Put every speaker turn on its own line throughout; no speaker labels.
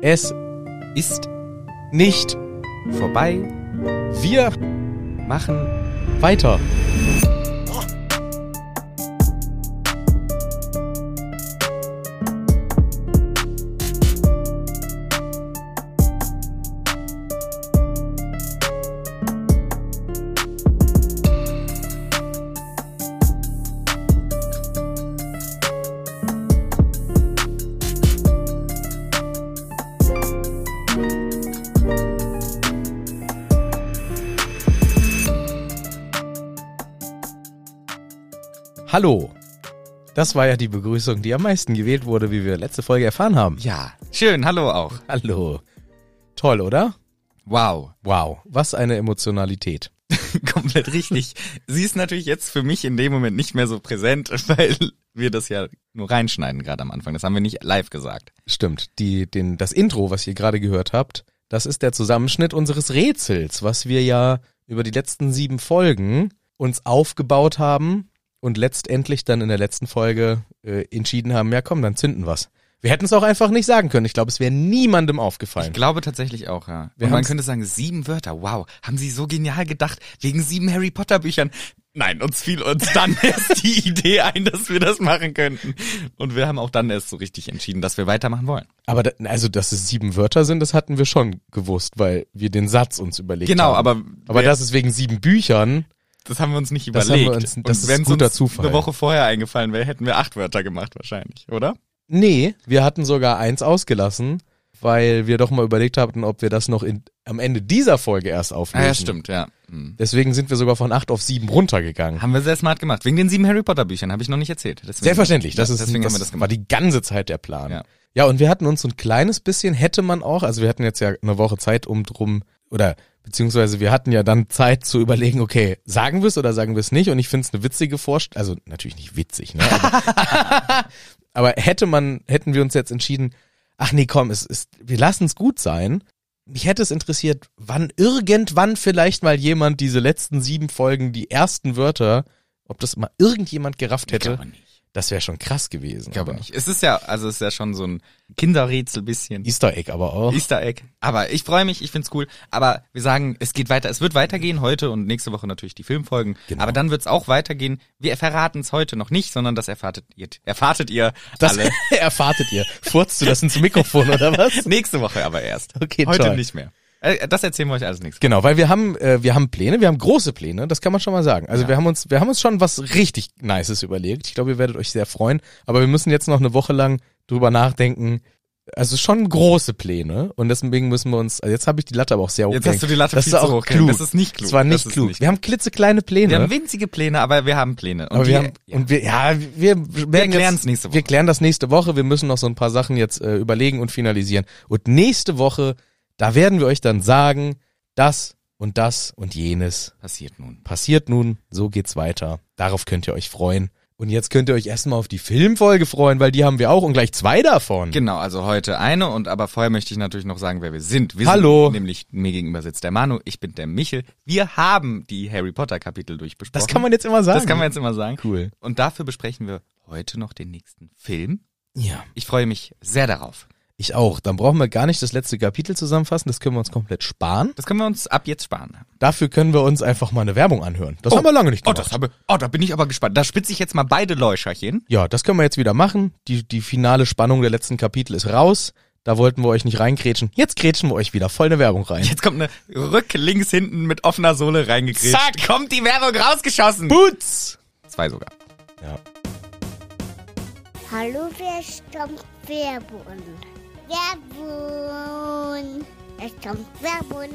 Es ist nicht vorbei. Wir machen weiter. Hallo. Das war ja die Begrüßung, die am meisten gewählt wurde, wie wir letzte Folge erfahren haben.
Ja, schön, hallo auch.
Hallo. Toll, oder?
Wow,
Wow, was eine Emotionalität.
komplett richtig. Sie ist natürlich jetzt für mich in dem Moment nicht mehr so präsent, weil wir das ja nur reinschneiden gerade am Anfang. Das haben wir nicht live gesagt.
Stimmt, die, den, das Intro, was ihr gerade gehört habt, das ist der Zusammenschnitt unseres Rätsels, was wir ja über die letzten sieben Folgen uns aufgebaut haben und letztendlich dann in der letzten Folge äh, entschieden haben, ja komm, dann zünden was. Wir hätten es auch einfach nicht sagen können. Ich glaube, es wäre niemandem
Ich
aufgefallen.
glaube tatsächlich auch, ja.
Wir
Und man
haben's-
könnte sagen, sieben Wörter, wow, haben Sie so genial gedacht, wegen sieben Harry Potter Büchern. Nein, uns fiel uns dann erst die Idee ein, dass wir das machen könnten. Und wir haben auch dann erst so richtig entschieden, dass wir weitermachen wollen.
Aber da, also, dass es sieben Wörter sind, das hatten wir schon gewusst, weil wir den Satz uns überlegt
Genau,
haben.
aber
aber
wer-
das ist wegen sieben Büchern.
Das haben wir uns nicht
Das
überlegt.
haben wir uns- das ist
wenn's
guter
uns
Zufall.
eine Woche vorher eingefallen wäre, hätten wir acht Wörter gemacht wahrscheinlich, oder?
Nee, wir hatten sogar eins ausgelassen, weil wir doch mal überlegt hatten, ob wir das noch in, am Ende dieser Folge erst auflösen.
Ah, ja. Hm.
Deswegen sind wir sogar von acht auf sieben runtergegangen.
Haben wir sehr smart gemacht. Wegen den sieben Harry Potter Büchern habe ich noch nicht erzählt. Deswegen,
Selbstverständlich, das,
Ja,
ist,
deswegen
das,
haben wir das
war
gemacht.
die ganze Zeit der Plan. Ja.
Ja.
und wir hatten uns so ein kleines bisschen, hätte man auch, also wir hatten jetzt ja eine Woche Zeit, um drum, oder beziehungsweise wir hatten ja dann Zeit zu überlegen, okay, sagen wir es oder sagen wir es nicht? Und ich finde es eine witzige Vorstellung, also natürlich nicht witzig, ne? Aber, aber hätte man, hätten wir uns jetzt entschieden, ach nee, komm, es ist, wir lassen es gut sein. Mich hätte es interessiert, wann irgendwann vielleicht mal jemand diese letzten sieben Folgen, die ersten Wörter, ob das mal irgendjemand gerafft hätte.
Ich glaube nicht.
Das wäre schon krass gewesen.
Ich glaube
aber.
nicht. Es ist ja, also es ist ja schon so ein Kinderrätsel bisschen.
Easter Egg aber auch.
Easter Egg. Aber ich freue mich, ich find's cool. Aber wir sagen, es geht weiter. Es wird weitergehen heute und nächste Woche natürlich die Filmfolgen.
Genau.
Aber dann wird's auch weitergehen. Wir verraten's heute noch nicht, sondern das erfahrtet ihr, erfahrtet ihr
das
alle
erfahrtet ihr. Furzt du das ins Mikrofon oder was?
nächste Woche aber erst.
Okay,
heute
toll.
nicht mehr. Äh, Das erzählen wir euch alles nächste
Genau, weil wir haben, äh, wir haben Pläne, wir haben große Pläne, das kann man schon mal sagen. Also
Ja.
wir haben uns, wir haben uns schon was richtig Nices überlegt. Ich glaube, ihr werdet euch sehr freuen. Aber wir müssen jetzt noch eine Woche lang drüber nachdenken. Also schon große Pläne und deswegen müssen wir uns. Also jetzt habe ich die Latte aber auch sehr hochgehängt.
hast du die Latte
das
viel
ist
zu
auch
hochgehängt.
klug.
Das ist nicht klug.
Das war
Das
nicht
ist
klug.
nicht
wir haben klitzekleine Pläne.
Wir haben winzige Pläne, aber wir haben Pläne. Und
Aber wir haben,
ja.
und wir, ja, wir, werden
klären's
jetzt-
nächste Woche.
Wir klären das nächste Woche. Wir müssen noch so ein paar Sachen jetzt äh, überlegen und finalisieren. Und nächste Woche, da werden wir euch dann sagen, das und das und jenes
passiert nun.
passiert nun. So geht's weiter. Darauf könnt ihr euch freuen. Und jetzt könnt ihr euch erstmal auf die Filmfolge freuen, weil die haben wir auch und gleich zwei davon.
Genau, also heute eine und aber vorher möchte ich natürlich noch sagen, wer wir sind. Wir
Hallo.
Sind, nämlich mir gegenüber sitzt der Manu, ich bin der Michel. Wir haben die Harry Potter Kapitel durchbesprochen.
Das kann man jetzt immer sagen.
Das kann man jetzt immer sagen.
Cool.
Und dafür besprechen wir heute noch den nächsten Film.
Ja,
Ich freue mich sehr darauf.
ich auch. Dann brauchen wir gar nicht das letzte Kapitel zusammenfassen. Das können wir uns komplett sparen.
Das können wir uns ab jetzt sparen.
Dafür können wir uns einfach mal eine Werbung anhören. Das haben wir lange nicht
Oh,
gemacht.
das habe, oh, da bin ich aber gespannt. Da spitze ich jetzt mal beide Läuscherchen.
Ja, das können wir jetzt wieder machen. Die, die finale Spannung der letzten Kapitel ist raus. Da wollten wir euch nicht reingrätschen. Jetzt grätschen wir euch wieder voll eine Werbung rein.
Jetzt kommt eine Rück links hinten mit offener Sohle reingekriegt.
Zack.
kommt die Werbung rausgeschossen.
Boots!
Zwei sogar.
Ja.
Hallo, wer stammt Werbun? Werbun! Es stammt Werbun!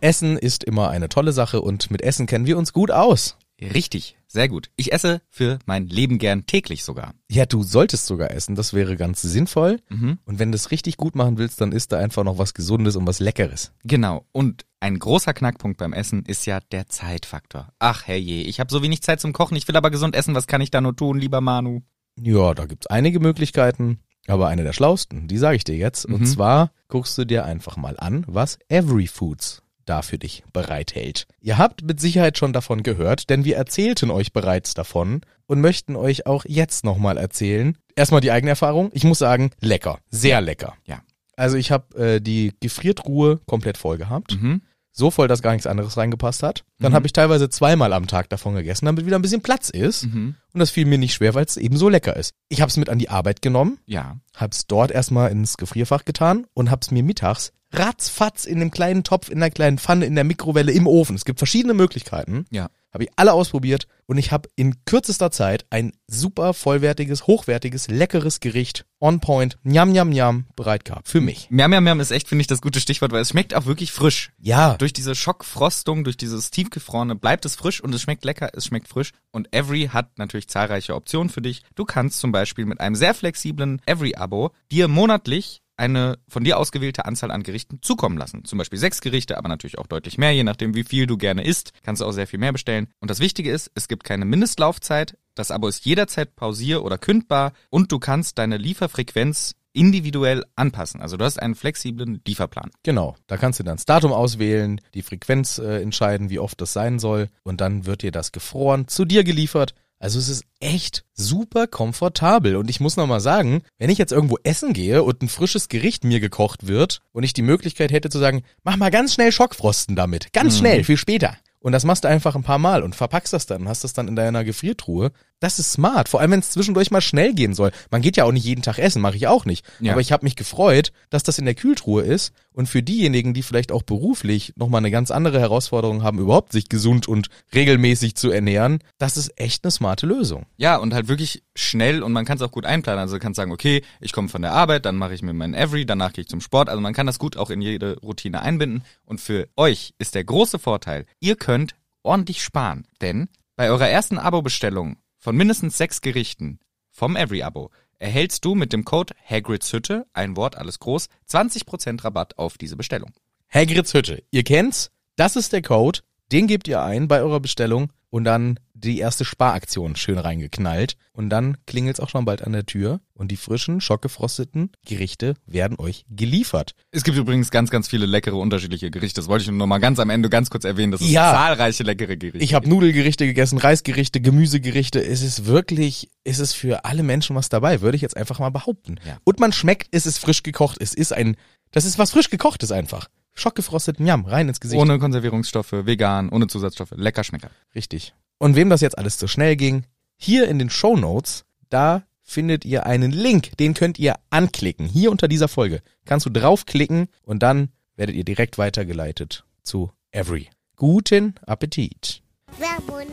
Essen ist immer eine tolle Sache und mit Essen kennen wir uns gut aus.
Richtig, sehr gut. Ich esse für mein Leben gern täglich sogar.
Ja, du solltest sogar essen. Das wäre ganz sinnvoll. Und wenn du es richtig gut machen willst, dann isst da einfach noch was Gesundes und was Leckeres.
Genau. Und ein großer Knackpunkt beim Essen ist ja der Zeitfaktor. Ach herrje, ich habe so wenig Zeit zum Kochen, ich will aber gesund essen, was kann ich da nur tun, lieber Manu?
Ja, da gibt's einige Möglichkeiten, aber eine der schlausten, die sage ich dir jetzt. Und
Mhm.
zwar guckst du dir einfach mal an, was Every Foods da für dich bereithält. Ihr habt mit Sicherheit schon davon gehört, denn wir erzählten euch bereits davon und möchten euch auch jetzt nochmal erzählen. Erstmal die eigene Erfahrung. Ich muss sagen, lecker. Sehr lecker.
Ja.
Also ich habe äh, die Gefriertruhe komplett voll gehabt.
Mhm.
So voll, dass gar nichts anderes reingepasst hat. Dann
Mhm.
habe ich teilweise zweimal am Tag davon gegessen, damit wieder ein bisschen Platz ist.
Mhm.
Und das fiel mir nicht schwer, weil es eben so lecker ist. Ich habe es mit an die Arbeit genommen
Ja.
hab's dort erstmal ins Gefrierfach getan und hab's mir mittags ratzfatz in einem kleinen Topf, in einer kleinen Pfanne, in der Mikrowelle, im Ofen. Es gibt verschiedene Möglichkeiten.
Ja.
Habe ich alle ausprobiert und ich habe in kürzester Zeit ein super vollwertiges, hochwertiges, leckeres Gericht on point, njam, njam, njam, bereit gehabt. Für mich.
Miam, miam, miam ist echt, finde ich, das gute Stichwort, weil es schmeckt auch wirklich frisch.
Ja.
Durch diese Schockfrostung, durch dieses tiefgefrorene bleibt es frisch und es schmeckt lecker, es schmeckt frisch. Und Every hat natürlich zahlreiche Optionen für dich. Du kannst zum Beispiel mit einem sehr flexiblen Every-Abo dir monatlich eine von dir ausgewählte Anzahl an Gerichten zukommen lassen. Zum Beispiel sechs Gerichte, aber natürlich auch deutlich mehr, je nachdem wie viel du gerne isst. Kannst du auch sehr viel mehr bestellen. Und das Wichtige ist, es gibt keine Mindestlaufzeit. Das Abo ist jederzeit pausier- oder kündbar und du kannst deine Lieferfrequenz individuell anpassen. Also du hast einen flexiblen Lieferplan.
Genau. Da kannst du dann das Datum auswählen, die Frequenz äh, entscheiden, wie oft das sein soll und dann wird dir das gefroren zu dir geliefert. Also es ist echt super komfortabel und ich muss nochmal sagen, wenn ich jetzt irgendwo essen gehe und ein frisches Gericht mir gekocht wird und ich die Möglichkeit hätte zu sagen, mach mal ganz schnell Schockfrosten damit, ganz schnell, viel später. Und das machst du einfach ein paar Mal und verpackst das dann, hast das dann in deiner Gefriertruhe. Das ist smart, vor allem wenn es zwischendurch mal schnell gehen soll. Man geht ja auch nicht jeden Tag essen, mache ich auch nicht.
Ja.
Aber ich habe mich gefreut, dass das in der Kühltruhe ist und für diejenigen, die vielleicht auch beruflich nochmal eine ganz andere Herausforderung haben, überhaupt sich gesund und regelmäßig zu ernähren, das ist echt eine smarte Lösung.
Ja, und halt wirklich schnell und man kann es auch gut einplanen. Also du kannst sagen, okay, ich komme von der Arbeit, dann mache ich mir meinen Every, danach gehe ich zum Sport. Also man kann das gut auch in jede Routine einbinden. Und für euch ist der große Vorteil, ihr könnt ordentlich sparen. Denn bei eurer ersten Abo-Bestellung von mindestens sechs Gerichten vom Every-Abo erhältst du mit dem Code Hagrid'sHütte, ein Wort, alles groß, 20% Rabatt auf diese Bestellung.
Hagrids Hütte, ihr kennt's, das ist der Code, den gebt ihr ein bei eurer Bestellung und dann die erste Sparaktion schön reingeknallt und dann klingelt's auch schon bald an der Tür und die frischen, schockgefrosteten Gerichte werden euch geliefert.
Es gibt übrigens ganz, ganz viele leckere, unterschiedliche Gerichte. Das wollte ich nur noch mal ganz am Ende ganz kurz erwähnen, dass es
Ja.
zahlreiche leckere Gerichte
Ich habe Nudelgerichte gegessen, Reisgerichte, Gemüsegerichte. Es ist wirklich, es ist für alle Menschen was dabei, würde ich jetzt einfach mal behaupten.
Ja.
Und man schmeckt, es ist frisch gekocht. Es ist ein, das ist was frisch gekochtes einfach. Schockgefrostet, Njam, rein ins Gesicht.
Ohne Konservierungsstoffe, vegan, ohne Zusatzstoffe, lecker schmecker.
Richtig. Und wem das jetzt alles zu schnell ging, hier in den Show Notes, da findet ihr einen Link, den könnt ihr anklicken. Hier unter dieser Folge kannst du draufklicken und dann werdet ihr direkt weitergeleitet zu Every. Guten Appetit.
Werbung,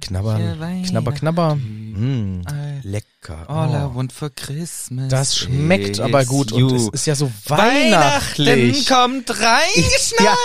Knabbern, knabber, knabber. Mm, lecker.
All I
Oh.
want for Christmas.
Das schmeckt
is
aber gut
you.
und es ist ja so
Weihnachten
weihnachtlich.
kommt reingeschneit.
Ja,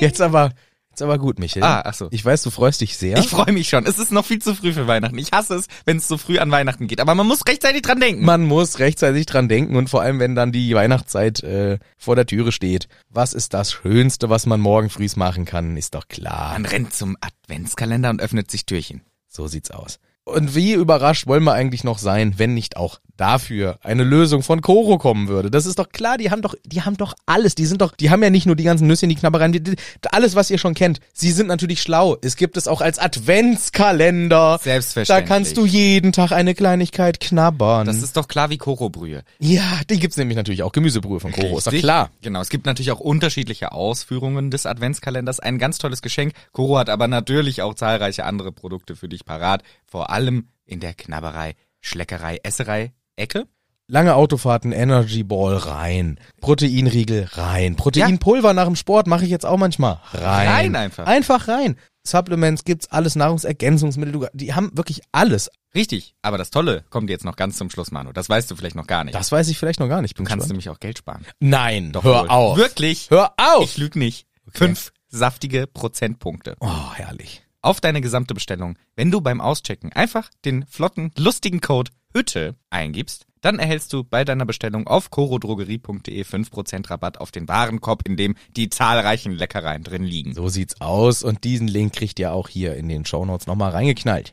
jetzt aber, jetzt aber gut, Michael.
Ah, ach so.
Ich weiß, du freust dich sehr.
Ich freue mich schon. Es ist noch viel zu früh für Weihnachten. Ich hasse es, wenn es so früh an Weihnachten geht. Aber man muss rechtzeitig dran denken.
man muss rechtzeitig dran denken und vor allem, wenn dann die Weihnachtszeit äh, vor der Türe steht. Was ist das Schönste, was man morgen früh machen kann? Ist doch klar.
man rennt zum Adventskalender und öffnet sich Türchen.
So sieht's aus. Und wie überrascht wollen wir eigentlich noch sein, wenn nicht auch dafür eine Lösung von Koro kommen würde? Das ist doch klar, die haben doch, die haben doch alles. Die sind doch, die haben ja nicht nur die ganzen Nüsschen, die Knabbereien, die, die, alles, was ihr schon kennt. Sie sind natürlich schlau. Es gibt es auch als Adventskalender. Da
Selbstverständlich.
kannst du jeden Tag eine Kleinigkeit knabbern.
Das ist doch klar wie Korobrühe.
ja, die gibt's nämlich natürlich auch. Gemüsebrühe von Koro, ist doch
Richtig.
klar.
Genau, es gibt natürlich auch unterschiedliche Ausführungen des Adventskalenders. Ein ganz tolles Geschenk. Koro hat aber natürlich auch zahlreiche andere Produkte für dich parat. Vor allem in der Knabberei, Schleckerei, Esserei, Ecke.
Lange Autofahrten, Energy Ball rein, Proteinriegel rein, Proteinpulver nach dem Sport mache ich jetzt auch manchmal rein.
Rein einfach.
Einfach rein. Supplements gibt's alles, Nahrungsergänzungsmittel, du- die haben wirklich alles.
Richtig, aber das Tolle kommt jetzt noch ganz zum Schluss, Manu. Das weißt du vielleicht noch gar nicht.
Das weiß ich vielleicht noch gar nicht. Bin
du kannst
gespannt.
nämlich auch Geld sparen.
Nein,
Doch,
hör
wohl.
auf.
Wirklich?
Hör
Ich
auf.
lüge nicht. Fünf saftige Prozentpunkte.
Oh, herrlich.
auf deine gesamte Bestellung. Wenn du beim Auschecken einfach den flotten, lustigen Code Hütte eingibst, dann erhältst du bei deiner Bestellung auf korodrogerie.de 5% Rabatt auf den Warenkorb, in dem die zahlreichen Leckereien drin liegen.
So sieht's aus und diesen Link kriegt ihr auch hier in den Shownotes nochmal reingeknallt.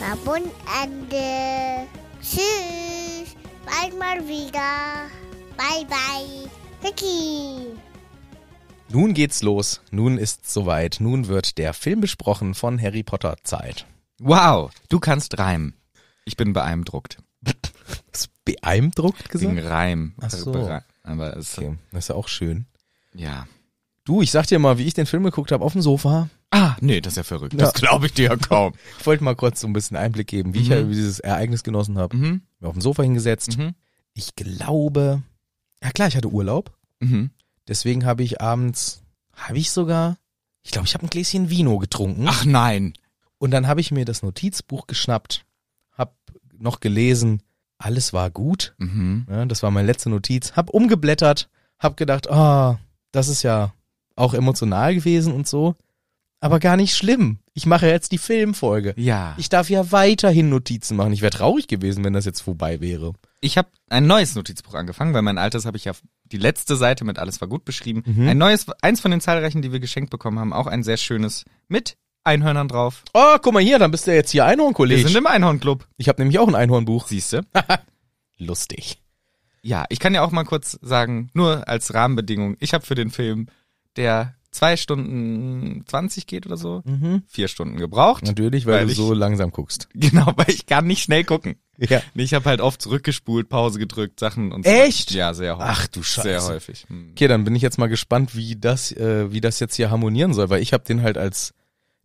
Werbung Ende. Tschüss, bald mal wieder. Bye bye. Vicky.
Nun geht's los. Nun ist's soweit. Nun wird der Film besprochen von Harry Potter Zeit.
Wow, du kannst reimen. Ich bin beeindruckt.
Ist beeindruckt
Wegen
gesagt?
Reim.
Ach so.
Bere- Aber es,
Okay, das ist ja auch schön.
ja.
Du, ich sag dir mal, wie ich den Film geguckt habe auf dem Sofa.
Ah, nee, das ist ja verrückt.
Ja.
Das glaube ich dir ja kaum.
Ich wollte mal kurz so ein bisschen Einblick geben, wie ich
Mhm.
halt dieses Ereignis genossen habe.
Mhm.
Mir auf dem Sofa hingesetzt.
Mhm.
Ich glaube, ja klar, ich hatte Urlaub.
Mhm.
Deswegen habe ich abends, habe ich sogar, ich glaube, ich habe ein Gläschen Vino getrunken.
Ach nein.
Und dann habe ich mir das Notizbuch geschnappt, habe noch gelesen, alles war gut.
Mhm.
Ja, Ne, das war meine letzte Notiz. Hab umgeblättert, hab gedacht, ah, das ist ja auch emotional gewesen und so. Aber gar nicht schlimm. Ich mache jetzt die Filmfolge.
Ja.
Ich darf ja weiterhin Notizen machen. Ich wäre traurig gewesen, wenn das jetzt vorbei wäre.
ich habe ein neues Notizbuch angefangen, weil mein altes habe ich ja die letzte Seite mit alles war gut beschrieben.
Mhm.
Ein neues, eins von den zahlreichen, die wir geschenkt bekommen haben, auch ein sehr schönes mit Einhörnern drauf.
Oh, guck mal hier, dann bist du ja jetzt hier
Wir sind
Einhornkollege.
im Einhornclub,
Ich habe nämlich auch ein Einhornbuch.
siehste.
Lustig.
Ja, ich kann ja auch mal kurz sagen, nur als Rahmenbedingung, ich habe für den Film, der zwei Stunden 20 geht oder so,
Mhm.
vier Stunden gebraucht.
Natürlich, weil,
Weil
du
ich-
so langsam guckst.
Genau, weil ich kann nicht schnell gucken.
Ja.
Ich habe halt oft zurückgespult, Pause gedrückt, Sachen und
Echt?
So. Ja, sehr häufig.
Ach du Scheiße.
Sehr häufig. Hm.
Okay, dann bin ich jetzt mal gespannt, wie das, äh, wie das jetzt hier harmonieren soll, weil ich habe den halt als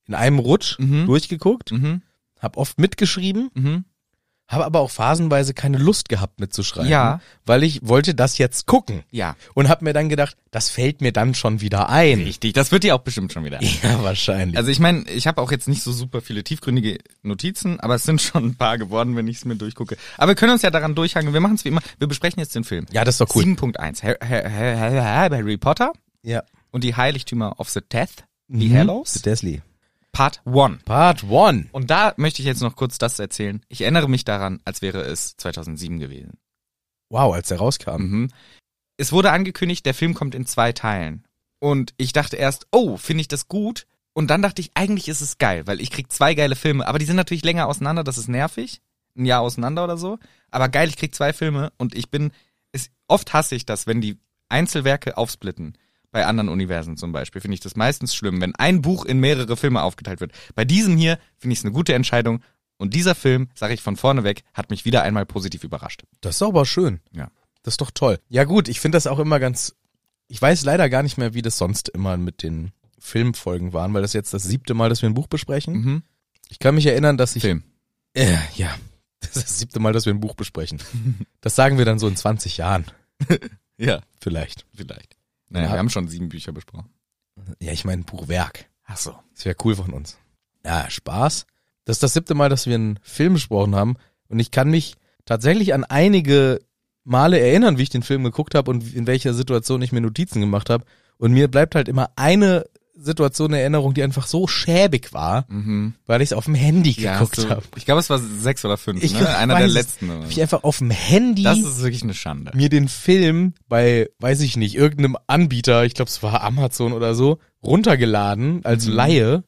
in einem Rutsch
Mhm.
durchgeguckt,
Mhm.
habe oft mitgeschrieben,
Mhm.
habe aber auch phasenweise keine Lust gehabt mitzuschreiben,
Ja.
weil ich wollte das jetzt gucken
Ja.
und habe mir dann gedacht, das fällt mir dann schon wieder ein.
Richtig, das wird dir auch bestimmt schon wieder.
Ja, wahrscheinlich.
Also ich meine, ich habe auch jetzt nicht so super viele tiefgründige Notizen, aber es sind schon ein paar geworden, wenn ich es mir durchgucke. Aber wir können uns ja daran durchhangen. Wir machen es wie immer. Wir besprechen jetzt den Film.
ja, das ist doch cool.
7.1. Harry, Harry, Harry Potter
ja.
und die Heiligtümer of the Death, the
Mhm. The
Hallows,
Deathly.
Part 1.
Part One.
Und da möchte ich jetzt noch kurz das erzählen. Ich erinnere mich daran, als wäre es 2007 gewesen.
Wow, als der rauskam.
Mhm. Es wurde angekündigt, der Film kommt in zwei Teilen. Und ich dachte erst, oh, finde ich das gut? Und dann dachte ich, eigentlich ist es geil, weil ich krieg zwei geile Filme. Aber die sind natürlich länger auseinander, das ist nervig. Ein Jahr auseinander oder so. Aber geil, ich krieg zwei Filme und ich bin, es, oft hasse ich das, wenn die Einzelwerke aufsplitten. Bei anderen Universen zum Beispiel finde ich das meistens schlimm, wenn ein Buch in mehrere Filme aufgeteilt wird. Bei diesem hier finde ich es eine gute Entscheidung. Und dieser Film, sage ich von vorne weg, hat mich wieder einmal positiv überrascht.
Das ist aber schön.
Ja.
Das ist doch toll. Ja gut, ich finde das auch immer ganz. Ich weiß leider gar nicht mehr, wie das sonst immer mit den Filmfolgen waren, weil das jetzt das siebte Mal, dass wir ein Buch besprechen.
Mhm.
Ich kann mich erinnern, dass ich.
Film.
Äh, ja. Das ist das siebte Mal, dass wir ein Buch besprechen. Das sagen wir dann so in 20 Jahren
Ja.
vielleicht.
Vielleicht. Naja,
Ja.
wir haben schon sieben Bücher besprochen.
Ja, ich meine Buchwerk.
Ach so.
Das wäre cool von uns. Ja, Spaß. Das ist das siebte Mal, dass wir einen Film besprochen haben. Und ich kann mich tatsächlich an einige Male erinnern, wie ich den Film geguckt habe und in welcher Situation ich mir Notizen gemacht habe. Und mir bleibt halt immer eine Situation in Erinnerung, die einfach so schäbig war,
Mhm.
weil ich es auf dem Handy
Ja,
geguckt
hast du-
habe.
Ich glaube, es war sechs oder fünf,
Ich
ne? Einer der
weiß es.
letzten. Oder
Hab
so.
ich einfach auf dem Handy
Das ist wirklich eine Schande.
mir den Film bei, weiß ich nicht, irgendeinem Anbieter, ich glaube es war Amazon oder so, runtergeladen als
Mhm.
Laie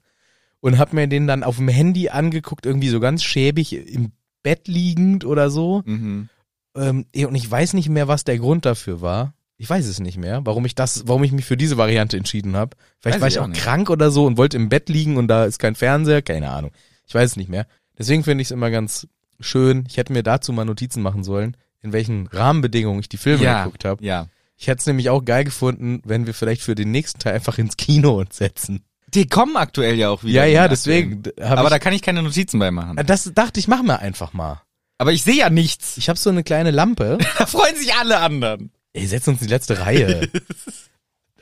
und hab mir den dann auf dem Handy angeguckt, irgendwie so ganz schäbig im Bett liegend oder so.
Mhm.
Ähm, eh, und ich weiß nicht mehr, was der Grund dafür war. Ich weiß es nicht mehr, warum ich das, warum ich mich für diese Variante entschieden habe. Vielleicht
Weiß
war
ich
ich
auch
auch
nicht.
krank oder so und wollte im Bett liegen und da ist kein Fernseher, keine Ahnung. Ich weiß es nicht mehr. Deswegen finde ich es immer ganz schön. Ich hätte mir dazu mal Notizen machen sollen, in welchen Rahmenbedingungen ich die Filme
Ja,
geguckt habe.
ja.
Ich hätte es nämlich auch geil gefunden, wenn wir vielleicht für den nächsten Teil einfach ins Kino uns setzen.
Die kommen aktuell ja auch
Ja,
wieder.
ja,
Je nachdem.
deswegen. d- Hab
Aber
ich,
da kann ich keine Notizen bei machen.
das dachte ich, machen wir einfach mal.
Äh, Aber ich sehe ja nichts.
Ich habe so eine kleine Lampe.
Da freuen sich alle anderen.
Ey, setz uns in die letzte Reihe.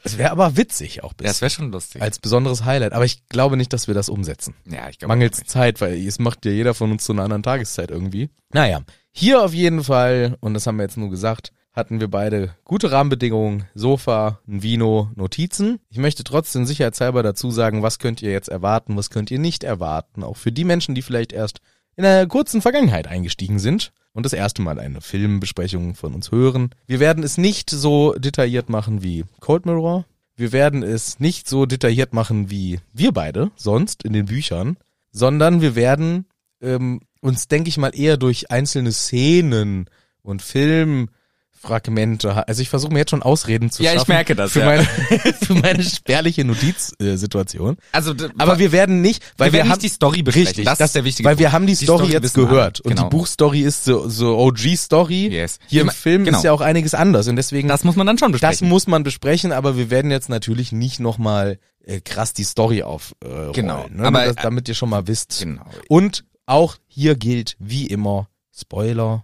Das wäre aber witzig auch
Ja, das
bis,
wäre schon lustig.
als besonderes Highlight. Aber ich glaube nicht, dass wir das umsetzen.
ja, ich glaube.
Mangels Zeit, weil es macht ja jeder von uns zu einer anderen Tageszeit irgendwie. Naja, hier auf jeden Fall, und das haben wir jetzt nur gesagt, hatten wir beide gute Rahmenbedingungen, Sofa, ein Vino, Notizen. Ich möchte trotzdem sicherheitshalber dazu sagen, was könnt ihr jetzt erwarten, was könnt ihr nicht erwarten. Auch für die Menschen, die vielleicht erst in einer kurzen Vergangenheit eingestiegen sind und das erste Mal eine Filmbesprechung von uns hören. Wir werden es nicht so detailliert machen wie Cold Mirror. Wir werden es nicht so detailliert machen wie wir beide sonst in den Büchern sondern wir werden ähm, uns, denke ich mal, eher durch einzelne Szenen und Film, Fragmente. ha- Also ich versuche mir jetzt schon Ausreden zu
Ja, ich
schaffen.
merke das,
Für,
ja.
meine, für meine spärliche Notizsituation.
Also,
Aber wir werden nicht, weil
weil
wir, haben
wir, nicht die Story besprechen.
richtig,
das ist der wichtige
Weil
Punkt.
wir haben die Story, jetzt
wissen alle.
gehört und
Genau.
die Buchstory ist so, so OG-Story.
Yes.
Hier im
Ich mein-
Film
genau.
ist ja auch einiges anders und deswegen
Das muss man dann schon
das
besprechen.
muss man besprechen, aber wir werden jetzt natürlich nicht nochmal äh, krass die Story auf. Äh,
Genau.
rollen, ne?
Aber,
das,
äh,
damit ihr schon mal wisst.
genau.
Und auch hier gilt, wie immer, Spoiler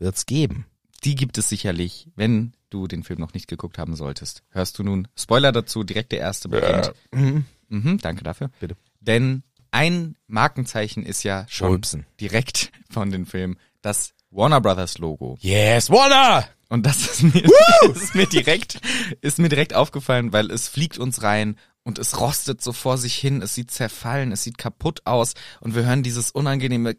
wird's geben.
Die gibt es sicherlich, wenn du den Film noch nicht geguckt haben solltest. Hörst du nun Spoiler dazu, direkt der erste beginnt.
Mhm.
Mhm, danke dafür.
Bitte.
Denn ein Markenzeichen ist ja schon
Rülpsen.
direkt von dem Film das Warner Brothers Logo.
Yes, Warner!
Und das ist mir, ist mir direkt, ist mir direkt aufgefallen, weil es fliegt uns rein und es rostet so vor sich hin, es sieht zerfallen, es sieht kaputt aus und wir hören dieses unangenehme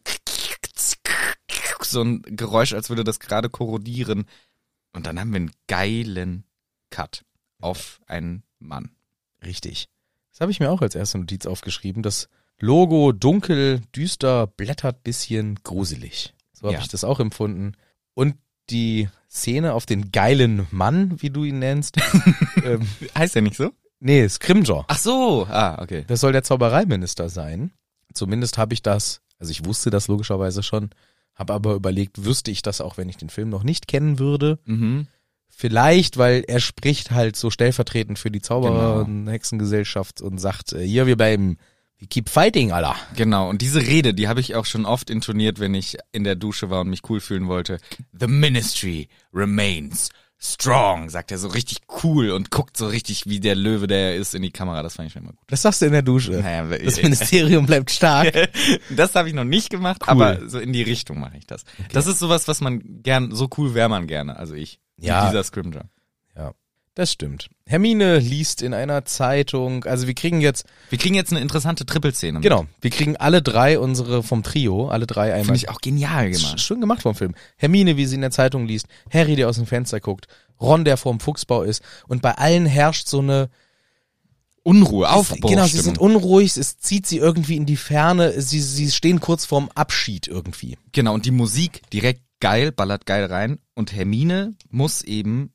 so ein Geräusch, als würde das gerade korrodieren. Und dann haben wir einen geilen Cut auf einen Mann.
Richtig. Das habe ich mir auch als erste Notiz aufgeschrieben. Das Logo dunkel, düster, blättert bisschen gruselig. So habe
Ja.
ich das auch empfunden. Und die Szene auf den geilen Mann, wie du ihn nennst. ähm,
Heißt er nicht so?
nee, Scrimger.
Ach so, ah, okay.
Das soll der Zaubereiminister sein. Zumindest habe ich das, also ich wusste das logischerweise schon, habe aber überlegt, wüsste ich das auch, wenn ich den Film noch nicht kennen würde.
Mhm.
Vielleicht, weil er spricht halt so stellvertretend für die Zauberer-
Genau.
und Hexengesellschaft und sagt, äh, hier, wir bleiben, we keep fighting, Allah.
Genau, und diese Rede, die habe ich auch schon oft intoniert, wenn ich in der Dusche war und mich cool fühlen wollte. The Ministry remains strong, sagt er so richtig cool und guckt so richtig wie der Löwe, der er ist, in die Kamera. Das fand ich schon immer gut.
Das sagst du in der Dusche.
Naja,
Das Ministerium bleibt stark.
das habe ich noch nicht gemacht, aber so in die Richtung mache ich das. Das ist sowas, was man gern, so cool wäre man gerne, also ich. Wie
Ja.
Dieser Scrimger.
ja, das stimmt. Hermine liest in einer Zeitung, also wir kriegen jetzt,
Wir kriegen jetzt eine interessante Trippelszene.
genau, wir kriegen alle drei unsere vom Trio, alle drei einmal.
Finde ich auch genial
Sch-
gemacht.
Schön gemacht vom Film. Hermine, wie sie in der Zeitung liest, Harry, der aus dem Fenster guckt, Ron, der vorm Fuchsbau ist und bei allen herrscht so eine
Unruhe,
Genau, sie sind
Aufbruchstimmung.
unruhig, es zieht sie irgendwie in die Ferne, sie, sie stehen kurz vorm Abschied irgendwie.
Genau, und die Musik direkt geil, ballert geil rein. Und Hermine muss eben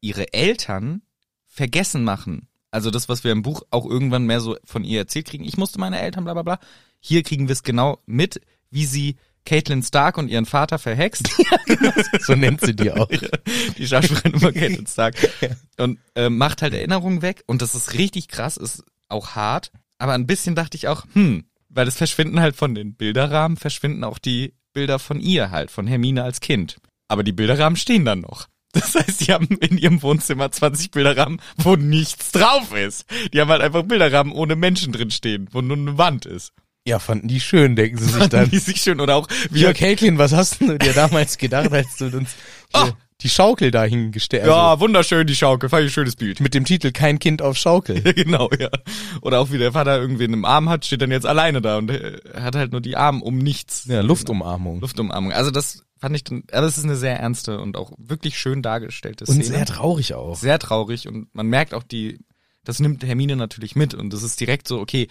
ihre Eltern vergessen machen. Also das, was wir im Buch auch irgendwann mehr so von ihr erzählt kriegen. Ich musste meine Eltern, bla bla bla. Hier kriegen wir es genau mit, wie sie Caitlin Stark und ihren Vater verhext.
So nennt sie die auch.
die Schauspielerin über Caitlin Stark. Und äh, macht halt Erinnerungen weg. Und das ist richtig krass, ist auch hart. Aber ein bisschen dachte ich auch, hm, weil das Verschwinden halt von den Bilderrahmen, verschwinden auch die Bilder von ihr halt, von Hermine als Kind. Aber die Bilderrahmen stehen dann noch. Das heißt, die haben in ihrem Wohnzimmer 20 Bilderrahmen, wo nichts drauf ist. Die haben halt einfach Bilderrahmen ohne Menschen drin stehen, wo nur eine Wand ist.
Ja, fanden die schön, denken sie sich
Dann
dann.
die sich schön oder auch
Ja,
wie
Caitlin, was hast du dir damals gedacht, als du uns hier die Schaukel dahingestellt hast?
ja, wunderschön die Schaukel, fand ich ein schönes Bild.
Mit dem Titel Kein Kind auf Schaukel.
Ja, genau, ja. Oder auch wie der Vater irgendwen im Arm hat, steht dann jetzt alleine da und äh, hat halt nur die Arme um nichts.
Ja, Luftumarmung.
Luftumarmung. Also das fand ich dann, also das ist eine sehr ernste und auch wirklich schön dargestellte Szene.
Und sehr traurig auch.
sehr traurig und man merkt auch die, das nimmt Hermine natürlich mit und das ist direkt so, okay,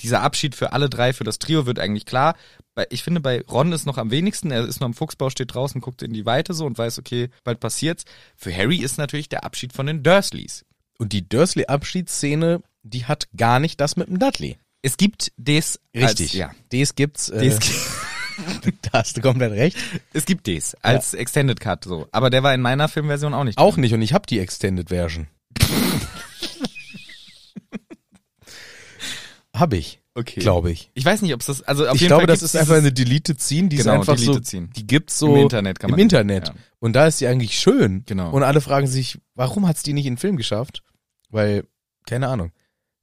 dieser Abschied für alle drei, für das Trio wird eigentlich klar. Bei- Ich finde, bei Ron ist noch am wenigsten, er ist noch am Fuchsbau, steht draußen, guckt in die Weite so und weiß, okay, bald passiert's. Für Harry ist natürlich der Abschied von den Dursleys.
Und die Dursley-Abschiedsszene, die hat gar nicht das mit dem Dudley.
Es gibt des
Richtig.
Als, ja.
Dies gibt's. Äh,
Des,
da hast du komplett recht.
Es gibt des als Extended Cut so, aber der war in meiner Filmversion auch nicht.
Auch
drin.
nicht. Und ich habe die Extended Version. habe ich,
Okay.
glaube ich.
Ich weiß nicht, ob es das also auf
ich
jeden
glaube,
Fall
das
gibt's
ist einfach
dieses-
eine Deleted Scene, die
Genau,
ist einfach so,
Deleted Scene.
die gibt's so
Im Internet kann man
im
die-
Internet.
ja.
Und da ist die eigentlich schön.
Genau.
Und alle fragen sich, warum hat's die nicht in den Film geschafft? Weil, keine Ahnung.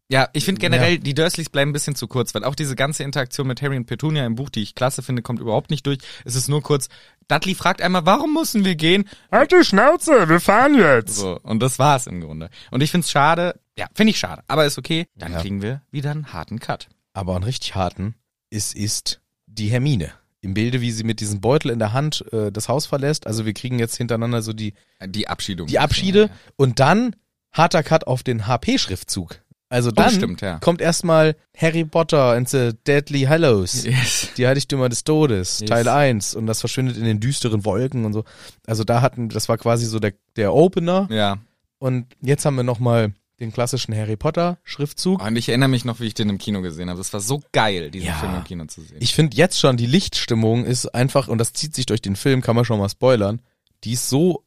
Ja, ich finde generell die Dursleys bleiben ein bisschen zu kurz, weil auch diese ganze Interaktion mit Harry und Petunia im Buch, die ich klasse finde, kommt überhaupt nicht durch. Es ist nur kurz. Dudley fragt einmal, warum müssen wir gehen?
Halt die Schnauze, wir fahren jetzt.
So und das war's im Grunde. Und ich find's schade. Ja, finde ich schade, aber ist okay. Dann
Ja.
kriegen wir wieder einen harten Cut.
aber einen richtig harten. Es ist die Hermine. Im Bilde, wie sie mit diesem Beutel in der Hand äh, das Haus verlässt. Also wir kriegen jetzt hintereinander so die,
Die Abschiedung.
die Abschiede und dann harter Cut auf den HP-Schriftzug. Also dann
Oh, stimmt, ja.
kommt erstmal Harry Potter and the Deadly Hallows.
Yes.
Die Heiligtümer des Todes,
Yes.
Teil 1. Und das verschwindet in den düsteren Wolken und so. Also da hatten, das war quasi so der, der Opener.
Ja.
Und jetzt haben wir nochmal den klassischen Harry Potter Schriftzug.
Und ich erinnere mich noch, wie ich den im Kino gesehen habe. Das war so geil, diesen
Ja.
Film im Kino zu sehen.
Ich finde jetzt schon, die Lichtstimmung ist einfach, und das zieht sich durch den Film, kann man schon mal spoilern, die ist so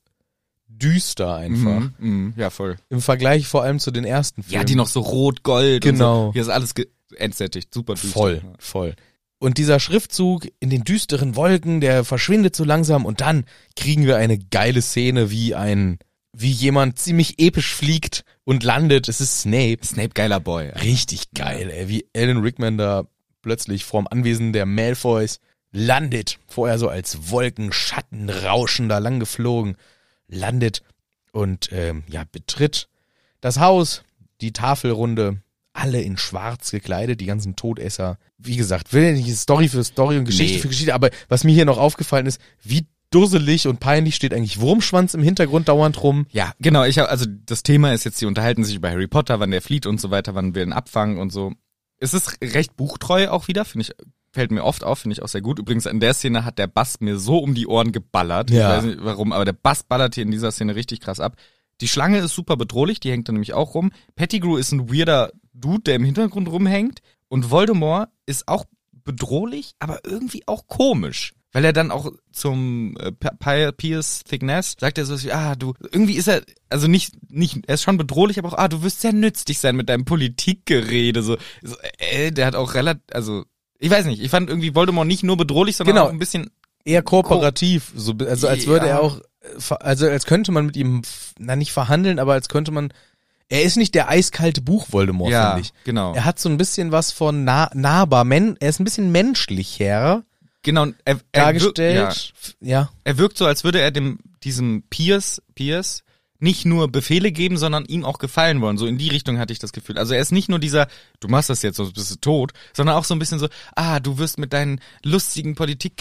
düster einfach.
Mhm, mhm, ja, voll.
Im Vergleich vor allem zu den ersten Filmen.
Ja, die noch so rot, gold. Und
Genau.
so. Hier ist alles ge- entsättigt, super düster.
Voll, voll. Und dieser Schriftzug in den düsteren Wolken, der verschwindet so langsam und dann kriegen wir eine geile Szene, wie ein, wie jemand ziemlich episch fliegt und landet. Es ist Snape.
Snape, geiler Boy.
Richtig geil, ey, wie Alan Rickman da plötzlich vorm Anwesen der Malfoys landet. Vorher so als Wolkenschatten rauschen da lang geflogen, landet und ähm, ja, betritt das Haus, die Tafelrunde, alle in schwarz gekleidet, die ganzen Todesser. Wie gesagt, will ja nicht Story für Story und Geschichte
Nee.
für Geschichte, aber was mir hier noch aufgefallen ist, wie dusselig und peinlich steht eigentlich Wurmschwanz im Hintergrund dauernd rum.
Ja, genau. Ich hab, also das Thema ist jetzt, die unterhalten sich über Harry Potter, wann der flieht und so weiter, wann wir ihn abfangen und so. Es ist recht buchtreu auch wieder, finde ich. Fällt mir oft auf, finde ich auch sehr gut. Übrigens, in der Szene hat der Bass mir so um die Ohren geballert.
Ja.
Ich weiß nicht warum, aber der Bass ballert hier in dieser Szene richtig krass ab. Die Schlange ist super bedrohlich, die hängt da nämlich auch rum. Pettigrew ist ein weirder Dude, der im Hintergrund rumhängt. Und Voldemort ist auch bedrohlich, aber irgendwie auch komisch. Weil er dann auch zum äh, P- P- Piers Thickness sagt er sowas wie, ah, du, irgendwie ist er, also nicht, nicht, er ist schon bedrohlich, aber auch, ah, du wirst sehr nützlich sein mit deinem Politikgerede. So, so äh, der hat auch relativ, also, ich weiß nicht, ich fand irgendwie Voldemort nicht nur bedrohlich, sondern
Genau.
auch ein bisschen,
eher kooperativ, so, also als würde
Ja.
er auch, äh, ver- also als könnte man mit ihm, f- na nicht verhandeln, aber als könnte man, er ist nicht der eiskalte Buch Voldemort,
ja,
finde ich.
genau.
Er hat so ein bisschen was von nah, nahbar, men, er ist ein bisschen menschlicher
genau, er, er, wir- ja,
dargestellt. Ja.
er wirkt so, als würde er dem, diesem Piers, Piers, nicht nur Befehle geben, sondern ihm auch gefallen wollen. So in die Richtung hatte ich das Gefühl. Also er ist nicht nur dieser, du machst das jetzt, sonst bist du tot, sondern auch so ein bisschen so, ah, du wirst mit deinen lustigen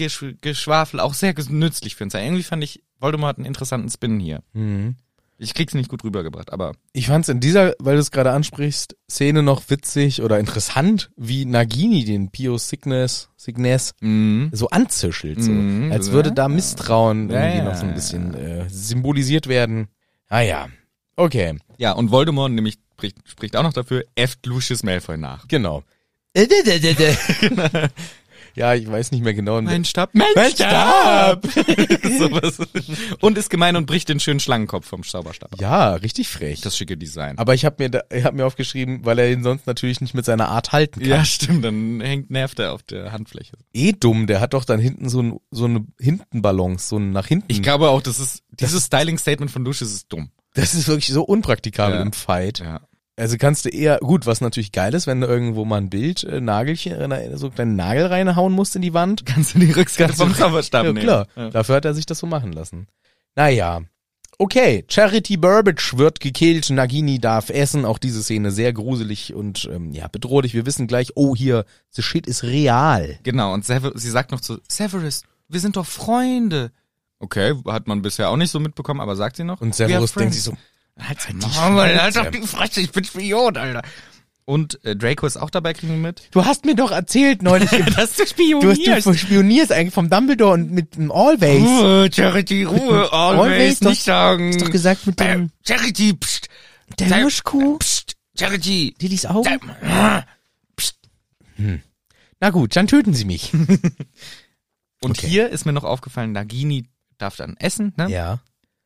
Politikgeschwafel auch sehr ges- nützlich für uns sein. Irgendwie fand ich, Voldemort hat einen interessanten Spin hier.
Mhm.
Ich krieg's nicht gut rübergebracht, aber
Ich fand es in dieser, weil du es gerade ansprichst, Szene noch witzig oder interessant, wie Nagini den Pio Signes, Signes
mh,
so anzischelt, so.
Mhm,
als würde
ja.
da Misstrauen
Ja,
irgendwie
ja,
noch so ein
ja,
bisschen äh, symbolisiert werden. Ah ja, okay.
ja, und Voldemort nämlich spricht, spricht auch noch dafür, äfft Lucius Malfoy nach.
Genau.
Äh,
ja, ich weiß nicht mehr genau.
Mein Stab, mein,
Mein
Stab! Sowas. Und ist gemein und bricht den schönen Schlangenkopf vom Zauberstab. ab.
ja, richtig frech.
Das schicke Design.
aber ich habe mir, da, ich hab mir aufgeschrieben, weil er ihn sonst natürlich nicht mit seiner Art halten kann.
Ja, stimmt, dann hängt nervt er auf der Handfläche.
Eh dumm, der hat doch dann hinten so, ein, so eine Hintenbalance, so ein nach hinten.
Ich glaube auch, das ist dieses Styling Statement von Lucius ist dumm.
das ist wirklich so unpraktikabel
Ja.
im Fight.
Ja.
Also kannst du eher, gut, was natürlich geil ist, wenn du irgendwo mal ein Bild, äh, Nagelchen, äh, so einen kleinen Nagel reinhauen musst in die Wand.
Kannst du die Rückseite vom Zauberstab
Ja,
nehmen?
klar.
Ja.
Dafür hat er sich das so machen lassen. Naja. Okay, Charity Burbage wird gekillt, Nagini darf essen, auch diese Szene sehr gruselig und ähm, ja, bedrohlich. Wir wissen gleich, oh hier, the shit ist real.
Genau, und Sever sie sagt noch zu Severus, wir sind doch Freunde. Okay, hat man bisher auch nicht so mitbekommen, aber sagt sie noch.
Und
"We are
Severus denkt
friends."
sich so,
Halt,
Halt
halt,
die
Maul, halt
Schnauze.
doch die Fresse, ich bin Spion, Alter. Und äh, Draco ist auch dabei, kriegen wir mit.
du hast mir doch erzählt neulich,
Dass du spionierst.
spionierst eigentlich vom Dumbledore und mit dem Always.
Ruhe, Charity, Ruhe, always,
Always, doch-
nicht sagen.
Hast doch gesagt mit dem-
Äh, Charity, pst.
Der
Sei-
Hirschkuh?
Psst, Charity.
Lillys Augen? ah. Hm.
Sei-
Na gut, dann töten sie mich.
Und
Okay.
hier ist mir noch aufgefallen, Nagini darf dann essen, ne?
ja.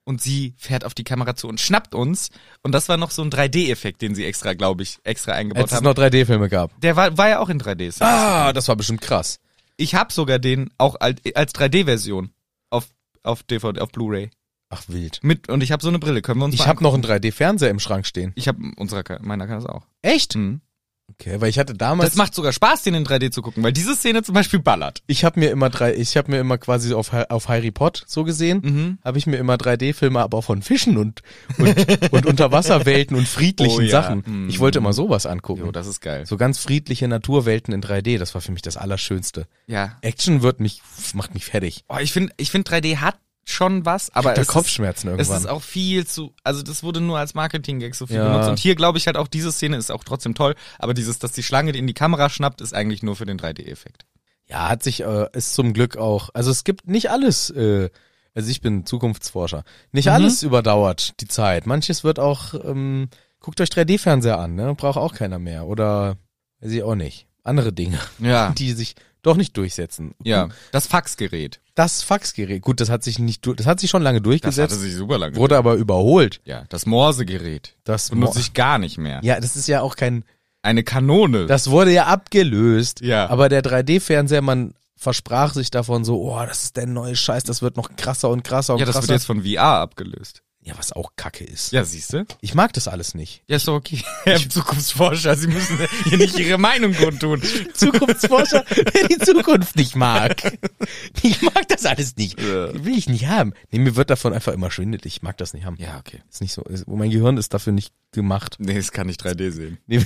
Und sie fährt auf die Kamera zu und schnappt uns. Und das war noch so ein 3D-Effekt, den sie extra, glaube ich, extra eingebaut
Als es
haben.
noch 3D-Filme gab.
Der war, war ja auch in 3D. so.
Ah, das war bestimmt krass.
Ich habe sogar den auch als, als 3D-Version auf, auf DVD, auf Blu-ray.
Ach wild.
Mit, und ich habe so eine Brille. Können wir uns
Ich
mal
habe
angucken?
noch einen 3D-Fernseher im Schrank stehen.
Ich habe unserer, kann- meiner kann das auch.
Echt?
Mhm.
Okay, weil ich hatte damals
Das macht sogar Spaß, den in 3D zu gucken, weil diese Szene zum Beispiel ballert.
ich habe mir immer drei, ich habe mir immer quasi auf, Ha- auf Harry Potter so gesehen,
Mhm.
habe ich mir immer 3D-Filme, aber auch von Fischen und und, und Unterwasserwelten und friedlichen
Oh ja,
Sachen.
mhm.
Ich wollte immer sowas angucken.
Jo, das ist geil.
so ganz friedliche Naturwelten in 3D, das war für mich das Allerschönste.
Ja.
Action wird mich, macht mich fertig.
Oh, ich finde, ich find 3D hat schon was, aber
Der
es ist,
Kopfschmerzen
Es
irgendwann.
ist auch viel zu, also das wurde nur als Marketing-Gag so viel
Ja.
benutzt. Und hier glaube ich halt auch, diese Szene ist auch trotzdem toll, aber dieses, dass die Schlange die in die Kamera schnappt, ist eigentlich nur für den 3D-Effekt.
ja, hat sich, äh, ist zum Glück auch, also es gibt nicht alles, äh, also ich bin Zukunftsforscher, nicht
Mhm.
alles überdauert die Zeit. Manches wird auch, ähm, guckt euch 3D-Fernseher an, ne? braucht auch keiner mehr oder weiß ich auch nicht. Andere Dinge,
Ja.
die sich doch nicht durchsetzen.
Ja. Das Faxgerät.
Das Faxgerät, gut, das hat sich nicht, du- das hat sich schon lange
Das hatte
durchgesetzt,
sich super lange.
wurde aber überholt.
ja. Das Morsegerät.
Das
Benutze
Mo-
ich gar nicht mehr.
Ja, das ist ja auch kein,
Eine Kanone.
Das wurde ja abgelöst.
Ja.
Aber der 3D-Fernseher, man versprach sich davon so, oh, das ist der neue Scheiß, das wird noch krasser und krasser und
ja, das
krasser.
wird jetzt von VR abgelöst.
ja, was auch Kacke ist.
Ja, siehst du?
Ich mag das alles nicht.
Ja, ist doch okay. Herr Zukunftsforscher, Sie müssen hier nicht Ihre Meinung kundtun.
Zukunftsforscher, der die Zukunft nicht mag. Ich mag das alles nicht.
Ja.
Will ich nicht haben. Nee, mir wird davon einfach immer schwindelig. Ich mag das nicht haben.
Ja, okay.
Ist nicht so, ist, mein Gehirn ist dafür nicht gemacht.
Nee, das kann ich 3D sehen.
Nee,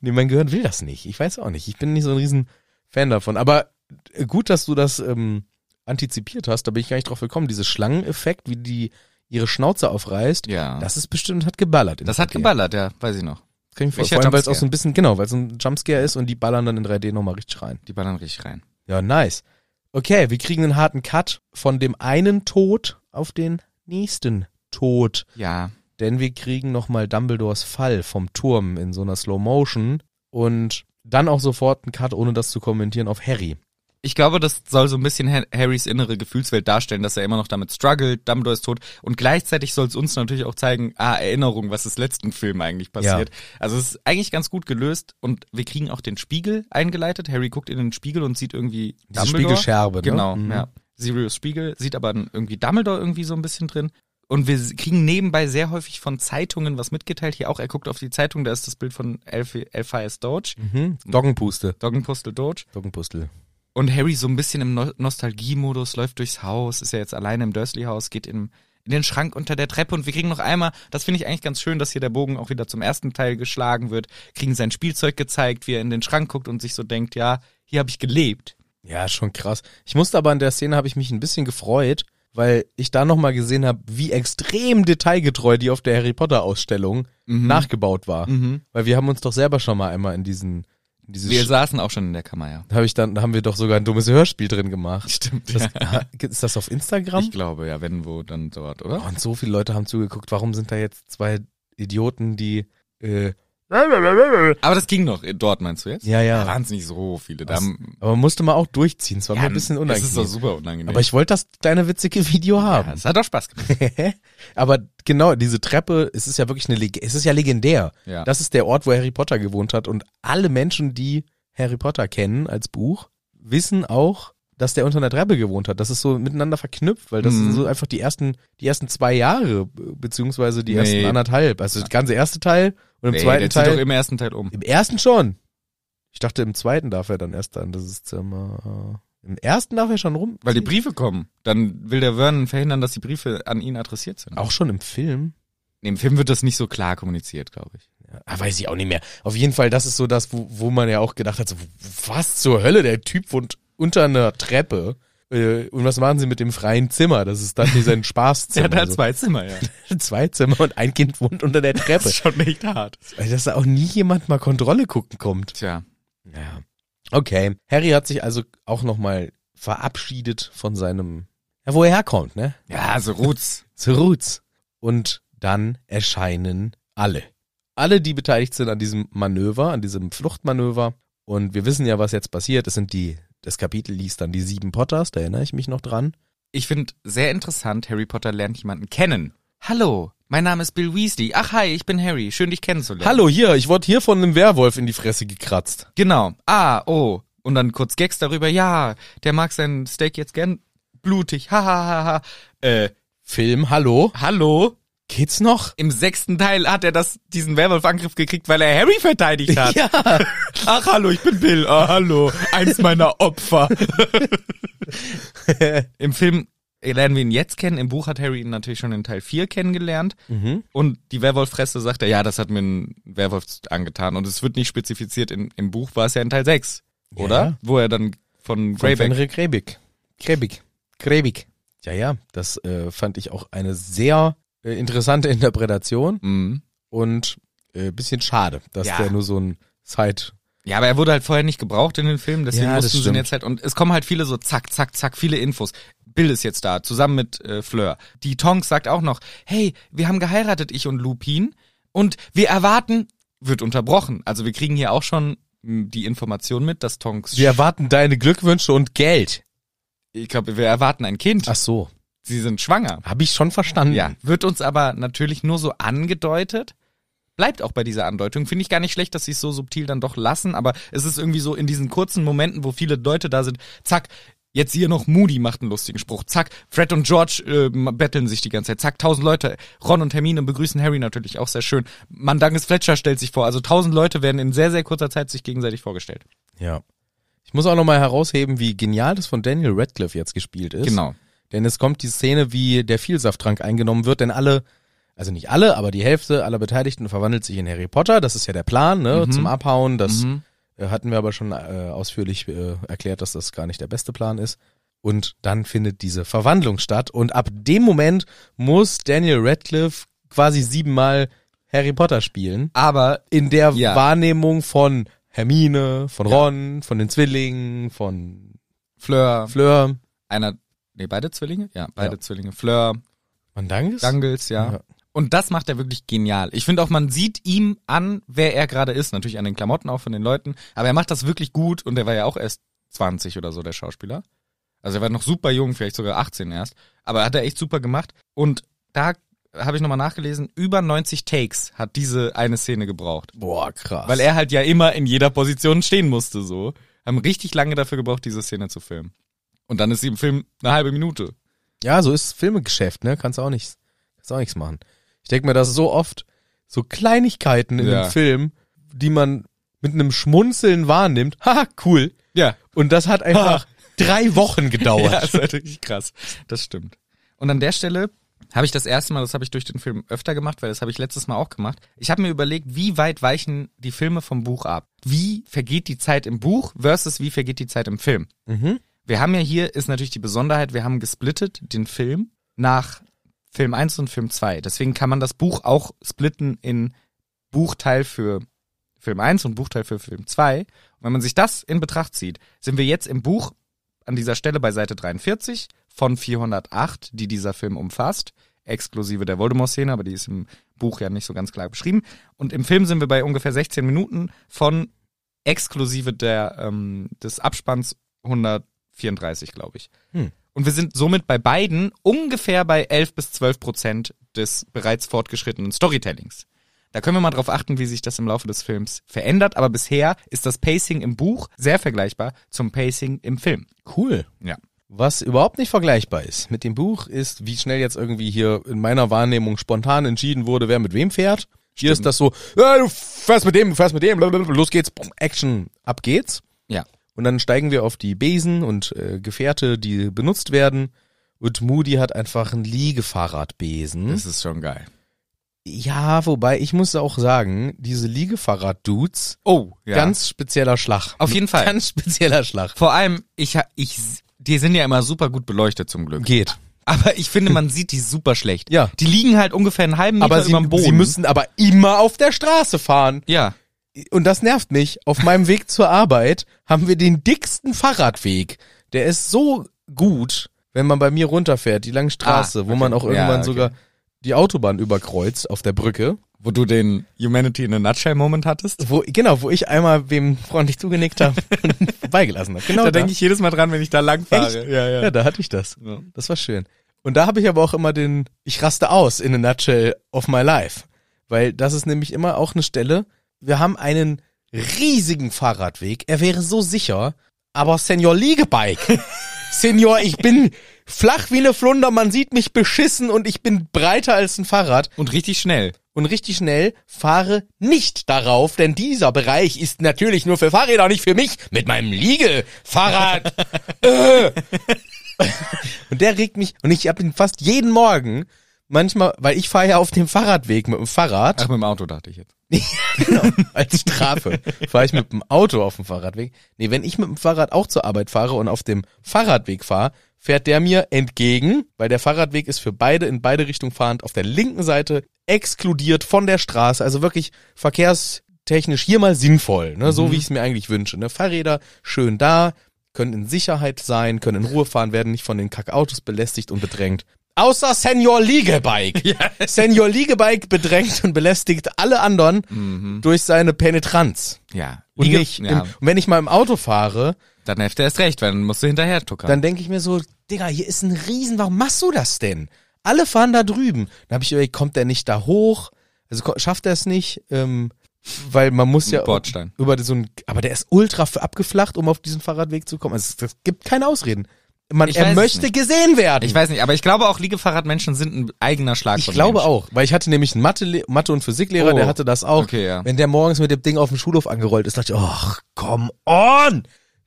nee, mein Gehirn will das nicht. Ich weiß auch nicht. Ich bin nicht so ein riesen Fan davon. Aber äh, gut, dass du das ähm, antizipiert hast. Da bin ich gar nicht drauf gekommen. Dieses Schlangeneffekt, wie die ihre Schnauze aufreißt,
Ja. Das,
das ist bestimmt, hat geballert. in 3D.
hat geballert, ja, weiß ich noch.
Das Kann ich mir
Welcher
vor allem, weil es auch
Jumpscare?
so ein bisschen, genau, weil es so ein Jumpscare ist und die ballern dann in 3D nochmal richtig rein.
Die ballern richtig rein.
Ja, nice. Okay, wir kriegen einen harten Cut von dem einen Tod auf den nächsten Tod.
Ja.
denn wir kriegen nochmal Dumbledores Fall vom Turm in so einer Slow Motion und dann auch sofort einen Cut, ohne das zu kommentieren, auf Harry.
Ich glaube, das soll so ein bisschen Ha- Harrys innere Gefühlswelt darstellen, dass er immer noch damit struggelt, Dumbledore ist tot. Und gleichzeitig soll es uns natürlich auch zeigen, ah, Erinnerung, was ist letzten Film eigentlich passiert. Also es ist eigentlich ganz gut gelöst und wir kriegen auch den Spiegel eingeleitet. Harry guckt in den Spiegel und sieht irgendwie
Diese Spiegelscherbe, ne?
Genau,
Mhm.
ja. Sirius Spiegel sieht aber irgendwie Dumbledore irgendwie so ein bisschen drin. Und wir kriegen nebenbei sehr häufig von Zeitungen was mitgeteilt. Hier auch, er guckt auf die Zeitung, da ist das Bild von Elf Elphias Doge,
Mhm. Doggenpuste.
Doggenpostel Doge.
Doggenpustel.
Und Harry so ein bisschen im no Nostalgiemodus läuft durchs Haus, ist ja jetzt alleine im Dursley-Haus, geht in, in den Schrank unter der Treppe und wir kriegen noch einmal, das finde ich eigentlich ganz schön, dass hier der Bogen auch wieder zum ersten Teil geschlagen wird, kriegen sein Spielzeug gezeigt, wie er in den Schrank guckt und sich so denkt, ja, hier habe ich gelebt.
Ja, schon krass. Ich musste aber an der Szene, habe ich mich ein bisschen gefreut, weil ich da nochmal gesehen habe, wie extrem detailgetreu die auf der Harry Potter Ausstellung nachgebaut war. Weil wir haben uns doch selber schon mal einmal in diesen, in dieses
Wir saßen auch schon in der Kammer, ja.
habe ich dann, da haben wir doch sogar ein dummes Hörspiel drin gemacht.
Stimmt.
Das, Ist das auf Instagram?
Ich glaube, ja, wenn wo, dann dort, oder?
Und so viele Leute haben zugeguckt. Warum sind da jetzt zwei Idioten, die äh,
Aber das ging noch, äh, dort meinst du jetzt?
ja
Da
ja.
waren es nicht so viele. Da
Das-
haben,
Aber musste man auch durchziehen. Es war
Ähm, ja,
mir ein bisschen unangenehm.
Das ist doch super unangenehm.
Aber ich wollte das kleine witzige Video
ja,
haben.
es hat doch Spaß gemacht.
Aber genau diese Treppe, es ist ja wirklich eine, Leg es ist ja legendär.
Ja.
Das ist der Ort, wo Harry Potter gewohnt hat und alle Menschen, die Harry Potter kennen als Buch, wissen auch, dass der unter einer Treppe gewohnt hat. Das ist so miteinander verknüpft, weil das
Mhm.
sind so einfach die ersten, die ersten zwei Jahre be- beziehungsweise die
Nee.
ersten anderthalb. Also das ganze erste Teil und im
Nee,
zweiten
der zieht
Teil.
doch im ersten Teil um.
Im ersten schon. Ich dachte, im zweiten darf er dann erst dann. Das ist immer. Äh, Im ersten darf er schon rum.
Weil die Briefe kommen. Dann will der Vernon verhindern, dass die Briefe an ihn adressiert sind.
Auch schon im Film.
Nee, Im Film wird das nicht so klar kommuniziert, glaube ich.
Ah, weiß ich auch nicht mehr. Auf jeden Fall, das ist so das, wo, wo man ja auch gedacht hat, so, was zur Hölle, der Typ wohnt unter einer Treppe. Äh, Und was machen sie mit dem freien Zimmer? Das ist dann sein Spaßzimmer. so.
zwei Zimmer, ja.
zwei Zimmer und ein Kind wohnt unter der
Das
Treppe.
ist schon echt hart.
Also, Dass da auch nie jemand mal Kontrolle gucken kommt.
Tja,
Ja. Okay. Harry hat sich also auch nochmal verabschiedet von seinem, ja, wo er herkommt, ne?
ja, also so Roots.
zu Roots. Und dann erscheinen alle. Alle, die beteiligt sind an diesem Manöver, an diesem Fluchtmanöver. Und wir wissen ja, was jetzt passiert. Es sind die, das Kapitel liest dann die sieben Potters, da erinnere ich mich noch dran.
Ich finde sehr interessant, Harry Potter lernt jemanden kennen. Hallo, mein Name ist Bill Weasley. Ach, hi, ich bin Harry. Schön, dich kennenzulernen.
Hallo, hier, ich wurde hier von einem Werwolf in die Fresse gekratzt.
Genau. Ah, oh. Und dann kurz Gags darüber. Ja, der mag sein Steak jetzt gern blutig. Ha, ha, ha, ha. Äh,
Film, hallo?
hallo?
Geht's noch?
Im sechsten Teil hat er das, diesen Werwolf-Angriff gekriegt, weil er Harry verteidigt hat.
Ja.
Ach, hallo, ich bin Bill. Ah, hallo. Eins meiner Opfer. Im Film lernen wir ihn jetzt kennen. Im Buch hat Harry ihn natürlich schon in Teil 4 kennengelernt.
Mhm.
Und die Werwolffresse sagt er, ja, das hat mir ein Werwolf angetan. Und es wird nicht spezifiziert, in, im Buch war es ja in Teil 6,
Ja.
oder? Wo er dann
Von
von, Greyback
Fenrir Gräbig. Gräbig. Gräbig. Ja, ja, das äh, fand ich auch eine sehr äh, interessante Interpretation
Mhm.
und äh, bisschen schade, dass
Ja.
der nur so ein Side.
Ja, aber er wurde halt vorher nicht gebraucht in den Filmen, deswegen
Ja, das
mussten sie ihn
stimmt.
jetzt halt. Und es kommen halt viele so zack, zack, zack, viele Infos. Bill ist jetzt da, zusammen mit äh, Fleur. Die Tonks sagt auch noch, hey, wir haben geheiratet, ich und Lupin. Und wir erwarten, wird unterbrochen. Also wir kriegen hier auch schon mh, die Information mit, dass Tonks...
Wir erwarten deine Glückwünsche und Geld.
ich glaube, wir erwarten ein Kind.
Ach so,
Sie sind schwanger.
habe ich schon verstanden.
Ja, Hm. wird uns aber natürlich nur so angedeutet. Bleibt auch bei dieser Andeutung. Finde ich gar nicht schlecht, dass sie es so subtil dann doch lassen, aber es ist irgendwie so in diesen kurzen Momenten, wo viele Leute da sind, zack, jetzt hier noch Moody macht einen lustigen Spruch, zack, Fred und George äh, betteln sich die ganze Zeit, zack, tausend Leute, Ron und Hermine begrüßen Harry natürlich auch sehr schön. Mandanges Fletcher stellt sich vor, also tausend Leute werden in sehr, sehr kurzer Zeit sich gegenseitig vorgestellt.
Ja. Ich muss auch nochmal herausheben, wie genial das von Daniel Radcliffe jetzt gespielt ist.
Genau.
Denn es kommt die Szene, wie der Vielsafttrank eingenommen wird, denn alle, also nicht alle, aber die Hälfte aller Beteiligten verwandelt sich in Harry Potter. Das ist ja der Plan, ne?
Mhm.
Zum Abhauen. Das äh, hatten wir aber schon äh, ausführlich äh, erklärt, dass das gar nicht der beste Plan ist. Und dann findet diese Verwandlung statt. Und ab dem Moment muss Daniel Radcliffe quasi siebenmal Harry Potter spielen.
Aber
In der
Ja.
Wahrnehmung von Hermine, von Ron, von den Zwillingen, von
Fleur,
Fleur.
einer, nee, beide Zwillinge? Ja, beide
Ja.
Zwillinge. Fleur,
Man dankt.
Dangles, ja.
Ja.
Und das macht er wirklich genial. Ich finde auch, man sieht ihm an, wer er gerade ist. Natürlich an den Klamotten auch von den Leuten. Aber er macht das wirklich gut und er war ja auch erst 20 oder so, der Schauspieler. Also er war noch super jung, vielleicht sogar 18 erst. Aber hat er echt super gemacht. Und da habe ich nochmal nachgelesen, über 90 Takes hat diese eine Szene gebraucht.
Boah, krass.
Weil er halt ja immer in jeder Position stehen musste, so. Haben richtig lange dafür gebraucht, diese Szene zu filmen. Und dann ist sie im Film eine halbe Minute.
Ja, so ist Filmegeschäft, ne? Kannst auch nichts, kannst auch nichts machen. Ich denke mir, dass so oft so Kleinigkeiten in
Ja.
dem Film, die man mit einem Schmunzeln wahrnimmt, haha, cool.
Ja,
Und das hat einfach drei Wochen gedauert.
Ja, das ist halt richtig krass. Das stimmt. Und an der Stelle habe ich das erste Mal, das habe ich durch den Film öfter gemacht, weil das habe ich letztes Mal auch gemacht. Ich habe mir überlegt, wie weit weichen die Filme vom Buch ab? Wie vergeht die Zeit im Buch versus wie vergeht die Zeit im Film?
Mhm.
Wir haben ja hier, ist natürlich die Besonderheit, wir haben gesplittet den Film nach Film 1 und Film 2. Deswegen kann man das Buch auch splitten in Buchteil für Film 1 und Buchteil für Film 2. Und wenn man sich das in Betracht zieht, sind wir jetzt im Buch an dieser Stelle bei Seite 43 von 408, die dieser Film umfasst, exklusive der Voldemort-Szene, aber die ist im Buch ja nicht so ganz klar beschrieben. Und im Film sind wir bei ungefähr 16 Minuten von exklusive der, ähm, des Abspanns 134, glaube ich.
Hm.
Und wir sind somit bei beiden ungefähr bei 11 bis 12 Prozent des bereits fortgeschrittenen Storytellings. Da können wir mal drauf achten, wie sich das im Laufe des Films verändert. Aber bisher ist das Pacing im Buch sehr vergleichbar zum Pacing im Film.
Cool.
Ja.
Was überhaupt nicht vergleichbar ist mit dem Buch, ist, wie schnell jetzt irgendwie hier in meiner Wahrnehmung spontan entschieden wurde, wer mit wem fährt. Hier ist das so, äh, du fährst mit dem, du fährst mit dem, blablabla, los geht's, bumm, Action, ab geht's.
Ja.
Und dann steigen wir auf die Besen und äh, Gefährte, die benutzt werden. Und Moody hat einfach einen Liegefahrradbesen.
Das ist schon geil.
ja, wobei ich muss auch sagen, diese Liegefahrrad-Dudes,
Oh, ja.
ganz spezieller Schlag.
Auf jeden Fall.
Ganz spezieller Schlag.
Vor allem, ich, ha- ich, s- die sind ja immer super gut beleuchtet zum Glück.
Geht.
Aber ich finde, man sieht die super schlecht.
Ja.
Die liegen halt ungefähr einen halben Meter
Aber sie,
über dem Boden.
sie müssen aber immer auf der Straße fahren.
Ja.
Und das nervt mich. Auf meinem Weg zur Arbeit haben wir den dicksten Fahrradweg. Der ist so gut, wenn man bei mir runterfährt, die lange Straße,
Ah,
wo man
okay.
auch irgendwann
Ja, okay.
sogar die Autobahn überkreuzt auf der Brücke.
Wo du den Humanity in a Nutshell Moment hattest.
Wo, genau, wo ich einmal wem freundlich zugenickt habe und vorbeigelassen habe. Genau,
Da denke ich jedes Mal dran, wenn ich da lang fahre.
Echt? Ja, da hatte ich das.
Ja.
Das war schön. Und da habe ich aber auch immer den, ich raste aus in a nutshell of my life. Weil das ist nämlich immer auch eine Stelle, wir haben einen riesigen Fahrradweg, er wäre so sicher, aber Senior Liegebike. Senior, ich bin flach wie eine Flunder, man sieht mich beschissen und ich bin breiter als ein Fahrrad
Und richtig schnell.
und richtig schnell, fahre nicht darauf, denn dieser Bereich ist natürlich nur für Fahrräder, nicht für mich mit meinem Liegefahrrad. äh. und der regt mich, und ich habe ihn fast jeden Morgen, manchmal, weil ich fahre ja auf dem Fahrradweg mit dem Fahrrad
Ach, mit dem Auto dachte ich jetzt.
als Strafe. fahre ich mit dem Auto auf dem Fahrradweg. Nee, wenn ich mit dem Fahrrad auch zur Arbeit fahre und auf dem Fahrradweg fahre, fährt der mir entgegen, weil der Fahrradweg ist für beide in beide Richtungen fahrend auf der linken Seite exkludiert von der Straße, also wirklich verkehrstechnisch hier mal sinnvoll, ne? so wie ich es mir eigentlich wünsche. Ne? Fahrräder schön da, können in Sicherheit sein, können in Ruhe fahren, werden nicht von den Kackautos belästigt und bedrängt. Außer Senior Liegebike. Senior Liegebike bedrängt und belästigt alle anderen durch seine Penetranz.
Ja.
Mhm. Und,
Liege-
nicht im,
ja.
und wenn ich mal im Auto fahre,
Dann nervt er erst recht, weil dann musst du hinterher tuckern.
dann denke ich mir so, Digga, hier ist ein Riesen, warum machst du das denn? Alle fahren da drüben. Dann habe ich überlegt, kommt der nicht da hoch? Also ko- schafft er es nicht? Ähm, weil man muss ja
Bordstein.
über so ein, aber der ist ultra f- abgeflacht, um auf diesen Fahrradweg zu kommen. Also es es gibt keine Ausreden. Man,
Ich weiß
er
es
möchte
nicht.
gesehen werden.
ich weiß nicht, aber ich glaube auch, Liegefahrradmenschen sind ein eigener Schlag
Ich
von
glaube
Menschen.
auch, weil ich hatte nämlich einen Mathe, Mathe- und Physiklehrer,
Oh,
der hatte das auch.
okay, ja.
Wenn der morgens mit dem Ding auf dem Schulhof angerollt ist, dachte ich, ach, come on!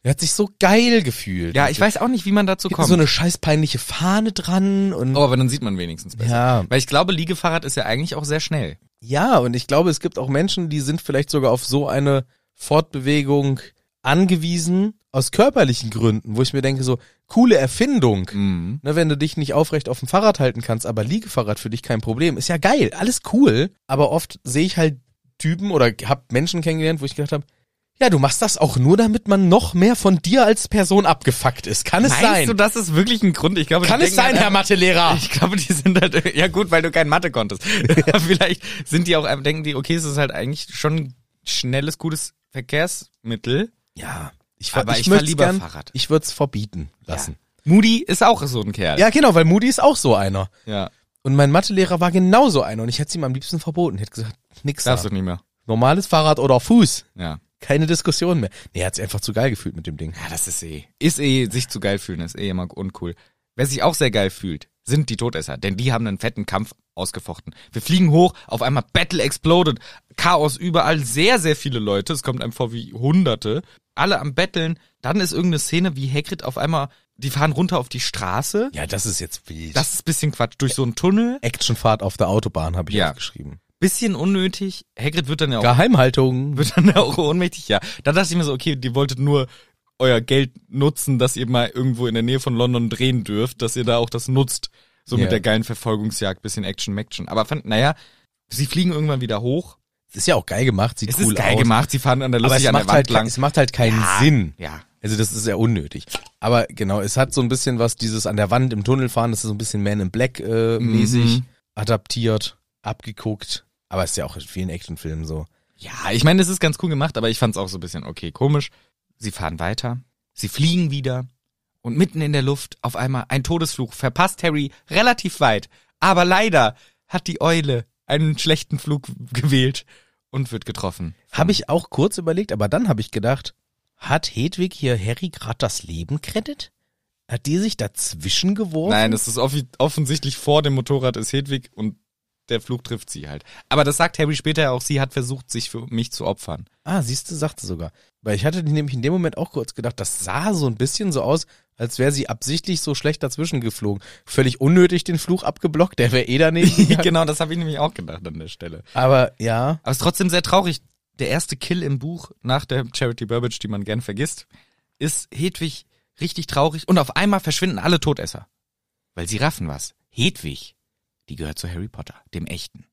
Er hat sich so geil gefühlt.
Ja, ich weiß auch nicht, wie man dazu kommt.
so eine scheiß peinliche Fahne dran und
oh, aber dann sieht man wenigstens besser.
Ja.
Weil ich glaube, Liegefahrrad ist ja eigentlich auch sehr schnell.
ja, und ich glaube, es gibt auch Menschen, die sind vielleicht sogar auf so eine Fortbewegung angewiesen aus körperlichen Gründen, wo ich mir denke, so coole Erfindung.
Mhm.
Ne, wenn du dich nicht aufrecht auf dem Fahrrad halten kannst, aber Liegefahrrad für dich kein Problem, ist ja geil, alles cool. Aber oft sehe ich halt Typen oder hab Menschen kennengelernt, wo ich gedacht habe, ja, du machst das auch nur, damit man noch mehr von dir als Person abgefuckt ist. Kann es
Meinst
sein?
du, das ist wirklich ein Grund? Ich glaube, die
Kann es
denken
sein,
halt
Herr Mathelehrer?
Ich glaube, die sind halt, ja gut, weil du kein Mathe konntest. Vielleicht sind die auch, einfach- denken die, okay, es ist halt eigentlich schon ein schnelles, gutes Verkehrsmittel.
Ja, ich,
Aber
aber
ich
ich,
fahr
möcht's
lieber
gern,
Fahrrad.
Ich würde es verbieten lassen.
Moody ist auch so ein Kerl.
Ja. genau, weil Moody ist auch so einer.
ja.
Und mein Mathelehrer war genauso einer und ich hätte es ihm am liebsten verboten. Hätte gesagt, nix da.
Darfst du nicht mehr.
Normales Fahrrad oder Fuß.
Ja.
Keine Diskussion mehr. Nee, er hat sich einfach zu geil gefühlt mit dem Ding.
Ja, das ist eh. Ist eh, sich zu geil fühlen, ist eh immer uncool. Wer sich auch sehr geil fühlt, sind die Todesser, denn die haben einen fetten Kampf ausgefochten. Wir fliegen hoch, auf einmal Battle exploded, Chaos überall, sehr, sehr viele Leute, es kommt einem vor wie Hunderte, alle am Betteln. Dann ist irgendeine Szene, wie Hagrid auf einmal, die fahren runter auf die Straße.
Ja, das ist jetzt wild.
Das ist bisschen Quatsch, durch so einen Tunnel,
Actionfahrt auf der Autobahn habe ich
Ja.
ja. geschrieben.
bisschen unnötig. Hagrid wird dann ja auch
Geheimhaltung.
wird dann auch ohnmächtig, ja. Da dachte ich mir so, okay, die wolltet nur euer Geld nutzen, dass ihr mal irgendwo in der Nähe von London drehen dürft, dass ihr da auch das nutzt. So
Ja.
mit der geilen Verfolgungsjagd, bisschen Action, Action. Aber fand, naja, sie fliegen irgendwann wieder hoch.
Ist ja auch geil gemacht, sieht
Es
cool
ist geil
aus.
gemacht, sie fahren an der
aber es
lustig an der
macht,
Wand
halt,
lang.
es macht halt keinen Sinn.
Ja.
Also das ist ja unnötig. Aber genau, es hat so ein bisschen was, dieses an der Wand im Tunnel fahren, das ist so ein bisschen Man in Black äh, mäßig adaptiert, abgeguckt. Aber ist ja auch in vielen Actionfilmen so.
Ja, ich meine, es ist ganz cool gemacht, aber ich fand's auch so ein bisschen, okay, komisch. Sie fahren weiter, sie fliegen wieder und mitten in der Luft auf einmal ein Todesflug verpasst Harry relativ weit. Aber leider hat die Eule einen schlechten Flug gewählt und wird getroffen.
Habe ich auch kurz überlegt, aber dann habe ich gedacht, hat Hedwig hier Harry gerade das Leben credit? Hat die sich dazwischen geworfen?
Nein, es ist offi- offensichtlich vor dem Motorrad ist Hedwig und der Flug trifft sie halt. Aber das sagt Harry später ja auch, sie hat versucht, sich für mich zu opfern.
Ah, siehst du, sagte sogar. Weil ich hatte nämlich in dem Moment auch kurz gedacht, das sah so ein bisschen so aus, als wäre sie absichtlich so schlecht dazwischen geflogen. Völlig unnötig den Fluch abgeblockt, der wäre eh daneben.
genau, das habe ich nämlich auch gedacht an der Stelle.
Aber ja,
Aber es ist trotzdem sehr traurig. Der erste Kill im Buch nach der Charity Burbage, die man gern vergisst, ist Hedwig richtig traurig und auf einmal verschwinden alle Todesser. Weil sie raffen was. Hedwig, die gehört zu Harry Potter, dem echten.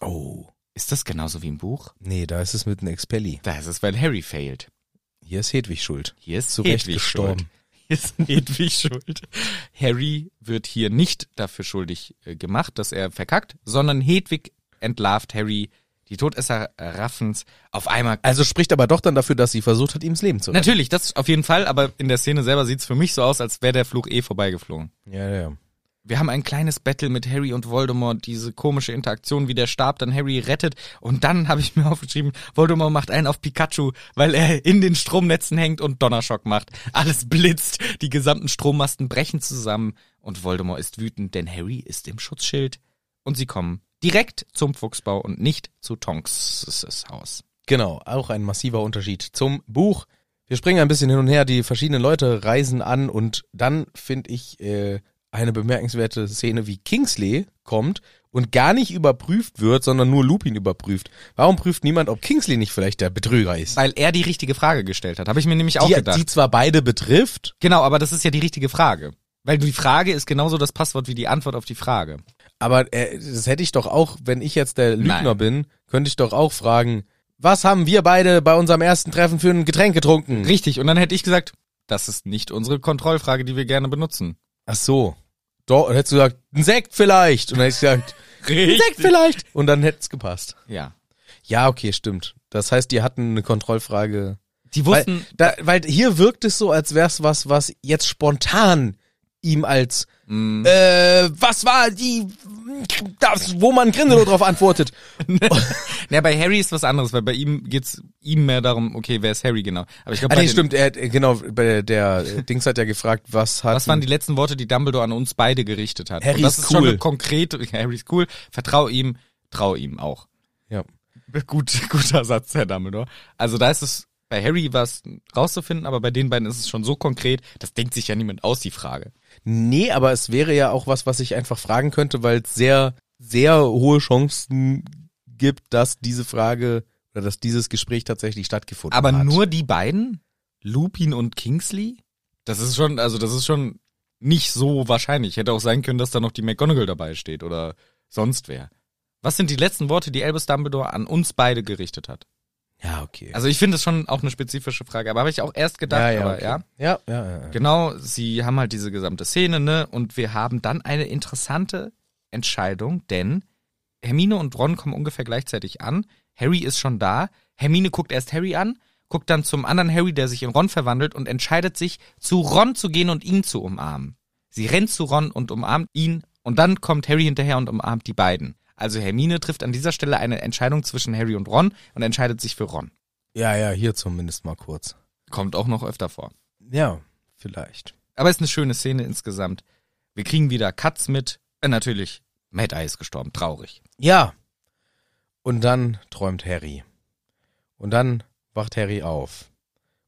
Oh. Ist das genauso wie im Buch?
nee, da ist es mit einem Expelli.
Da ist es, weil Harry failed.
Hier ist Hedwig schuld.
Hier ist
Zu Recht
Hedwig
gestorben.
Schuld. Hier ist Hedwig schuld. Harry wird hier nicht dafür schuldig äh, gemacht, dass er verkackt, sondern Hedwig entlarvt Harry, die Todesser äh, raffen's. Auf einmal
Also spricht aber doch dann dafür, dass sie versucht hat, ihm das Leben zu retten.
Natürlich, das auf jeden Fall, aber in der Szene selber sieht's für mich so aus, als wäre der Fluch eh vorbeigeflogen.
Ja, ja.
Wir haben ein kleines Battle mit Harry und Voldemort, diese komische Interaktion, wie der Stab dann Harry rettet und dann habe ich mir aufgeschrieben, Voldemort macht einen auf Pikachu, weil er in den Stromnetzen hängt und Donnerschock macht. Alles blitzt, die gesamten Strommasten brechen zusammen und Voldemort ist wütend, denn Harry ist im Schutzschild und sie kommen direkt zum Fuchsbau und nicht zu Tonks' Haus.
Genau, auch ein massiver Unterschied zum Buch. Wir springen ein bisschen hin und her, die verschiedenen Leute reisen an und dann finde ich, äh, eine bemerkenswerte Szene, wie Kingsley kommt und gar nicht überprüft wird, sondern nur Lupin überprüft. Warum prüft niemand, ob Kingsley nicht vielleicht der Betrüger ist?
Weil er die richtige Frage gestellt hat. Habe ich mir nämlich auch
Die,
gedacht.
die zwar beide betrifft,
genau, aber das ist ja die richtige Frage. Weil die Frage ist genauso das Passwort wie die Antwort auf die Frage.
aber äh, das hätte ich doch auch, wenn ich jetzt der Lügner
Nein.
bin, könnte ich doch auch fragen, was haben wir beide bei unserem ersten Treffen für ein Getränk getrunken?
Richtig, und dann hätte ich gesagt, das ist nicht unsere Kontrollfrage, die wir gerne benutzen.
Ach so. Doch, und hättest du gesagt, ein Sekt vielleicht. Und dann hättest du gesagt, ein Sekt
Richtig.
vielleicht. Und dann hätte es gepasst.
Ja.
Ja, okay, stimmt. Das heißt, die hatten eine Kontrollfrage.
Die
Weil,
wussten,
da, weil hier wirkt es so, als wär's was, was jetzt spontan ihm als
Mm.
äh, was war die das, wo man Grindelow drauf antwortet.
Na, bei Harry ist was anderes, weil bei ihm geht's ihm mehr darum, okay, wer ist Harry genau. Aber ich glaube,
Ah,
bei
nee,
den-
stimmt, er, hat- genau, bei der äh, Dings hat ja gefragt, was hat
was waren die letzten Worte, die Dumbledore an uns beide gerichtet hat?
Harry
Und das
ist
ist schon
cool.
eine konkrete, ja, Harry ist cool, vertrau ihm, trau ihm auch.
ja.
Gut, guter Satz, Herr Dumbledore. Also da ist es, bei Harry war es rauszufinden, aber bei den beiden ist es schon so konkret, das denkt sich ja niemand aus, die Frage.
Nee, aber es wäre ja auch was, was ich einfach fragen könnte, weil es sehr, sehr hohe Chancen gibt, dass diese Frage oder dass dieses Gespräch tatsächlich stattgefunden
Aber
hat.
nur die beiden? Lupin und Kingsley? Das ist schon, also das ist schon nicht so wahrscheinlich. Hätte auch sein können, dass da noch die McGonagall dabei steht oder sonst wer. Was sind die letzten Worte, die Albus Dumbledore an uns beide gerichtet hat?
Ja, okay.
Also ich finde das schon auch eine spezifische Frage, aber habe ich auch erst gedacht,
ja, ja,
aber
okay.
ja.
ja, ja, ja, ja.
Genau, sie haben halt diese gesamte Szene, ne? Und wir haben dann eine interessante Entscheidung, denn Hermine und Ron kommen ungefähr gleichzeitig an. Harry ist schon da. Hermine guckt erst Harry an, guckt dann zum anderen Harry, der sich in Ron verwandelt und entscheidet sich, zu Ron zu gehen und ihn zu umarmen. Sie rennt zu Ron und umarmt ihn und dann kommt Harry hinterher und umarmt die beiden. Also Hermine trifft an dieser Stelle eine Entscheidung zwischen Harry und Ron und entscheidet sich für Ron.
Ja, ja, hier zumindest mal kurz.
Kommt auch noch öfter vor.
Ja, vielleicht.
Aber ist eine schöne Szene insgesamt. Wir kriegen wieder Cuts mit. Äh, natürlich, Mad Eye ist gestorben, traurig.
Ja. Und dann träumt Harry. Und dann wacht Harry auf.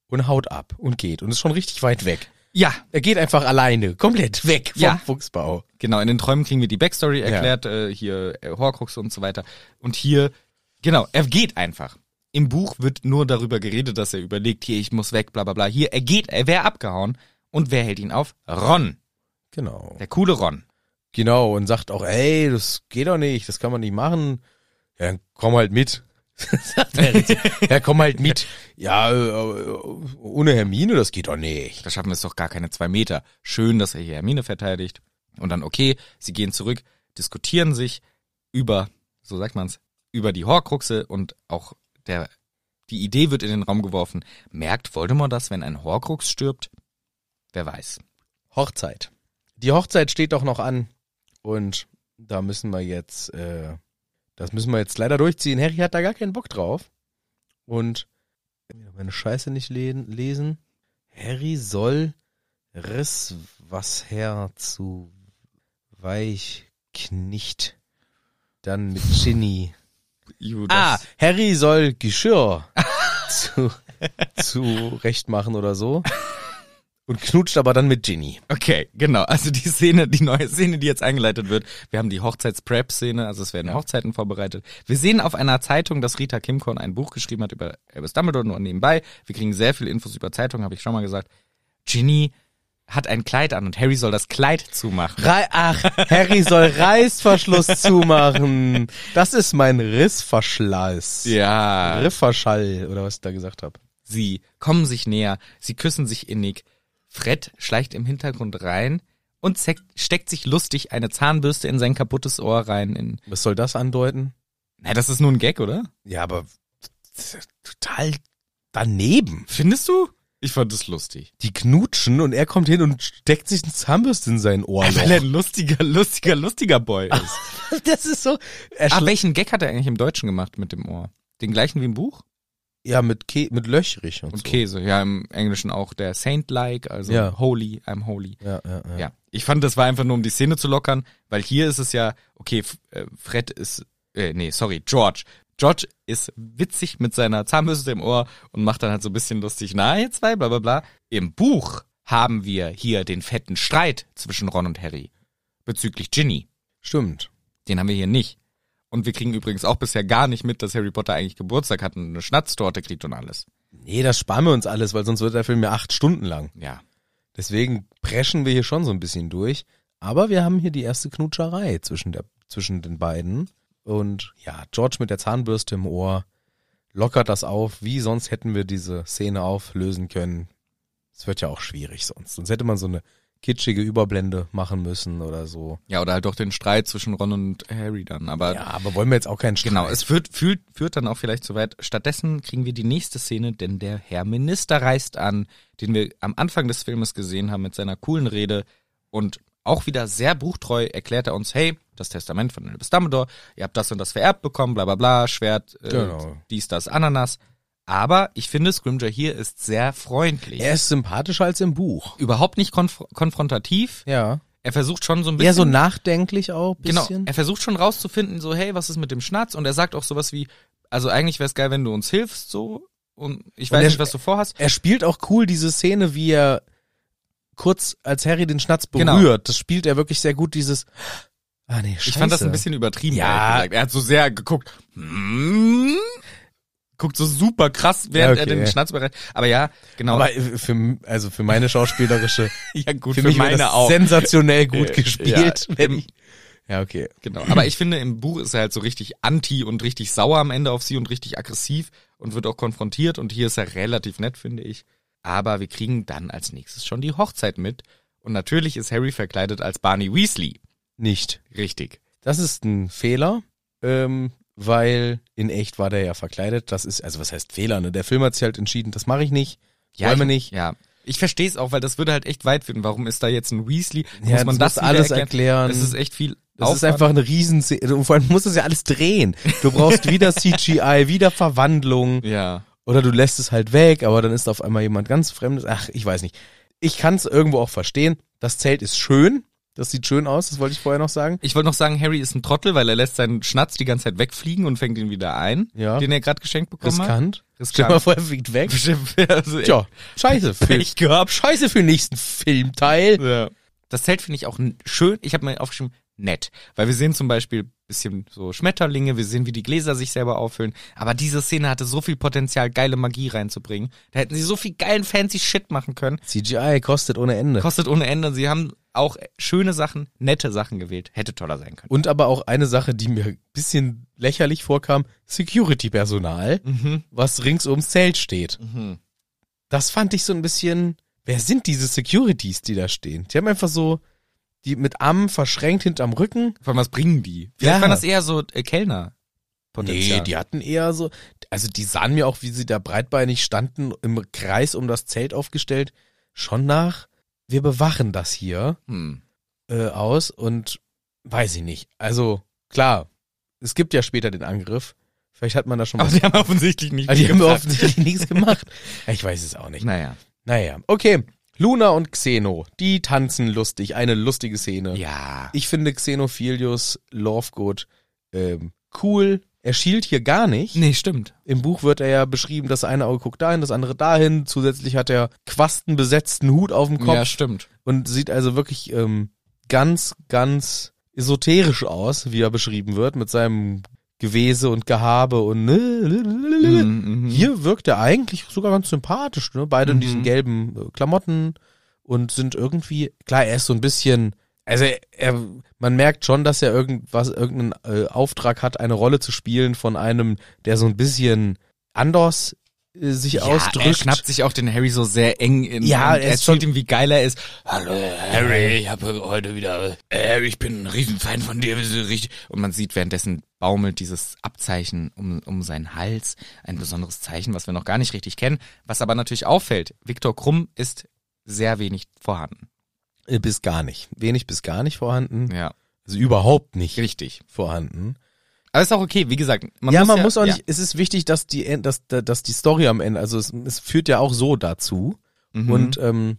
Und haut ab und geht. Und ist schon richtig weit weg.
Ja,
Er geht einfach alleine, komplett weg vom
Ja.
Fuchsbau.
genau, in den Träumen kriegen wir die Backstory erklärt, äh, hier äh, Horcrux und so weiter. Und hier, genau, er geht einfach. Im Buch wird nur darüber geredet, dass er überlegt, hier, ich muss weg, bla bla bla. Hier, er geht, er wäre abgehauen. Und wer hält ihn auf? Ron,
Genau.
der coole Ron.
Genau, und sagt auch, ey, das geht doch nicht, das kann man nicht machen. Ja, dann komm halt mit. Sagt Harry zu- ja, komm halt mit. Ja, äh, äh, ohne Hermine, das geht doch nicht.
Da schaffen wir es doch gar keine zwei Meter. Schön, dass er hier Hermine verteidigt. Und dann, okay, sie gehen zurück, diskutieren sich über, so sagt man's, über die Horcruxe und auch der, die Idee wird in den Raum geworfen. Merkt Voldemort das, wenn ein Horcrux stirbt? Wer weiß.
Hochzeit. Die Hochzeit steht doch noch an. Und da müssen wir jetzt, äh, das müssen wir jetzt leider durchziehen. Harry hat da gar keinen Bock drauf. Und meine Scheiße nicht le- lesen. Harry soll Riss was her zu weich knicht. Dann mit Ginny. Ah, Harry soll Geschirr zu, zu recht machen oder so. Und knutscht aber dann mit Ginny.
Okay, genau. Also die Szene, die neue Szene, die jetzt eingeleitet wird. Wir haben die Hochzeits-Prep-Szene, also es werden Hochzeiten vorbereitet. Wir sehen auf einer Zeitung, dass Rita Kimkorn ein Buch geschrieben hat über Albus Dumbledore nur nebenbei. Wir kriegen sehr viel Infos über Zeitungen, habe ich schon mal gesagt. Ginny hat ein Kleid an und Harry soll das Kleid zumachen.
Rei Ach, Harry soll Reißverschluss zumachen. Das ist mein Rissverschleiß.
Ja.
Rifferschall oder was ich da gesagt habe.
Sie kommen sich näher, sie küssen sich innig. Fred schleicht im Hintergrund rein und zeckt- steckt sich lustig eine Zahnbürste in sein kaputtes Ohr rein. In
Was soll das andeuten?
Na, das ist nur ein Gag, oder?
Ja, aber total daneben.
Findest du? Ich fand es lustig.
Die knutschen und er kommt hin und steckt sich ein Zahnbürste in sein
Weil er
Ohrloch.
ein lustiger, lustiger, lustiger Boy ist.
Das ist so. Er
ah,
schla-
welchen Gag hat er eigentlich im Deutschen gemacht mit dem Ohr? Den gleichen wie im Buch?
ja, mit, Kä mit löchrig und
Und Käse. Ja, im Englischen auch der Saint-like, also
Ja.
holy, I'm holy.
so. Ja, ja, ja.
Ja. Ich fand, das war einfach nur, um die Szene zu lockern, weil hier ist es ja, okay, F äh, Fred ist, äh, nee, sorry, George. George ist witzig mit seiner Zahnbürste im Ohr und macht dann halt so ein bisschen lustig, na, ihr zwei, bla, bla, bla. Im Buch haben wir hier den fetten Streit zwischen Ron und Harry. bezüglich Ginny.
Stimmt.
Den haben wir hier nicht. Und wir kriegen übrigens auch bisher gar nicht mit, dass Harry Potter eigentlich Geburtstag hat und eine Schnatztorte kriegt und alles.
Nee, das sparen wir uns alles, weil sonst wird der Film ja acht Stunden lang.
Ja.
Deswegen preschen wir hier schon so ein bisschen durch. Aber wir haben hier die erste Knutscherei zwischen, der, zwischen den beiden. Und ja, George mit der Zahnbürste im Ohr lockert das auf. Wie sonst hätten wir diese Szene auflösen können? Es wird ja auch schwierig sonst. Sonst hätte man so eine kitschige Überblende machen müssen oder so.
Ja, oder halt auch den Streit zwischen Ron und Harry dann. Aber
Ja, aber wollen wir jetzt auch keinen Streit?
genau, es führt, führt, führt dann auch vielleicht zu weit. Stattdessen kriegen wir die nächste Szene, denn der Herr Minister reist an, den wir am Anfang des Filmes gesehen haben mit seiner coolen Rede und auch wieder sehr buchtreu erklärt er uns, hey, das Testament von Albus Dumbledore, ihr habt das und das vererbt bekommen, bla bla bla, Schwert, äh,
Genau.
dies, das, Ananas. Aber ich finde, Scrimger hier ist sehr freundlich.
er ist sympathischer als im Buch.
überhaupt nicht konf konfrontativ.
Ja.
Er versucht schon so ein bisschen.
Eher so nachdenklich auch.
genau.
Bisschen.
Er versucht schon rauszufinden, so hey, was ist mit dem Schnatz? Und er sagt auch sowas wie, also eigentlich wäre es geil, wenn du uns hilfst, so. Und ich
Und
weiß
er-
nicht, was du vorhast.
er spielt auch cool diese Szene, wie er kurz als Harry den Schnatz berührt.
Genau.
Das spielt er wirklich sehr gut, dieses Ah nee, scheiße.
Ich fand das ein bisschen übertrieben.
Ja.
ehrlich gesagt. Er hat so sehr geguckt. Hm, guckt so super krass, während
Ja, okay,
er den
ja.
Schnatz bereit. Aber ja, genau.
aber äh, für, m- also für meine schauspielerische,
ja, gut,
für, mich meine das sensationell gut
Äh,
gespielt.
ja,
wenn
im-
ich, ja, okay.
Genau. Aber ich finde, im Buch ist er halt so richtig anti und richtig sauer am Ende auf sie und richtig aggressiv und wird auch konfrontiert. Und hier ist er relativ nett, finde ich. Aber wir kriegen dann als nächstes schon die Hochzeit mit. Und natürlich ist Harry verkleidet als Barney Weasley.
Nicht.
Richtig.
Das ist ein Fehler, ähm, weil in echt war der ja verkleidet. Das ist, also was heißt Fehler, ne? Der Film hat sich halt entschieden, das mache ich nicht. wollen wir
ich,
nicht.
Ja. Ich verstehe es auch, weil das würde halt echt weit führen. Warum ist da jetzt ein Weasley?
Ja, das muss alles erklären.
Das ist echt viel
Das ist
Aufwand.
einfach eine Riesenszene. Und vor allem muss das ja alles drehen. Du brauchst wieder CGI, wieder Verwandlung.
Ja.
Oder du lässt es halt weg, aber dann ist auf einmal jemand ganz Fremdes. Ach, ich weiß nicht. Ich kann es irgendwo auch verstehen. Das Zelt ist schön. Das sieht schön aus, das wollte ich vorher noch sagen.
Ich wollte noch sagen, Harry ist ein Trottel, weil er lässt seinen Schnatz die ganze Zeit wegfliegen und fängt ihn wieder ein,
Ja.
den er gerade geschenkt bekommen hat.
Riskant.
Riskant.
Stell mal vor, er fliegt weg.
Also,
Tja, scheiße. Für,
Pech gehabt.
scheiße für den nächsten Filmteil.
Ja. Das Zelt finde ich auch n- schön. Ich habe mir aufgeschrieben, nett. Weil wir sehen zum Beispiel bisschen so Schmetterlinge, wir sehen, wie die Gläser sich selber auffüllen. Aber diese Szene hatte so viel Potenzial, geile Magie reinzubringen. Da hätten sie so viel geilen, fancy Shit machen können.
CGI kostet ohne Ende.
Kostet ohne Ende. Sie haben auch schöne Sachen, nette Sachen gewählt. Hätte toller sein können.
Und aber auch eine Sache, die mir ein bisschen lächerlich vorkam. Security-Personal,
Mhm.
was rings ums Zelt steht. das fand ich so ein bisschen, wer sind diese Securities, die da stehen? Die haben einfach so, die mit Armen verschränkt hinterm Rücken.
Vor allem, was bringen die? Vielleicht
Ja.
waren das eher so äh, Kellner.
Nee, die hatten eher so, also die sahen mir auch, wie sie da breitbeinig standen, im Kreis um das Zelt aufgestellt, schon nach, wir bewachen das hier
Hm.
äh, aus und weiß ich nicht. Also klar, es gibt ja später den Angriff. Vielleicht hat man da schon
Aber
was.
die haben offensichtlich nicht
Also die haben
gefragt.
offensichtlich nichts gemacht. Ich weiß es auch nicht.
Naja.
Naja, okay. Luna und Xeno, die tanzen lustig, eine lustige Szene.
Ja.
Ich finde Xenophilius Lovegood ähm, cool. Er schielt hier gar nicht.
Nee, stimmt.
Im Buch wird er ja beschrieben, das eine Auge guckt dahin, das andere dahin. Zusätzlich hat er quastenbesetzten Hut auf dem Kopf
Ja, stimmt.
und sieht also wirklich ähm, ganz, ganz esoterisch aus, wie er beschrieben wird, mit seinem Gewese und Gehabe und ne,
Mhm, mhm.
hier wirkt er eigentlich sogar ganz sympathisch, ne? Beide in
Mhm.
diesen gelben äh, Klamotten und sind irgendwie, klar, er ist so ein bisschen, also er, er man merkt schon, dass er irgendwas, irgendeinen äh, Auftrag hat, eine Rolle zu spielen von einem, der so ein bisschen anders äh, sich ausdrückt.
Er schnappt sich auch den Harry so sehr eng in
Ja,
und
er ist
erzählt ihm, wie geil er ist.
Hallo, Harry, ich habe heute wieder. Äh, Harry, ich bin ein Riesenfan von dir. wir sind richtig-
Und man sieht währenddessen baumelt dieses Abzeichen um, um seinen Hals. Ein besonderes Zeichen, was wir noch gar nicht richtig kennen. Was aber natürlich auffällt, Viktor Krumm ist sehr wenig vorhanden.
Äh, bis gar nicht. Wenig bis gar nicht vorhanden.
Ja,
Also überhaupt nicht
richtig.
vorhanden.
Aber ist auch okay, wie gesagt. Man
ja,
muss
man
ja,
muss auch
ja.
nicht, es ist wichtig, dass die, End- dass, dass die Story am Ende, also es, es führt ja auch so dazu.
Mhm.
Und ähm,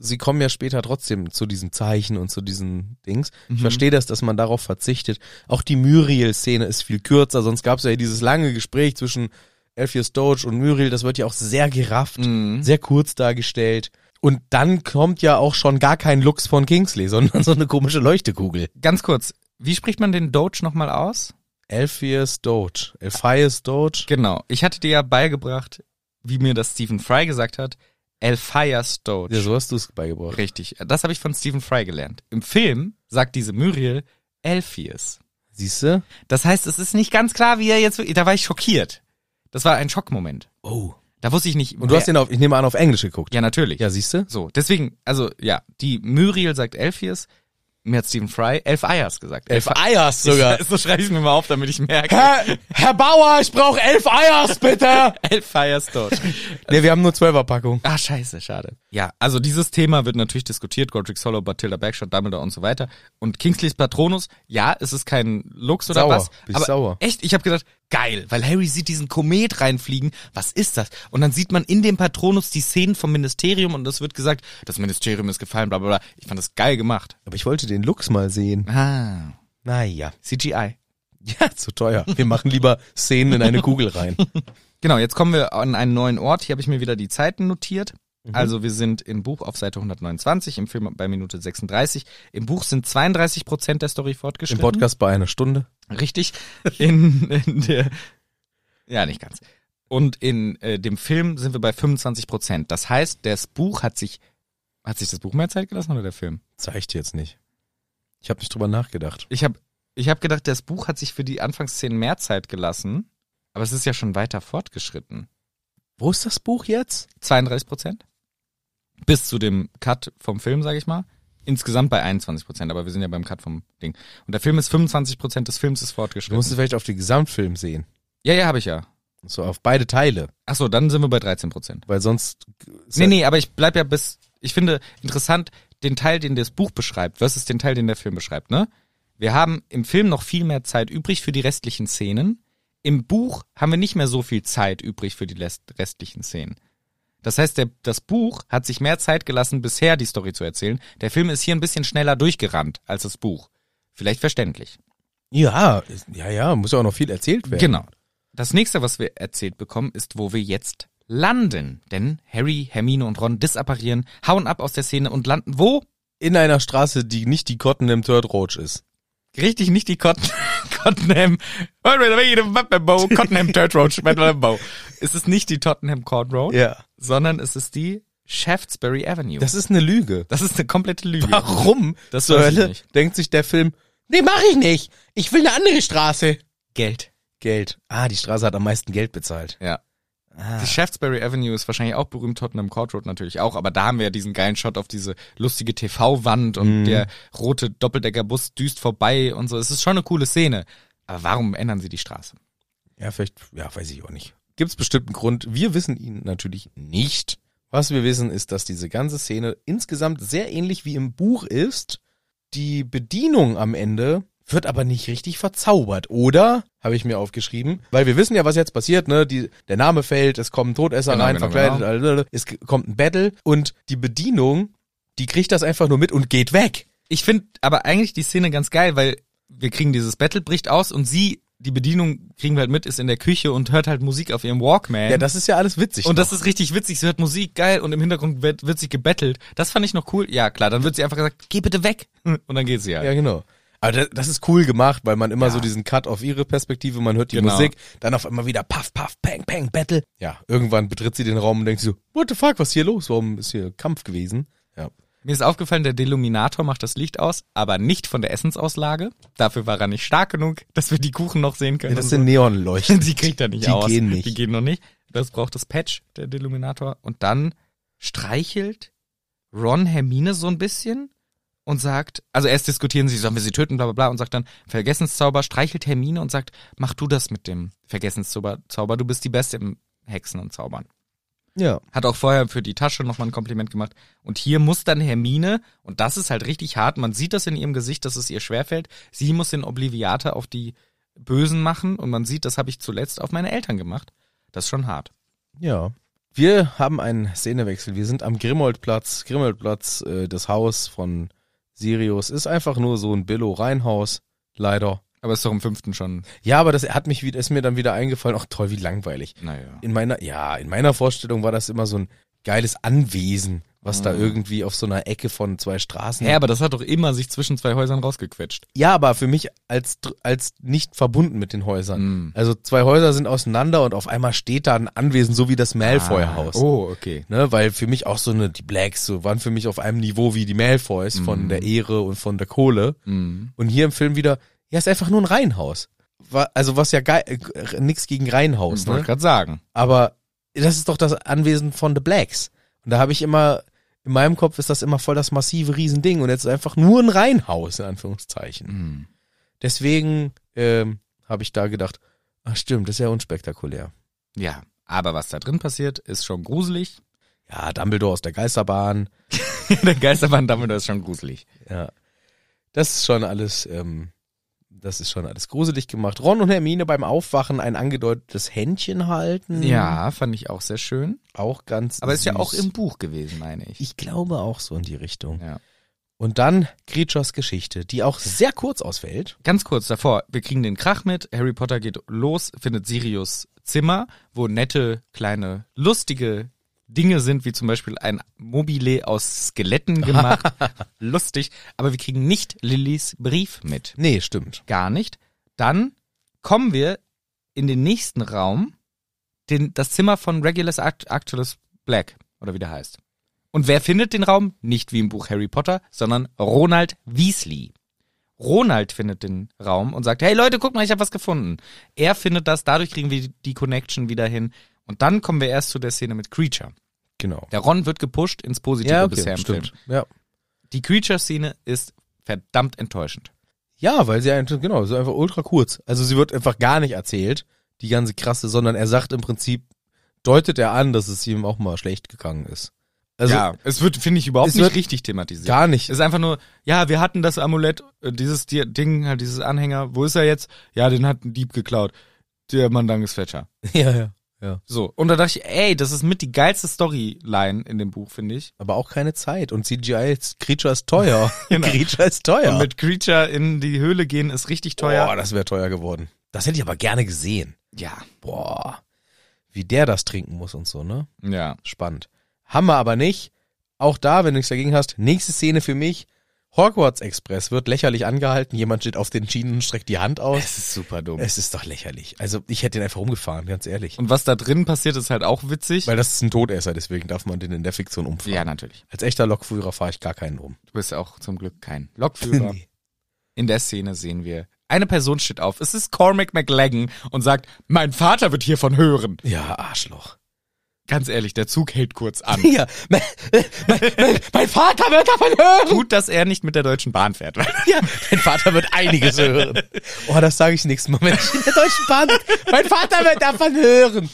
sie kommen ja später trotzdem zu diesen Zeichen und zu diesen Dings. Ich
Mhm.
verstehe das, dass man darauf verzichtet. Auch die Muriel-Szene ist viel kürzer, sonst gab es ja dieses lange Gespräch zwischen Elpheus Doge und Muriel, das wird ja auch sehr gerafft,
Mhm.
sehr kurz dargestellt. Und dann kommt ja auch schon gar kein Lux von Kingsley, sondern so eine komische Leuchtekugel.
Ganz kurz, wie spricht man den Doge nochmal aus?
Alpheus Doge. Alpheus Doge.
Genau, ich hatte dir ja beigebracht, wie mir das Stephen Fry gesagt hat, Elphias Doge.
Ja, so hast du es beigebracht.
Richtig, das habe ich von Stephen Fry gelernt. Im Film sagt diese Muriel Elphias.
Siehst du?
Das heißt, es ist nicht ganz klar, wie er jetzt, da war ich schockiert. Das war ein Schockmoment.
Oh.
Da wusste ich nicht.
Und du hast den auf, ich nehme an, auf Englisch geguckt.
ja, natürlich.
Ja, siehst du?
So, deswegen, also ja, die Muriel sagt Elphias, mir hat Stephen Fry elf Eiers gesagt.
Eiers
Ich, so schreibe ich mir mal auf, damit ich merke.
Herr, Herr Bauer, ich brauche elf Eiers, bitte.
elf Eiers dort.
nee, wir haben nur Zwölferpackung.
Ah, scheiße, schade. Ja, also dieses Thema wird natürlich diskutiert, Godric Hollow, Batilda Backshot, Dumbledore und so weiter. Und Kingsleys Patronus, ja, es ist kein Lux oder
Sauer,
was.
bin ich
Aber
sauer.
echt, ich habe gedacht, geil, weil Harry sieht diesen Komet reinfliegen, was ist das? Und dann sieht man in dem Patronus die Szenen vom Ministerium und es wird gesagt, das Ministerium ist gefallen, bla bla bla. Ich fand das geil gemacht.
Aber ich wollte den Lux mal sehen.
Ah,
Naja.
CGI.
Ja, zu teuer. Wir machen lieber Szenen in eine Kugel rein.
Genau, jetzt kommen wir an einen neuen Ort. Hier habe ich mir wieder die Zeiten notiert.
Mhm.
Also wir sind im Buch auf Seite 129, im Film bei Minute 36. Im Buch sind 32 Prozent der Story
Im
fortgeschritten.
Podcast bei einer Stunde.
Richtig. In, in der, ja, nicht ganz. Und in äh, dem Film sind wir bei 25 Prozent. Das heißt, das Buch hat sich, hat sich das Buch mehr Zeit gelassen oder der Film?
Zeigt jetzt nicht. Ich habe nicht drüber nachgedacht.
Ich habe ich hab gedacht, das Buch hat sich für die Anfangsszenen mehr Zeit gelassen. Aber es ist ja schon weiter fortgeschritten.
Wo ist das Buch jetzt?
32 Prozent. Bis zu dem Cut vom Film, sage ich mal. Insgesamt bei 21 Prozent, aber wir sind ja beim Cut vom Ding. Und der Film ist 25 Prozent des Films ist
Du
fortgeschritten.
musst es vielleicht auf den Gesamtfilm sehen.
ja, ja, habe ich ja.
So auf beide Teile.
Ach so, dann sind wir bei 13 Prozent.
Weil sonst.
Nee, nee, aber ich bleib ja bis, ich finde interessant, den Teil, den das Buch beschreibt, versus den Teil, den der Film beschreibt, ne? Wir haben im Film noch viel mehr Zeit übrig für die restlichen Szenen. Im Buch haben wir nicht mehr so viel Zeit übrig für die rest- restlichen Szenen. Das heißt, der, das Buch hat sich mehr Zeit gelassen, bisher die Story zu erzählen. Der Film ist hier ein bisschen schneller durchgerannt als das Buch. Vielleicht verständlich.
Ja, ist- ja, ja, muss ja auch noch viel erzählt werden.
Genau. Das nächste, was wir erzählt bekommen, ist, wo wir jetzt landen. Denn Harry, Hermine und Ron disapparieren, hauen ab aus der Szene und landen wo?
In einer Straße, die nicht die Cottenham Third Road ist.
Richtig, nicht die Cotton, Cottenham. Cottenham Dirt Road. Bow. Es ist nicht die Tottenham Court Road,
Ja.
sondern es ist die Shaftesbury Avenue.
Das ist eine Lüge.
das ist eine komplette Lüge.
Warum
Das
zur
weiß ich
Hölle
nicht.
denkt sich der Film, nee, mach ich nicht. Ich will eine andere Straße.
Geld.
Geld. Ah, die Straße hat am meisten Geld bezahlt.
Ja.
Ah.
Die Shaftesbury Avenue ist wahrscheinlich auch berühmt, Tottenham Court Road natürlich auch, aber da haben wir ja diesen geilen Shot auf diese lustige TV-Wand
Mhm.
und der rote Doppeldeckerbus düst vorbei und so. Es ist schon eine coole Szene. Aber warum ändern sie die Straße?
Ja, vielleicht, ja, weiß ich auch nicht. Gibt's bestimmt einen Grund. Wir wissen ihn natürlich nicht. Was wir wissen, ist, dass diese ganze Szene insgesamt sehr ähnlich wie im Buch ist. Die Bedienung am Ende wird aber nicht richtig verzaubert, oder? Habe ich mir aufgeschrieben. Weil wir wissen ja, was jetzt passiert, ne? Die, der Name fällt, es kommen Todesser
Genau,
rein,
genau,
verkleidet,
genau.
blablabla. es k- kommt ein Battle und die Bedienung, die kriegt das einfach nur mit und geht weg.
Ich finde aber eigentlich die Szene ganz geil, weil wir kriegen dieses Battle, bricht aus und sie, die Bedienung kriegen wir halt mit, ist in der Küche und hört halt Musik auf ihrem Walkman.
Ja, das ist ja alles witzig.
Ähm. und das ist richtig witzig. Sie hört Musik, geil, und im Hintergrund wird, wird sich gebettelt. Das fand ich noch cool. Ja, klar, dann wird sie einfach gesagt, geh bitte weg. Und dann geht sie halt.
Ja, genau. Aber das, das ist cool gemacht, weil man immer so diesen Cut auf ihre Perspektive, man hört die
Genau.
Musik, dann auf einmal wieder Puff, Puff, Pang, Pang, Battle. Ja, irgendwann betritt sie den Raum und denkt sich so, what the fuck, was ist hier los? Warum ist hier Kampf gewesen? Ja.
Mir ist aufgefallen, der Deluminator macht das Licht aus, aber nicht von der Essensauslage. Dafür war er nicht stark genug, dass wir die Kuchen noch sehen können.
das
und
sind
so.
Neonleuchten.
die kriegt er nicht
die
aus.
Gehen nicht.
Die gehen noch nicht. Das braucht das Patch, der Deluminator. Und dann streichelt Ron Hermine so ein bisschen und sagt, also erst diskutieren sie, sollen wir sie töten, bla bla bla, und sagt dann, Vergessenszauber, streichelt Hermine und sagt, mach du das mit dem Vergessenszauber, Zauber, du bist die Beste im Hexen und Zaubern.
ja.
Hat auch vorher für die Tasche nochmal ein Kompliment gemacht. Und hier muss dann Hermine, und das ist halt richtig hart, man sieht das in ihrem Gesicht, dass es ihr schwerfällt, sie muss den Obliviate auf die Bösen machen und man sieht, das habe ich zuletzt auf meine Eltern gemacht. Das ist schon hart.
Ja. Wir haben einen Szenewechsel. Wir sind am Grimmoldplatz. Grimmoldplatz, äh, das Haus von Sirius, ist einfach nur so ein Billo-Reinhaus. Leider.
Aber ist doch im fünften schon,
Ja, aber das hat mich, wieder- ist mir dann wieder eingefallen. Ach toll, wie langweilig.
naja.
In meiner, ja, in meiner Vorstellung war das immer so ein geiles Anwesen was da irgendwie auf so einer Ecke von zwei Straßen.
Mhm. Ja, aber das hat doch immer sich zwischen zwei Häusern rausgequetscht.
Ja, aber für mich als, dr- als nicht verbunden mit den
Mhm.
Häusern. Also zwei Häuser sind auseinander und auf einmal steht da ein Anwesen, so wie das Malfoy-Haus.
Oh, okay.
Ne, weil für mich auch so eine, die Blacks so, waren für mich auf einem Niveau wie die Malfoys
Mhm.
von der Ehre und von der Kohle. Und hier im Film wieder, ja, ist einfach nur ein Reihenhaus. Wa- Also was ja geil, äh, nix gegen Reihenhaus,
Das wollte
ne?
ich gerade sagen.
Aber das ist doch das Anwesen von The Blacks. Und da habe ich immer, in meinem Kopf ist das immer voll das massive Riesending und jetzt ist einfach nur ein Reihenhaus, in Anführungszeichen. Deswegen ähm, habe ich da gedacht, ach stimmt, das ist ja unspektakulär.
Ja, aber was da drin passiert, ist schon gruselig.
Ja, Dumbledore aus der Geisterbahn,
der Geisterbahn Dumbledore ist schon gruselig.
ja. Das ist schon alles, ähm, das ist schon alles gruselig gemacht. Ron und Hermine beim Aufwachen ein angedeutetes Händchen halten.
Ja, fand ich auch sehr schön.
Auch ganz
Aber ist ja
süß.
auch im Buch gewesen, meine ich.
Ich glaube auch so in die Richtung.
Ja.
Und dann Creatures Geschichte, die auch sehr kurz ausfällt.
Ganz kurz davor, wir kriegen den Krach mit, Harry Potter geht los, findet Sirius Zimmer, wo nette, kleine, lustige Dinge sind, wie zum Beispiel ein Mobile aus Skeletten gemacht. Lustig, aber wir kriegen nicht Lillys Brief mit.
Nee, stimmt.
Gar nicht. Dann kommen wir in den nächsten Raum, den, das Zimmer von Regulus Act Actulus Black, oder wie der heißt. Und wer findet den Raum? Nicht wie im Buch Harry Potter, sondern Ronald Weasley. Ronald findet den Raum und sagt, hey Leute, guck mal, ich habe was gefunden. Er findet das, dadurch kriegen wir die Connection wieder hin. Und dann kommen wir erst zu der Szene mit Creature.
Genau.
Der Ron wird gepusht ins Positive bisher im Film.
Ja.
Die Creature-Szene ist verdammt enttäuschend.
ja, weil sie einfach, genau, so einfach ultra kurz. Also sie wird einfach gar nicht erzählt, die ganze krasse, sondern er sagt im Prinzip, deutet er an, dass es ihm auch mal schlecht gegangen ist. Also
es wird, finde ich, überhaupt
es wird
richtig thematisiert.
gar nicht.
Ist einfach nur, ja, wir hatten das Amulett, äh, dieses Di- Ding, halt dieses Anhänger, wo ist er jetzt? Ja, den hat ein Dieb geklaut. Der Mandang ist Fletcher.
Ja, ja, ja.
So. Und da dachte ich, ey, das ist mit die geilste Storyline in dem Buch, finde ich.
Aber auch keine Zeit. Und CGI, ist, Creature ist teuer.
Genau.
Creature ist teuer.
Und mit Creature in die Höhle gehen ist richtig teuer.
Boah, das wäre teuer geworden. Das hätte ich aber gerne gesehen.
ja.
Boah. Wie der das trinken muss und so, ne?
Ja.
Spannend. Haben wir aber nicht. Auch da, wenn du nichts dagegen hast, nächste Szene für mich. Hogwarts Express wird lächerlich angehalten. Jemand steht auf den Schienen und streckt die Hand aus.
Das ist super dumm.
Es ist doch lächerlich. Also ich hätte den einfach umgefahren, ganz ehrlich.
Und was da drin passiert, ist halt auch witzig.
Weil das ist ein Todesser, deswegen darf man den in der Fiktion umfahren.
ja, natürlich.
Als echter Lokführer fahre ich gar keinen um.
Du bist auch zum Glück kein Lokführer.
Nee.
In der Szene sehen wir, eine Person steht auf. Es ist Cormac McLaggen und sagt, mein Vater wird hiervon hören.
Ja, Arschloch.
Ganz ehrlich, der Zug hält kurz an.
Ja, mein, mein, mein Vater wird davon hören.
Gut, dass er nicht mit der Deutschen Bahn fährt.
Ja, mein Vater wird einiges hören. Oh, das sage ich nächstes Mal, wenn ich in der Deutschen Bahn Mein Vater wird davon hören.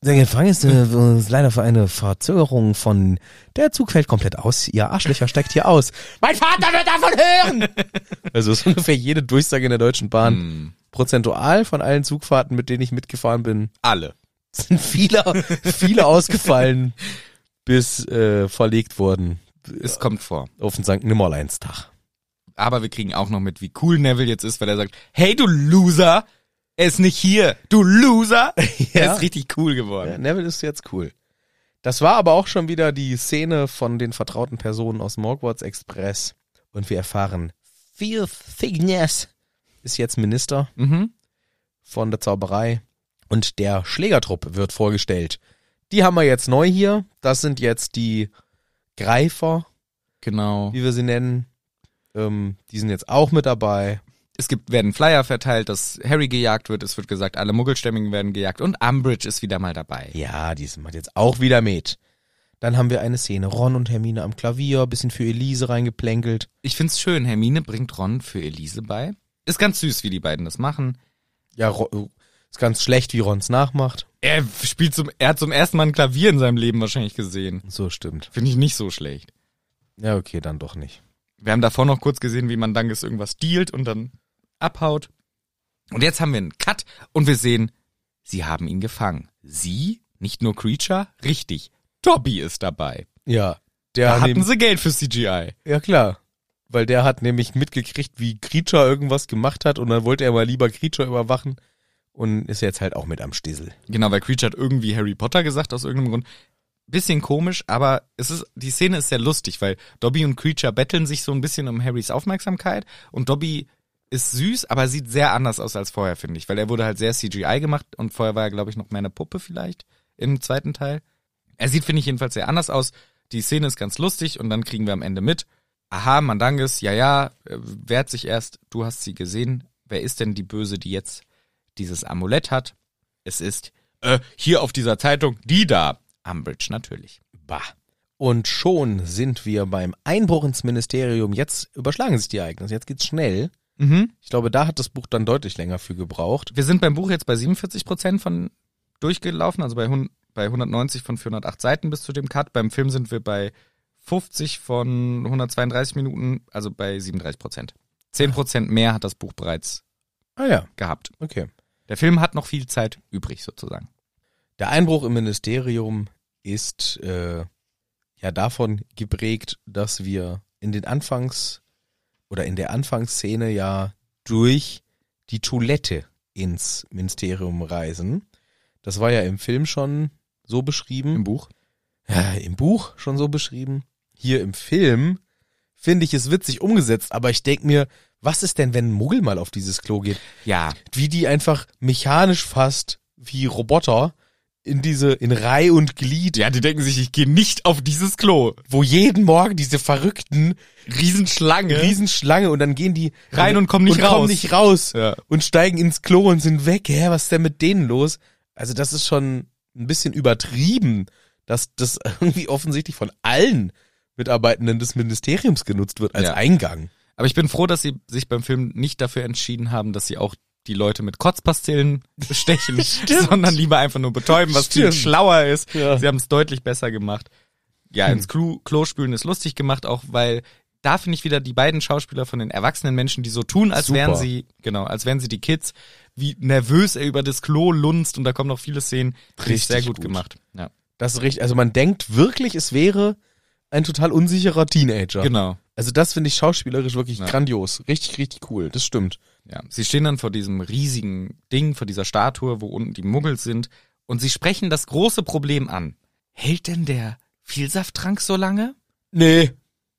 Sehr geehrte Fragen, ist äh, uns leider für eine Verzögerung von... Der Zug fällt komplett aus. Ihr Arschlöcher steigt hier aus. Mein Vater wird davon hören. Hm. Also ist ungefähr jede Durchsage in der Deutschen Bahn. Prozentual von allen Zugfahrten, mit denen ich mitgefahren bin,
Alle.
sind viele, viele ausgefallen bis äh, verlegt worden
Es kommt vor.
auf den St. Nimmerleinstag.
Aber wir kriegen auch noch mit, wie cool Neville jetzt ist, weil er sagt, hey du Loser, er ist nicht hier. Du Loser. Er ist richtig cool
Ja,
geworden.
Neville ist jetzt cool. Das war aber auch schon wieder die Szene von den vertrauten Personen aus dem Hogwarts Express. Und wir erfahren, Phil Fignes ist jetzt Minister
Mhm.
von der Zauberei. Und der Schlägertrupp wird vorgestellt. Die haben wir jetzt neu hier. Das sind jetzt die Greifer,
Genau.
wie wir sie nennen. Ähm, die sind jetzt auch mit dabei.
Es gibt, werden Flyer verteilt, dass Harry gejagt wird. Es wird gesagt, alle Muggelstämmigen werden gejagt. Und Umbridge ist wieder mal dabei.
Ja, die macht jetzt auch wieder mit. Dann haben wir eine Szene. Ron und Hermine am Klavier, bisschen für Elise reingeplänkelt.
Ich find's schön, Hermine bringt Ron für Elise bei. Ist ganz süß, wie die beiden das machen.
Ja, Ro- ist ganz schlecht, wie Rons nachmacht.
Er spielt zum, er hat zum ersten Mal ein Klavier in seinem Leben wahrscheinlich gesehen.
So stimmt.
Finde ich nicht so schlecht.
Ja, okay, dann doch nicht.
Wir haben davor noch kurz gesehen, wie man Dankes irgendwas dealt und dann abhaut. Und jetzt haben wir einen Cut und wir sehen, sie haben ihn gefangen. Sie, nicht nur Creature, richtig. Dobby ist dabei.
Ja,
Da
der hat
hatten sie Geld für CGI.
ja klar, weil der hat nämlich mitgekriegt, wie Creature irgendwas gemacht hat und dann wollte er mal lieber Creature überwachen und ist jetzt halt auch mit am Stissel.
Genau, weil Creature hat irgendwie Harry Potter gesagt aus irgendeinem Grund. bisschen komisch, aber es ist, die Szene ist sehr lustig, weil Dobby und Creature betteln sich so ein bisschen um Harrys Aufmerksamkeit und Dobby ist süß, aber sieht sehr anders aus als vorher, finde ich, weil er wurde halt sehr CGI gemacht und vorher war er, glaube ich, noch mehr eine Puppe vielleicht im zweiten Teil. Er sieht, finde ich, jedenfalls sehr anders aus. Die Szene ist ganz lustig und dann kriegen wir am Ende mit. Aha, Mandanges, ja, ja, äh, wehrt sich erst, du hast sie gesehen. Wer ist denn die Böse, die jetzt dieses Amulett hat? Es ist äh, hier auf dieser Zeitung, die da. Umbridge natürlich.
Bah. Und schon sind wir beim Einbruch ins Ministerium. Jetzt überschlagen sich die Ereignisse. Jetzt geht's schnell.
Mhm.
Ich glaube, da hat das Buch dann deutlich länger für gebraucht.
Wir sind beim Buch jetzt bei 47 Prozent von durchgelaufen, also bei, hun- bei 190 von 408 Seiten bis zu dem Cut. Beim Film sind wir bei 50 von 132 Minuten, also bei 37 Prozent. 10 Prozent mehr hat das Buch bereits
Ah ja,
gehabt.
okay.
Der Film hat noch viel Zeit übrig sozusagen.
Der Einbruch im Ministerium ist äh, ja davon geprägt, dass wir in den Anfangs- oder in der Anfangsszene ja durch die Toilette ins Ministerium reisen. Das war ja im Film schon so beschrieben.
Im Buch.
ja, im Buch schon so beschrieben. Hier im Film finde ich es witzig umgesetzt, aber ich denke mir, was ist denn, wenn ein Muggel mal auf dieses Klo geht?
Ja.
Wie die einfach mechanisch fast wie Roboter in diese, in Reih und Glied,
Ja, die denken sich, ich gehe nicht auf dieses Klo.
wo jeden Morgen diese verrückten
Riesenschlange.
Riesenschlange und dann gehen die
Rein und kommen nicht
und kommen
raus.
nicht raus
Ja.
und steigen ins Klo und sind weg. Hä, was ist denn mit denen los? Also das ist schon ein bisschen übertrieben, dass das irgendwie offensichtlich von allen Mitarbeitenden des Ministeriums genutzt wird als
Ja.
Eingang.
Aber ich bin froh, dass sie sich beim Film nicht dafür entschieden haben, dass sie auch die Leute mit Kotzpastillen bestechen, sondern lieber einfach nur betäuben, was viel
Stimmt.
schlauer ist.
Ja. Hm.
Sie haben es deutlich besser gemacht. Ja, ins Klo, Klo spülen ist lustig gemacht, auch weil da finde ich wieder die beiden Schauspieler von den erwachsenen Menschen, die so tun, als
Super.
wären sie, genau, als wären sie die Kids, wie nervös er über das Klo lunzt und da kommen noch viele Szenen, die ist
Richtig
sehr gut,
gut.
gemacht. Ja,
Das ist richtig. Also man denkt wirklich, es wäre ein total unsicherer Teenager.
genau.
Also das finde ich schauspielerisch wirklich
Ja.
grandios. Richtig, richtig cool. Das stimmt.
Ja, sie stehen dann vor diesem riesigen Ding, vor dieser Statue, wo unten die Muggels sind, und sie sprechen das große Problem an. Hält denn der Vielsafttrank so lange?
Nee,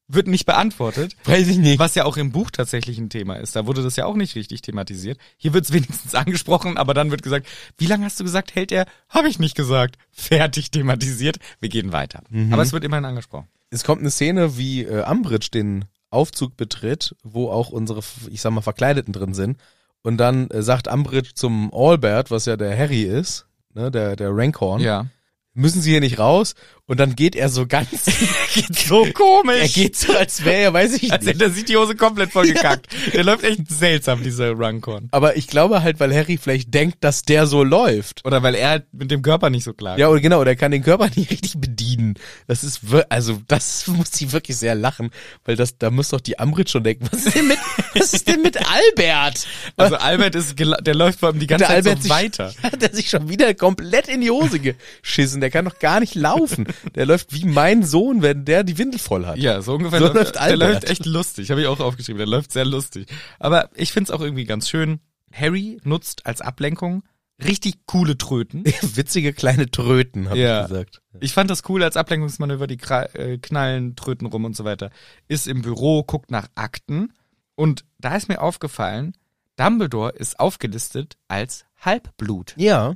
Wird nicht beantwortet,
weiß ich nicht.
was ja auch im Buch tatsächlich ein Thema ist. Da wurde das ja auch nicht richtig thematisiert. Hier wird's wenigstens angesprochen, aber dann wird gesagt, wie lange hast du gesagt, hält er? Habe ich nicht gesagt. Fertig thematisiert. Wir gehen weiter. Aber es wird immerhin angesprochen.
es kommt eine Szene, wie äh, Ambridge den Aufzug betritt, wo auch unsere, ich sag mal, Verkleideten drin sind. Und dann äh, sagt Ambridge zum Albert, was ja der Harry ist, ne, der, der Rankhorn,
Ja.
müssen sie hier nicht raus. Und dann geht er so ganz,
So komisch.
er geht so, als wäre er, weiß ich
als
nicht.
hätte er sich die Hose komplett vollgekackt. Der läuft echt seltsam, dieser Runcorn.
Aber ich glaube halt, weil Harry vielleicht denkt, dass der so läuft.
Oder weil er halt mit dem Körper nicht so klar
Ja, oder genau, oder er kann den Körper nicht richtig bedienen. Das ist, wir- also das muss sie wirklich sehr lachen, weil das, da muss doch die Ambridge schon denken, was ist denn mit, was ist denn mit Albert?
Also Albert ist, gela- der läuft vor allem die ganze
der
Zeit
Albert
so weiter.
Sich, hat er sich schon wieder komplett in die Hose geschissen. Der kann doch gar nicht laufen. Der läuft wie mein Sohn, wenn der die Windel voll hat.
Ja, so ungefähr.
So
läuft-
läuft
der
Albert.
läuft echt lustig, habe ich auch aufgeschrieben. Der läuft sehr lustig. Aber ich find's auch irgendwie ganz schön. Harry nutzt als Ablenkung richtig coole Tröten.
Witzige kleine Tröten, habe
Ja.
ich gesagt.
Ich fand das cool als Ablenkungsmanöver, die Kra- äh, knallen, tröten rum und so weiter. Ist im Büro, guckt nach Akten. Und da ist mir aufgefallen, Dumbledore ist aufgelistet als Halbblut.
Ja.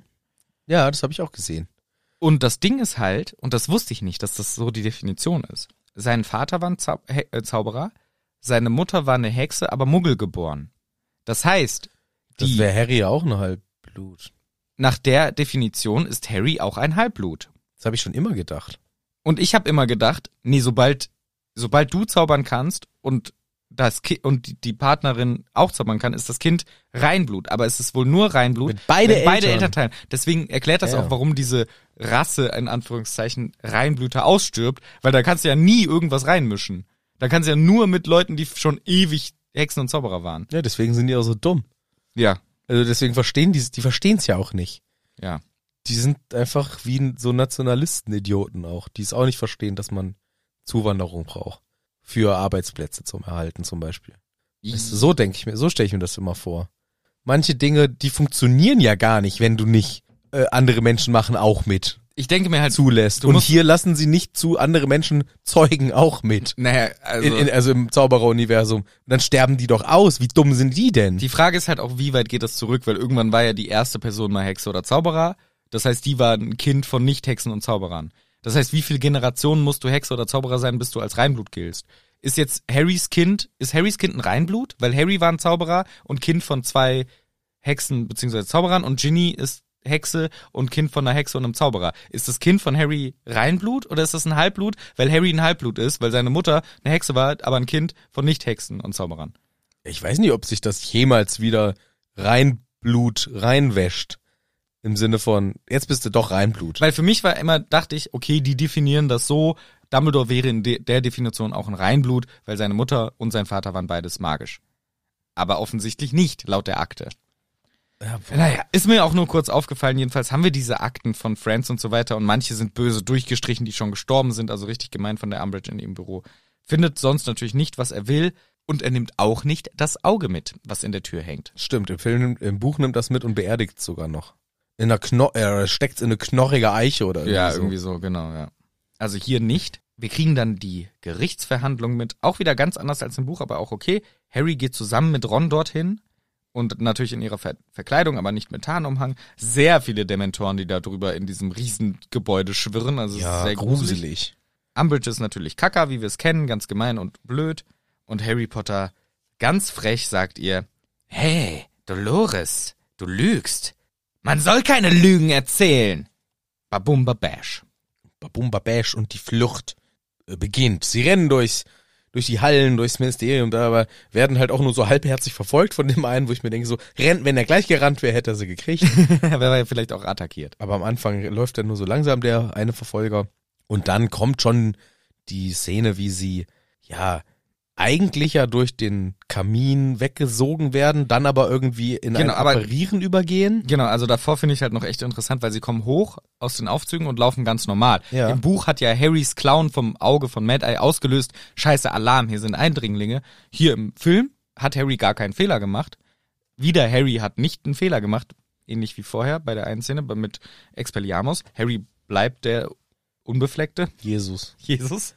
Ja, das habe ich auch gesehen.
Und das Ding ist halt, und das wusste ich nicht, dass das so die Definition ist. Sein Vater war ein Zau He äh, Zauberer, seine Mutter war eine Hexe, aber Muggel geboren. Das heißt,
Das
die,
wäre Harry ja auch ein Halbblut.
nach der Definition ist Harry auch ein Halbblut.
Das habe ich schon immer gedacht.
Und ich habe immer gedacht, nee, sobald, sobald du zaubern kannst und das Ki und die- die Partnerin auch zaubern kann, ist das Kind Reinblut. Aber es ist wohl nur Reinblut.
Wenn beide
wenn beide
Eltern-
Eltern teilen. Deswegen erklärt das
Ja.
auch, warum diese Rasse in Anführungszeichen Reinblüter ausstirbt, weil da kannst du ja nie irgendwas reinmischen. Da kannst du ja nur mit Leuten, die schon ewig Hexen und Zauberer waren.
Ja, deswegen sind die auch so dumm.
Ja,
Also deswegen verstehen die, die verstehen es ja auch nicht.
ja.
Die sind einfach wie so Nationalisten-Idioten auch, die es auch nicht verstehen, dass man Zuwanderung braucht. Für Arbeitsplätze zum Erhalten zum Beispiel. Weißt du, so denke ich mir, so stelle ich mir das immer vor. Manche Dinge, die funktionieren ja gar nicht, wenn du nicht äh, andere Menschen machen auch mit.
Ich denke mir halt,
zulässt.
Du
Und
musst-
hier lassen sie nicht zu, andere Menschen zeugen auch mit.
naja, also
Also, in, in, also im Zaubereruniversum. Und dann sterben die doch aus. Wie dumm sind die denn?
die Frage ist halt auch, wie weit geht das zurück, weil irgendwann war ja die erste Person mal Hexe oder Zauberer. Das heißt, die war ein Kind von Nicht-Hexen und Zauberern. Das heißt, wie viele Generationen musst du Hexe oder Zauberer sein, bis du als Reinblut giltst? Ist jetzt Harrys Kind, ist Harrys Kind ein Reinblut? Weil Harry war ein Zauberer und Kind von zwei Hexen bzw. Zauberern und Ginny ist Hexe und Kind von einer Hexe und einem Zauberer. Ist das Kind von Harry Reinblut oder ist das ein Halbblut, weil Harry ein Halbblut ist, weil seine Mutter eine Hexe war, aber ein Kind von Nicht-Hexen und Zauberern?
ich weiß nicht, ob sich das jemals wieder Reinblut reinwäscht. Im Sinne von, jetzt bist du doch Reinblut.
Weil für mich war immer, dachte ich, okay, die definieren das so, Dumbledore wäre in de der Definition auch ein Reinblut, weil seine Mutter und sein Vater waren beides magisch. Aber offensichtlich nicht, laut der Akte. Naja, ist mir auch nur kurz aufgefallen. Jedenfalls haben wir diese Akten von Friends und so weiter und manche sind böse durchgestrichen, die schon gestorben sind, also richtig gemein von der Umbridge in ihrem Büro. Findet sonst natürlich nicht, was er will und er nimmt auch nicht das Auge mit, was in der Tür hängt.
Stimmt, im Film, im Buch nimmt das mit und beerdigt sogar noch. In einer Kno äh, steckt's in eine knorrige Eiche oder irgendwie
Ja,
so.
irgendwie so, genau, ja. Also hier nicht. Wir kriegen dann die Gerichtsverhandlung mit, auch wieder ganz anders als im Buch, aber auch okay. Harry geht zusammen mit Ron dorthin und natürlich in ihrer Ver Verkleidung, aber nicht mit Tarnumhang. Sehr viele Dementoren, die da drüber in diesem Riesengebäude schwirren, also es ist
Ja,
sehr gruselig.
gruselig.
Umbridge ist natürlich Kacker, wie wir es kennen, ganz gemein und blöd. Und Harry Potter ganz frech sagt ihr, Hey, Dolores, du lügst. Man soll keine Lügen erzählen. Babum babash.
Babum, babash und die Flucht äh, beginnt. Sie rennen durchs, durch die Hallen, durchs Ministerium, da aber werden halt auch nur so halbherzig verfolgt von dem einen, wo ich mir denke, so, rennt, wenn er gleich gerannt wäre, hätte er sie gekriegt.
Wer war ja vielleicht auch attackiert.
aber am Anfang läuft er nur so langsam, der eine Verfolger. Und dann kommt schon die Szene, wie sie, ja, eigentlich ja durch den Kamin weggesogen werden, dann aber irgendwie in
Genau,
ein
aber-
Apparieren übergehen.
Genau, also davor finde ich halt noch echt interessant, weil sie kommen hoch aus den Aufzügen und laufen ganz normal.
Ja.
Im Buch hat ja Harrys Clown vom Auge von Mad Eye ausgelöst, scheiße Alarm, hier sind Eindringlinge. Hier im Film hat Harry gar keinen Fehler gemacht. Wieder Harry hat nicht einen Fehler gemacht, ähnlich wie vorher bei der einen Szene bei- mit Expelliarmus. Harry bleibt der Unbefleckte,
Jesus.
Jesus.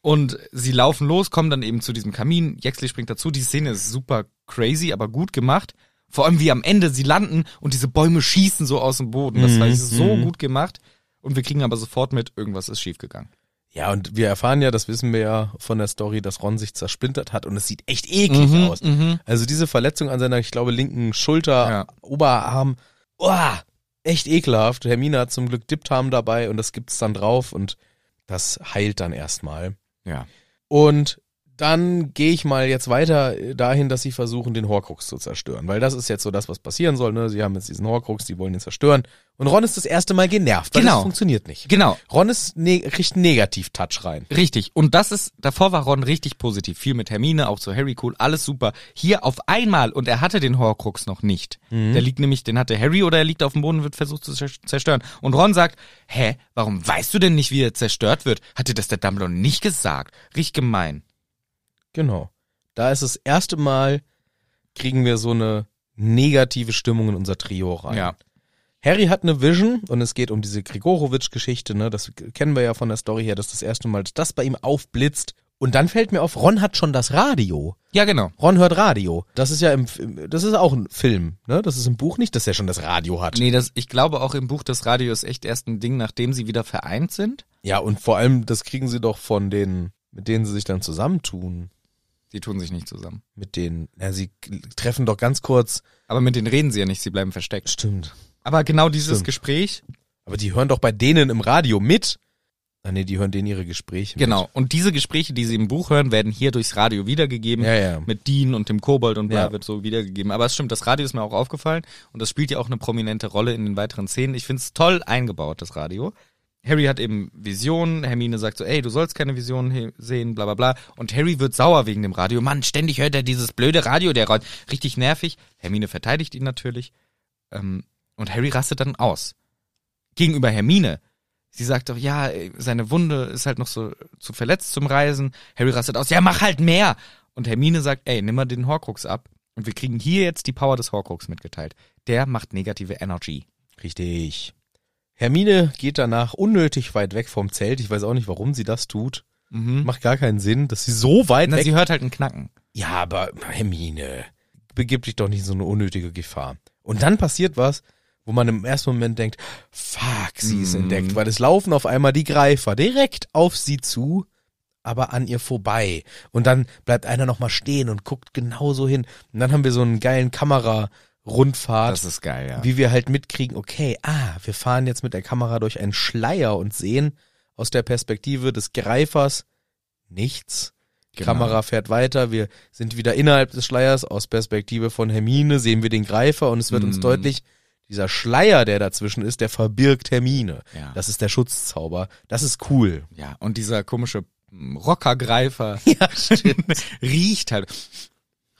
Und sie laufen los, kommen dann eben zu diesem Kamin. Jexley springt dazu. Die Szene ist super crazy, aber gut gemacht. Vor allem wie am Ende sie landen und diese Bäume schießen so aus dem Boden. Das war so gut gemacht. Und wir kriegen aber sofort mit, irgendwas ist schiefgegangen.
Ja, und wir erfahren ja, das wissen wir ja von der Story, dass Ron sich zersplintert hat und es sieht echt eklig
Mhm,
aus. Also diese Verletzung an seiner, ich glaube, linken Schulter,
Ja.
Oberarm, uah, echt ekelhaft. Hermine hat zum Glück Diptarm dabei und das gibt's dann drauf und das heilt dann erstmal.
Ja.
Und dann gehe ich mal jetzt weiter äh, dahin, dass sie versuchen, den Horcrux zu zerstören. Weil das ist jetzt so das, was passieren soll. Ne? Sie haben jetzt diesen Horcrux, die wollen ihn zerstören. Und Ron ist das erste Mal genervt, weil
Genau.
das funktioniert nicht.
Genau.
Ron ist ne kriegt einen Negativ-Touch rein.
Richtig. Und das ist, davor war Ron richtig positiv. Viel mit Hermine, auch zu Harry cool, alles super. Hier auf einmal, und er hatte den Horcrux noch nicht. Der liegt nämlich, den hatte Harry oder er liegt auf dem Boden, wird versucht zu zer- zerstören. Und Ron sagt, hä, warum weißt du denn nicht, wie er zerstört wird? Hat dir das der Dumbledore nicht gesagt? Richtig gemein.
Genau. Da ist das erste Mal, kriegen wir so eine negative Stimmung in unser Trio rein. Harry hat eine Vision und es geht um diese Grigorowitsch-Geschichte, ne? Das kennen wir ja von der Story her, dass das erste Mal dass das bei ihm aufblitzt. Und dann fällt mir auf, Ron hat schon das Radio.
Ja, genau.
Ron hört Radio. Das ist ja im, im das ist auch ein Film, ne? Das ist im Buch nicht, dass er schon das Radio hat.
Nee, das, ich glaube auch im Buch, das Radio ist echt erst ein Ding, nachdem sie wieder vereint sind.
Ja, und vor allem, das kriegen sie doch von denen, mit denen sie sich dann zusammentun.
Die tun sich nicht zusammen.
Mit denen, ja, sie treffen doch ganz kurz.
Aber mit denen reden sie ja nicht, sie bleiben versteckt.
Stimmt.
Aber genau dieses
Stimmt.
Gespräch
Aber die hören doch bei denen im Radio mit. Ah nee, die hören denen ihre Gespräche
Genau. Und diese Gespräche, die Sie im Buch hören, werden hier durchs Radio wiedergegeben.
Ja, ja.
Mit Dean und dem Kobold und bla
Ja.
wird so wiedergegeben. Aber es stimmt, das Radio ist mir auch aufgefallen und das spielt ja auch eine prominente Rolle in den weiteren Szenen. Ich finde es toll eingebaut, das Radio. Harry hat eben Visionen, Hermine sagt so, ey, du sollst keine Visionen he- sehen, bla bla bla. Und Harry wird sauer wegen dem Radio. Mann, ständig hört er dieses blöde Radio, der rollt. Richtig nervig. Hermine verteidigt ihn natürlich. Ähm, und Harry rastet dann aus. Gegenüber Hermine. Sie sagt doch, ja, äh, seine Wunde ist halt noch so zu verletzt zum Reisen. Harry rastet aus, ja, mach halt mehr. Und Hermine sagt, ey, nimm mal den Horcrux ab. Und wir kriegen Genau. hier jetzt die Power des Horcrux mitgeteilt. Der macht negative Energy.
Richtig. Hermine geht danach unnötig weit weg vom Zelt. Ich weiß auch nicht, warum sie das tut. Macht gar keinen Sinn, dass sie so weit
Mhm. Na,
weg.
sie hört halt ein Knacken.
Ja, aber Hermine, begib dich doch nicht in so eine unnötige Gefahr. Und dann passiert was, wo man im ersten Moment denkt, fuck, sie ist
Mhm.
entdeckt, weil es laufen auf einmal die Greifer direkt auf sie zu, aber an ihr vorbei. Und dann bleibt einer nochmal stehen und guckt genauso hin. Und dann haben wir so einen geilen Kamera-Rundfahrt
Das ist geil, ja.
wie wir halt mitkriegen, okay, ah, wir fahren jetzt mit der Kamera durch einen Schleier und sehen aus der Perspektive des Greifers nichts. Die
Genau.
Kamera fährt weiter, wir sind wieder innerhalb des Schleiers, aus Perspektive von Hermine sehen wir den Greifer und es wird uns
Mhm.
deutlich, dieser Schleier, der dazwischen ist, der verbirgt Hermine.
Ja.
Das ist der Schutzzauber. Das ist cool.
Ja, und dieser komische mm, Rockergreifer ja, riecht halt.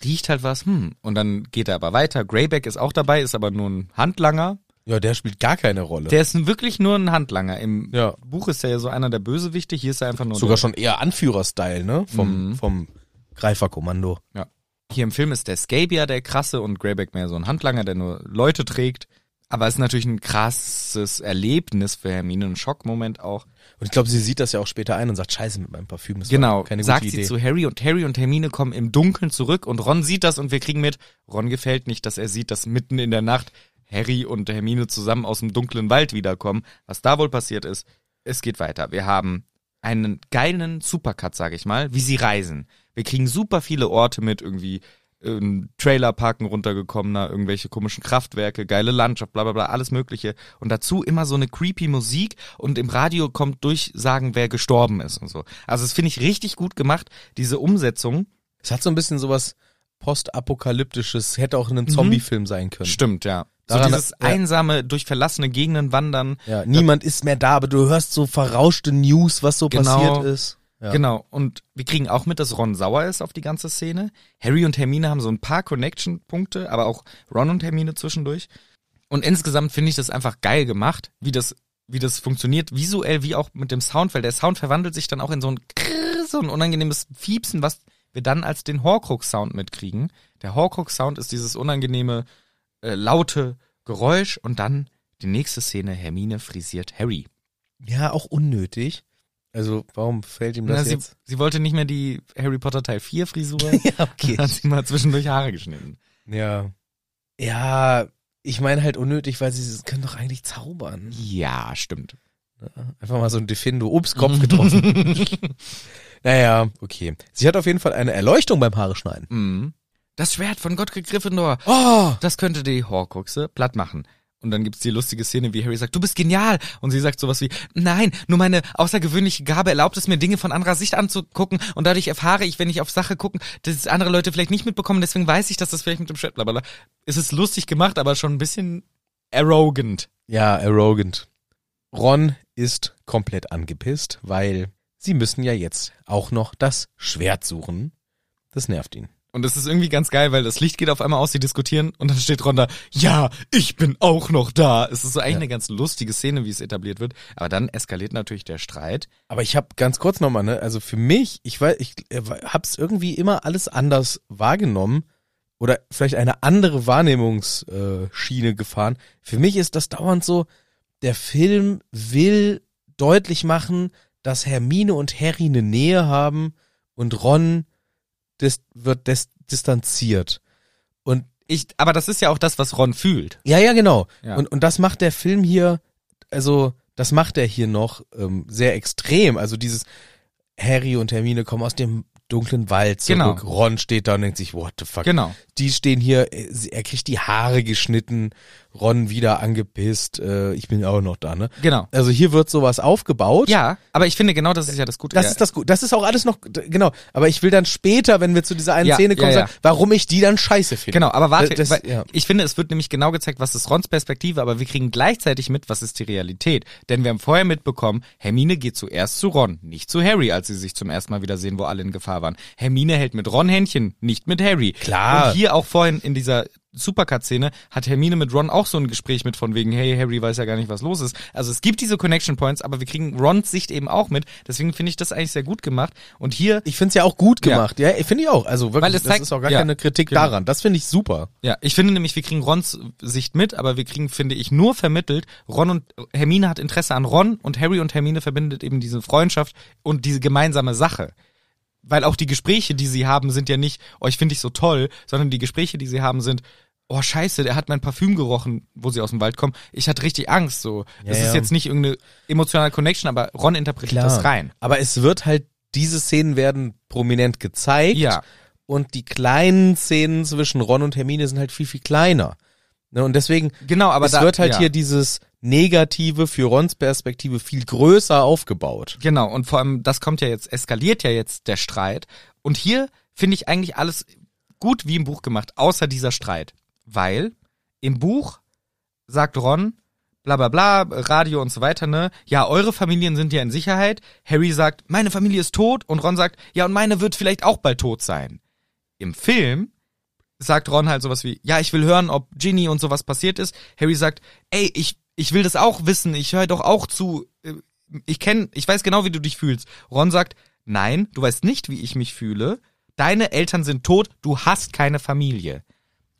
Riecht halt was, hm. Und dann geht er aber weiter. Greyback ist auch dabei, ist aber nur ein Handlanger.
Ja, der spielt gar keine Rolle.
Der ist wirklich nur ein Handlanger. Im
Äh. Ja.
Buch ist er ja so einer der Bösewichte, hier ist er einfach nur
Sogar
der,
schon eher Anführer-Style, ne? Vom,
Mhm.
vom Greiferkommando.
Hier im Film ist der Scabier der krasse und Greyback mehr so ein Handlanger, der nur Leute trägt. Aber es ist natürlich ein krasses Erlebnis für Hermine, ein Schockmoment auch.
Und ich glaube, sie sieht das ja auch später ein und sagt, scheiße, mit meinem Parfüm ist
Genau,
keine gute
sagt
Idee.
sie zu Harry und Harry und Hermine kommen im Dunkeln zurück und Ron sieht das und wir kriegen mit, Ron gefällt nicht, dass er sieht, dass mitten in der Nacht Harry und Hermine zusammen aus dem dunklen Wald wiederkommen. Was da wohl passiert ist, es geht weiter. Wir haben einen geilen Supercut, sage ich mal, wie sie reisen. Wir kriegen super viele Orte mit, irgendwie ähm, Trailerparken runtergekommener, irgendwelche komischen Kraftwerke, geile Landschaft, bla bla bla, alles mögliche. Und dazu immer so eine creepy Musik und im Radio kommt durchsagen, wer gestorben ist und so. Also das finde ich richtig gut gemacht, diese Umsetzung.
Es hat so ein bisschen sowas postapokalyptisches, hätte auch in
Mhm.
einem Zombie-Film sein können.
Stimmt, ja.
Daran-
so dieses
ja.
einsame, durch verlassene Gegenden wandern.
Ja, niemand ist mehr da, aber du hörst so verrauschte News, was so
Genau.
passiert ist. Ja.
Genau, und wir kriegen auch mit, dass Ron sauer ist auf die ganze Szene. Harry und Hermine haben so ein paar Connection-Punkte, aber auch Ron und Hermine zwischendurch. Und insgesamt finde ich das einfach geil gemacht, wie das, wie das funktioniert, visuell wie auch mit dem Sound, weil der Sound verwandelt sich dann auch in so ein, Krrr, so ein unangenehmes Fiepsen, was wir dann als den Horcrux-Sound mitkriegen. Der Horcrux-Sound ist dieses unangenehme, äh, laute Geräusch und dann die nächste Szene, Hermine frisiert Harry.
Ja, auch unnötig. Also, warum fällt ihm das
Na, sie,
jetzt?
sie wollte nicht mehr die Harry Potter Teil 4 Frisur.
Ja, okay.
Dann hat sie mal zwischendurch Haare geschnitten.
ja. Ja, ich meine halt unnötig, weil sie, sie können doch eigentlich zaubern.
Ja, stimmt.
Einfach mal so ein Defindo, ups,
Mhm.
Kopf getroffen. naja, okay. Sie hat auf jeden Fall eine Erleuchtung beim Haare schneiden.
Mhm. Das Schwert von Gottfried Gryffindor.
Oh!
Das könnte die Horcruxe platt machen. Und dann gibt's die lustige Szene, wie Harry sagt, du bist genial. Und sie sagt sowas wie, nein, nur meine außergewöhnliche Gabe erlaubt es mir, Dinge von anderer Sicht anzugucken. Und dadurch erfahre ich, wenn ich auf Sache gucken, dass es andere Leute vielleicht nicht mitbekommen. Deswegen weiß ich, dass das vielleicht mit dem Schwert, bla, bla, bla. Es ist lustig gemacht, aber schon ein bisschen arrogant.
Ja, arrogant. Ron ist komplett angepisst, weil sie müssen ja jetzt auch noch das Schwert suchen. Das nervt ihn.
Und es ist irgendwie ganz geil, weil das Licht geht auf einmal aus, sie diskutieren und dann steht Ron da, ja, ich bin auch noch da. Es ist so eigentlich
Ja.
eine ganz lustige Szene, wie es etabliert wird. Aber dann eskaliert natürlich der Streit.
Aber ich habe ganz kurz nochmal, ne, also für mich, ich weiß, ich äh, hab's irgendwie immer alles anders wahrgenommen oder vielleicht eine andere Wahrnehmungsschiene gefahren. Für mich ist das dauernd so, der Film will deutlich machen, dass Hermine und Harry eine Nähe haben und Ron dis wird des distanziert. Und
Ich, aber das ist ja auch das, was Ron fühlt.
ja, ja, genau.
Ja.
Und, und das macht der Film hier, also das macht er hier noch ähm, sehr extrem. Also dieses Harry und Hermine kommen aus dem dunklen Wald
Genau.
zurück. Ron steht da und denkt sich, what the fuck.
Genau.
Die stehen hier, äh, sie- er kriegt die Haare geschnitten, Ron wieder angepisst, äh, ich bin auch noch da, ne?
Genau.
Also hier wird sowas aufgebaut.
Ja, aber ich finde genau, das ist ja das Gute.
Das
ja.
ist das gut. Das ist auch alles noch d- genau. Aber ich will dann später, wenn wir zu dieser einen
Ja,
Szene kommen,
ja, ja.
sagen, warum ich die dann scheiße finde.
Genau, aber warte,
Das- das-
weil,
ja.
ich finde, es wird nämlich genau gezeigt, was ist Rons Perspektive, aber wir kriegen gleichzeitig mit, was ist die Realität. Denn wir haben vorher mitbekommen, Hermine geht zuerst zu Ron, nicht zu Harry, als sie sich zum ersten Mal wiedersehen, wo alle in Gefahr klar waren. Hermine hält mit Ron Händchen, nicht mit Harry.
Klar.
Und hier auch vorhin in dieser Supercut-Szene hat Hermine mit Ron auch so ein Gespräch mit von wegen, hey, Harry weiß ja gar nicht, was los ist. Also es gibt diese Connection Points, aber wir kriegen Rons Sicht eben auch mit. Deswegen finde ich das eigentlich sehr gut gemacht. Und hier
Ich finde es ja auch gut gemacht. Ja, finde ich auch. Also wirklich,
Weil es zeigt-
das ist auch gar
ja.
keine Kritik
Genau.
daran. Das finde ich super.
Ja, ich finde nämlich, wir kriegen Rons Sicht mit, aber wir kriegen, finde ich, nur vermittelt, Ron und Hermine hat Interesse an Ron und Harry und Hermine verbindet eben diese Freundschaft und diese gemeinsame Sache. Weil auch die Gespräche, die sie haben, sind ja nicht, oh, ich finde dich so toll, sondern die Gespräche, die sie haben, sind, oh, scheiße, der hat mein Parfüm gerochen, wo sie aus dem Wald kommen. Ich hatte richtig Angst, so. das
Ja,
ist
ja.
jetzt nicht irgendeine emotionale Connection, aber Ron interpretiert das rein.
Aber es wird halt, diese Szenen werden prominent gezeigt.
Ja.
Und die kleinen Szenen zwischen Ron und Hermine sind halt viel, viel kleiner. Ne, und deswegen,
Genau, aber
es
da,
wird halt
ja.
hier dieses Negative für Rons Perspektive viel größer aufgebaut.
Genau, und vor allem, das kommt ja jetzt, eskaliert ja jetzt der Streit. Und hier finde ich eigentlich alles gut wie im Buch gemacht, außer dieser Streit. Weil im Buch sagt Ron, bla bla bla, Radio und so weiter, ne? Ja, eure Familien sind ja in Sicherheit. Harry sagt, meine Familie ist tot. Und Ron sagt, ja, und meine wird vielleicht auch bald tot sein. Im Film sagt Ron halt sowas wie, ja, ich will hören, ob Ginny und sowas passiert ist. Harry sagt, ey, ich, ich will das auch wissen, ich höre doch auch zu. Äh, Ich kenn, ich weiß genau, wie du dich fühlst. Ron sagt, nein, du weißt nicht, wie ich mich fühle. Deine Eltern sind tot, du hast keine Familie.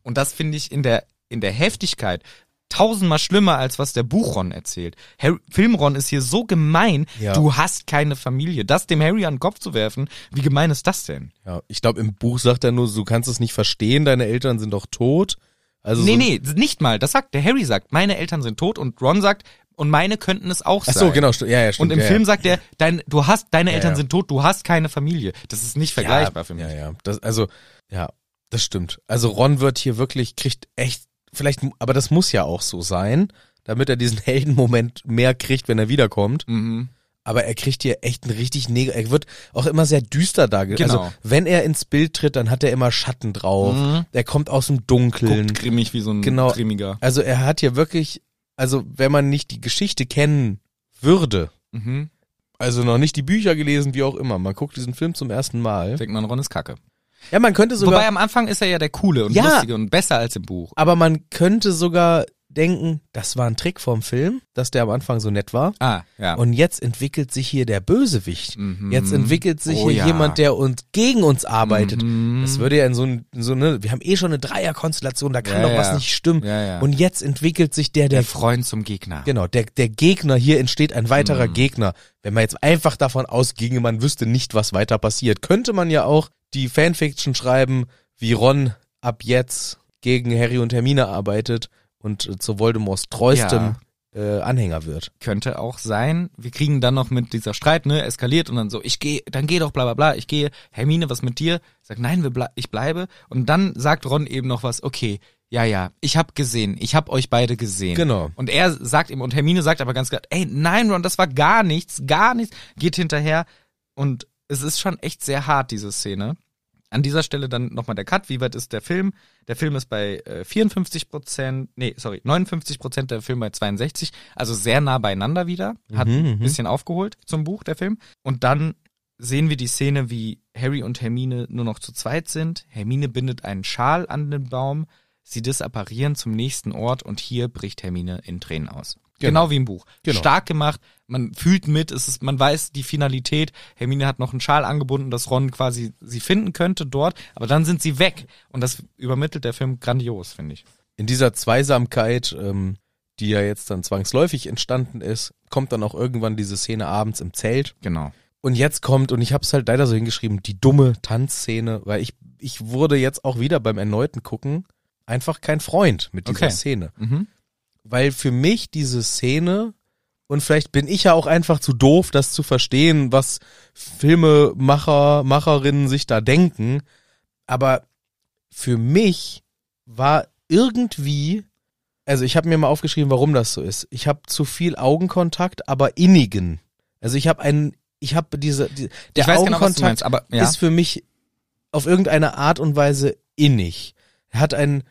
Und das finde ich in der, in der Heftigkeit tausendmal schlimmer, als was der Buchron erzählt. Harry, Filmron ist hier so gemein,
Ja.
du hast keine Familie. Das dem Harry an den Kopf zu werfen, wie gemein ist das denn?
Ja, ich glaube, im Buch sagt er nur, du kannst es nicht verstehen, deine Eltern sind doch tot. Also
Nee,
so,
nee, nicht mal. Das sagt, der Harry sagt, meine Eltern sind tot und Ron sagt, und meine könnten es auch
Ach
sein.
so, genau, sti- ja, ja, stimmt.
Und im
ja,
Film
ja.
sagt er, dein, du hast, deine Eltern
ja.
sind tot, du hast keine Familie. Das ist nicht vergleichbar für mich.
Ja, ja, das, also, ja, das stimmt. Also Ron wird hier wirklich, kriegt echt, vielleicht, aber das muss ja auch so sein, damit er diesen Heldenmoment mehr kriegt, wenn er wiederkommt.
Mhm.
Aber er kriegt hier echt einen richtig neg er wird auch immer sehr düster dargestellt.
Genau. Mhm.
Also, wenn er ins Bild tritt, dann hat er immer Schatten drauf. Er kommt aus dem Dunkeln.
Guckt grimmig wie so ein
Genau.
grimmiger.
Also er hat hier wirklich, also wenn man nicht die Geschichte kennen würde,
Mhm.
also noch nicht die Bücher gelesen, wie auch immer, man guckt diesen Film zum ersten Mal.
Denkt man, Ron ist kacke.
Ja, man könnte sogar
Wobei am Anfang ist er ja der coole und
Ja.
lustige und besser als im Buch.
Aber man könnte sogar denken, das war ein Trick vom Film, dass der am Anfang so nett war.
Ah, ja.
Und jetzt entwickelt sich hier der Bösewicht.
Mhm.
Jetzt entwickelt sich
Oh
hier
ja.
jemand, der uns gegen uns arbeitet.
Mhm.
Das würde ja in so, ein- in so eine, wir haben eh schon eine Dreierkonstellation, da kann
Ja,
doch was
ja.
nicht stimmen.
Ja, ja.
Und jetzt entwickelt sich der, der,
der Freund zum Gegner.
genau, der, der Gegner, hier entsteht ein weiterer Gegner. Wenn man jetzt einfach davon ausginge, man wüsste nicht, was weiter passiert, könnte man ja auch die Fanfiction schreiben, wie Ron ab jetzt gegen Harry und Hermine arbeitet und äh, zu Voldemorts treuestem äh, Anhänger wird.
könnte auch sein, wir kriegen dann noch mit dieser Streit, ne, eskaliert und dann so, ich gehe, dann geh doch, bla bla bla, ich gehe, Hermine, was mit dir? Sagt, nein, wir ble ich bleibe. Und dann sagt Ron eben noch was, okay, ja, ja, ich hab gesehen, ich hab euch beide gesehen.
Genau.
Und er sagt ihm, und Hermine sagt aber ganz klar, ey, nein, Ron, das war gar nichts, gar nichts, geht hinterher. Und es ist schon echt sehr hart, diese Szene. An dieser Stelle dann nochmal der Cut. Wie weit ist der Film? Der Film ist bei äh, 54 Prozent, nee, sorry, 59 Prozent, der Film bei 62. Also sehr nah beieinander wieder. Hat ein bisschen aufgeholt zum Buch, der Film. Und dann sehen wir die Szene, wie Harry und Hermine nur noch zu zweit sind. Hermine bindet einen Schal an den Baum. Sie disapparieren zum nächsten Ort und hier bricht Hermine in Tränen aus. Genau,
Genau.
wie im Buch.
Genau.
Stark gemacht, man fühlt mit, es ist, man weiß die Finalität. Hermine hat noch einen Schal angebunden, dass Ron quasi sie finden könnte dort, aber dann sind sie weg. Und das übermittelt der Film grandios, finde ich.
In dieser Zweisamkeit, ähm, die ja jetzt dann zwangsläufig entstanden ist, kommt dann auch irgendwann diese Szene abends im Zelt.
Genau.
Und jetzt kommt, und ich habe es halt leider so hingeschrieben, die dumme Tanzszene, weil ich, ich wurde jetzt auch wieder beim erneuten Gucken einfach kein Freund mit dieser
Okay.
Szene.
Mhm.
Weil für mich diese Szene, und vielleicht bin ich ja auch einfach zu doof, das zu verstehen, was Filmemacher, Macherinnen sich da denken, aber für mich war irgendwie, also ich habe mir mal aufgeschrieben, warum das so ist. Ich habe zu viel Augenkontakt, aber innigen. Also ich habe einen, ich habe diese, die, der
Ich weiß genau, was
Augenkontakt
du meinst, aber ja.
ist für mich auf irgendeine Art und Weise innig. Er hat ein,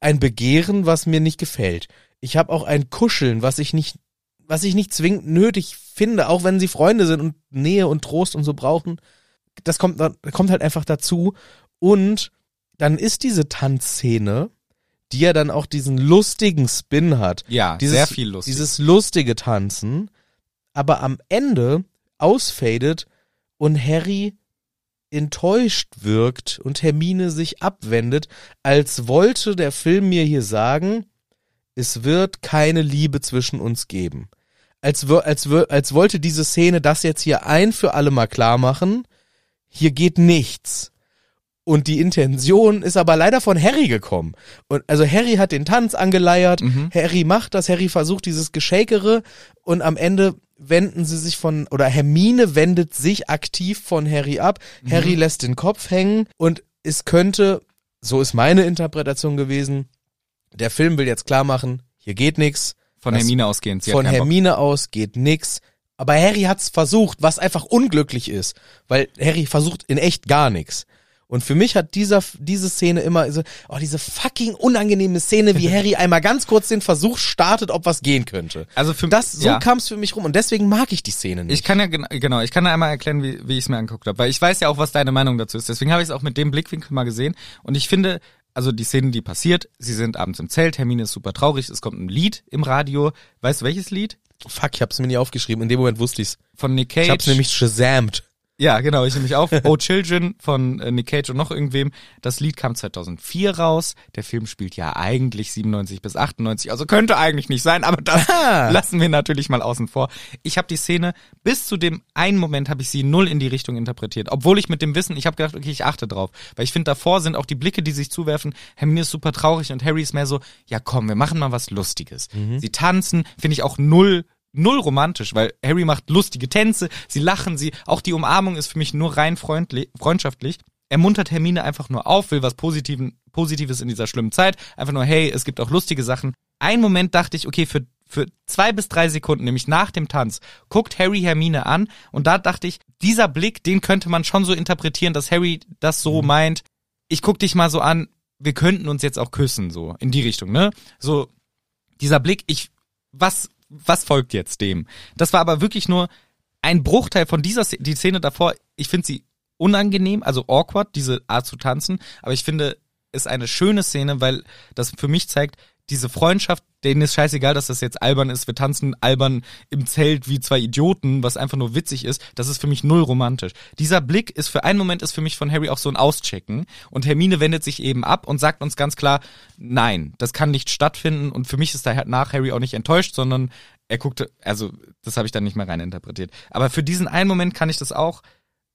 ein Begehren, was mir nicht gefällt. Ich habe auch ein Kuscheln, was ich nicht, was ich nicht zwingend nötig finde, auch wenn sie Freunde sind und Nähe und Trost und so brauchen. das kommt, da- kommt halt einfach dazu. Und dann ist diese Tanzszene, die ja dann auch diesen lustigen Spin hat.
Ja,
Dieses-
sehr viel lustig.
Dieses lustige Tanzen, aber am Ende ausfadet und Harry enttäuscht wirkt und Hermine sich abwendet, als wollte der Film mir hier sagen, es wird keine Liebe zwischen uns geben. Als, wö- als, wö- als wollte diese Szene das jetzt hier ein für alle mal klar machen, hier geht nichts. Und die Intention ist aber leider von Harry gekommen. Und also Harry hat den Tanz angeleiert,
Mhm.
Harry macht das, Harry versucht dieses Geschäkere und am Ende wenden sie sich von, oder Hermine wendet sich aktiv von Harry ab, Harry lässt den Kopf hängen und es könnte, so ist meine Interpretation gewesen, der Film will jetzt klar machen, hier geht nichts,
von
das-
Hermine ausgehend. Sie hat
von
keinen Bock.
Hermine aus geht nix. Aber Harry hat's versucht, was einfach unglücklich ist, weil Harry versucht in echt gar nix. Und für mich hat dieser, diese Szene immer so, oh, diese fucking unangenehme Szene, wie Harry einmal ganz kurz den Versuch startet, ob was gehen könnte.
Also für
Das, so
ja.
kam's für mich rum und deswegen mag ich die Szene nicht.
Ich kann ja gen- genau, ich kann ja einmal erklären, wie, wie ich es mir angeguckt habe, weil ich weiß ja auch, was deine Meinung dazu ist. Deswegen habe ich es auch mit dem Blickwinkel mal gesehen und ich finde, also die Szenen, die passiert, sie sind abends im Zelt, Hermine ist super traurig, es kommt ein Lied im Radio. Weißt du welches Lied?
Fuck, ich hab's mir nie aufgeschrieben, in dem Moment wusste ich's.
Von Nick Cage.
Ich hab's nämlich shazamt.
ja, genau, ich nämlich auch. oh Children von äh, Nick Cage und noch irgendwem. Das Lied kam 2004 raus. Der Film spielt ja eigentlich 97 bis 98, also könnte eigentlich nicht sein, aber das
Ah.
lassen wir natürlich mal außen vor. Ich habe die Szene bis zu dem einen Moment habe ich sie null in die Richtung interpretiert, obwohl ich mit dem Wissen, ich habe gedacht, okay, ich achte drauf, weil ich finde davor sind auch die Blicke, die sich zuwerfen. Hermine ist super traurig und Harry ist mehr so, ja komm, wir machen mal was Lustiges. Sie tanzen, finde ich auch null null romantisch, weil Harry macht lustige Tänze, sie lachen, sie auch die Umarmung ist für mich nur rein freundlich, freundschaftlich. Er muntert Hermine einfach nur auf, will was Positiven, Positives in dieser schlimmen Zeit. Einfach nur, hey, es gibt auch lustige Sachen. Ein Moment dachte ich, okay, für, für zwei bis drei Sekunden, nämlich nach dem Tanz, guckt Harry Hermine an und da dachte ich, dieser Blick, den könnte man schon so interpretieren, dass Harry das so meint. Ich guck dich mal so an, wir könnten uns jetzt auch küssen, so, in die Richtung, ne? So, dieser Blick, ich, was, was folgt jetzt dem? Das war aber wirklich nur ein Bruchteil von dieser Szene, die Szene davor, ich finde sie unangenehm, also awkward, diese Art zu tanzen, aber ich finde es eine schöne Szene, weil das für mich zeigt, diese Freundschaft, denen ist scheißegal, dass das jetzt albern ist, wir tanzen albern im Zelt wie zwei Idioten, was einfach nur witzig ist, das ist für mich null romantisch. Dieser Blick ist für einen Moment ist für mich von Harry auch so ein Auschecken und Hermine wendet sich eben ab und sagt uns ganz klar, nein, das kann nicht stattfinden und für mich ist danach Harry auch nicht enttäuscht, sondern er guckte, also das habe ich dann nicht mehr reininterpretiert. Aber für diesen einen Moment kann ich das auch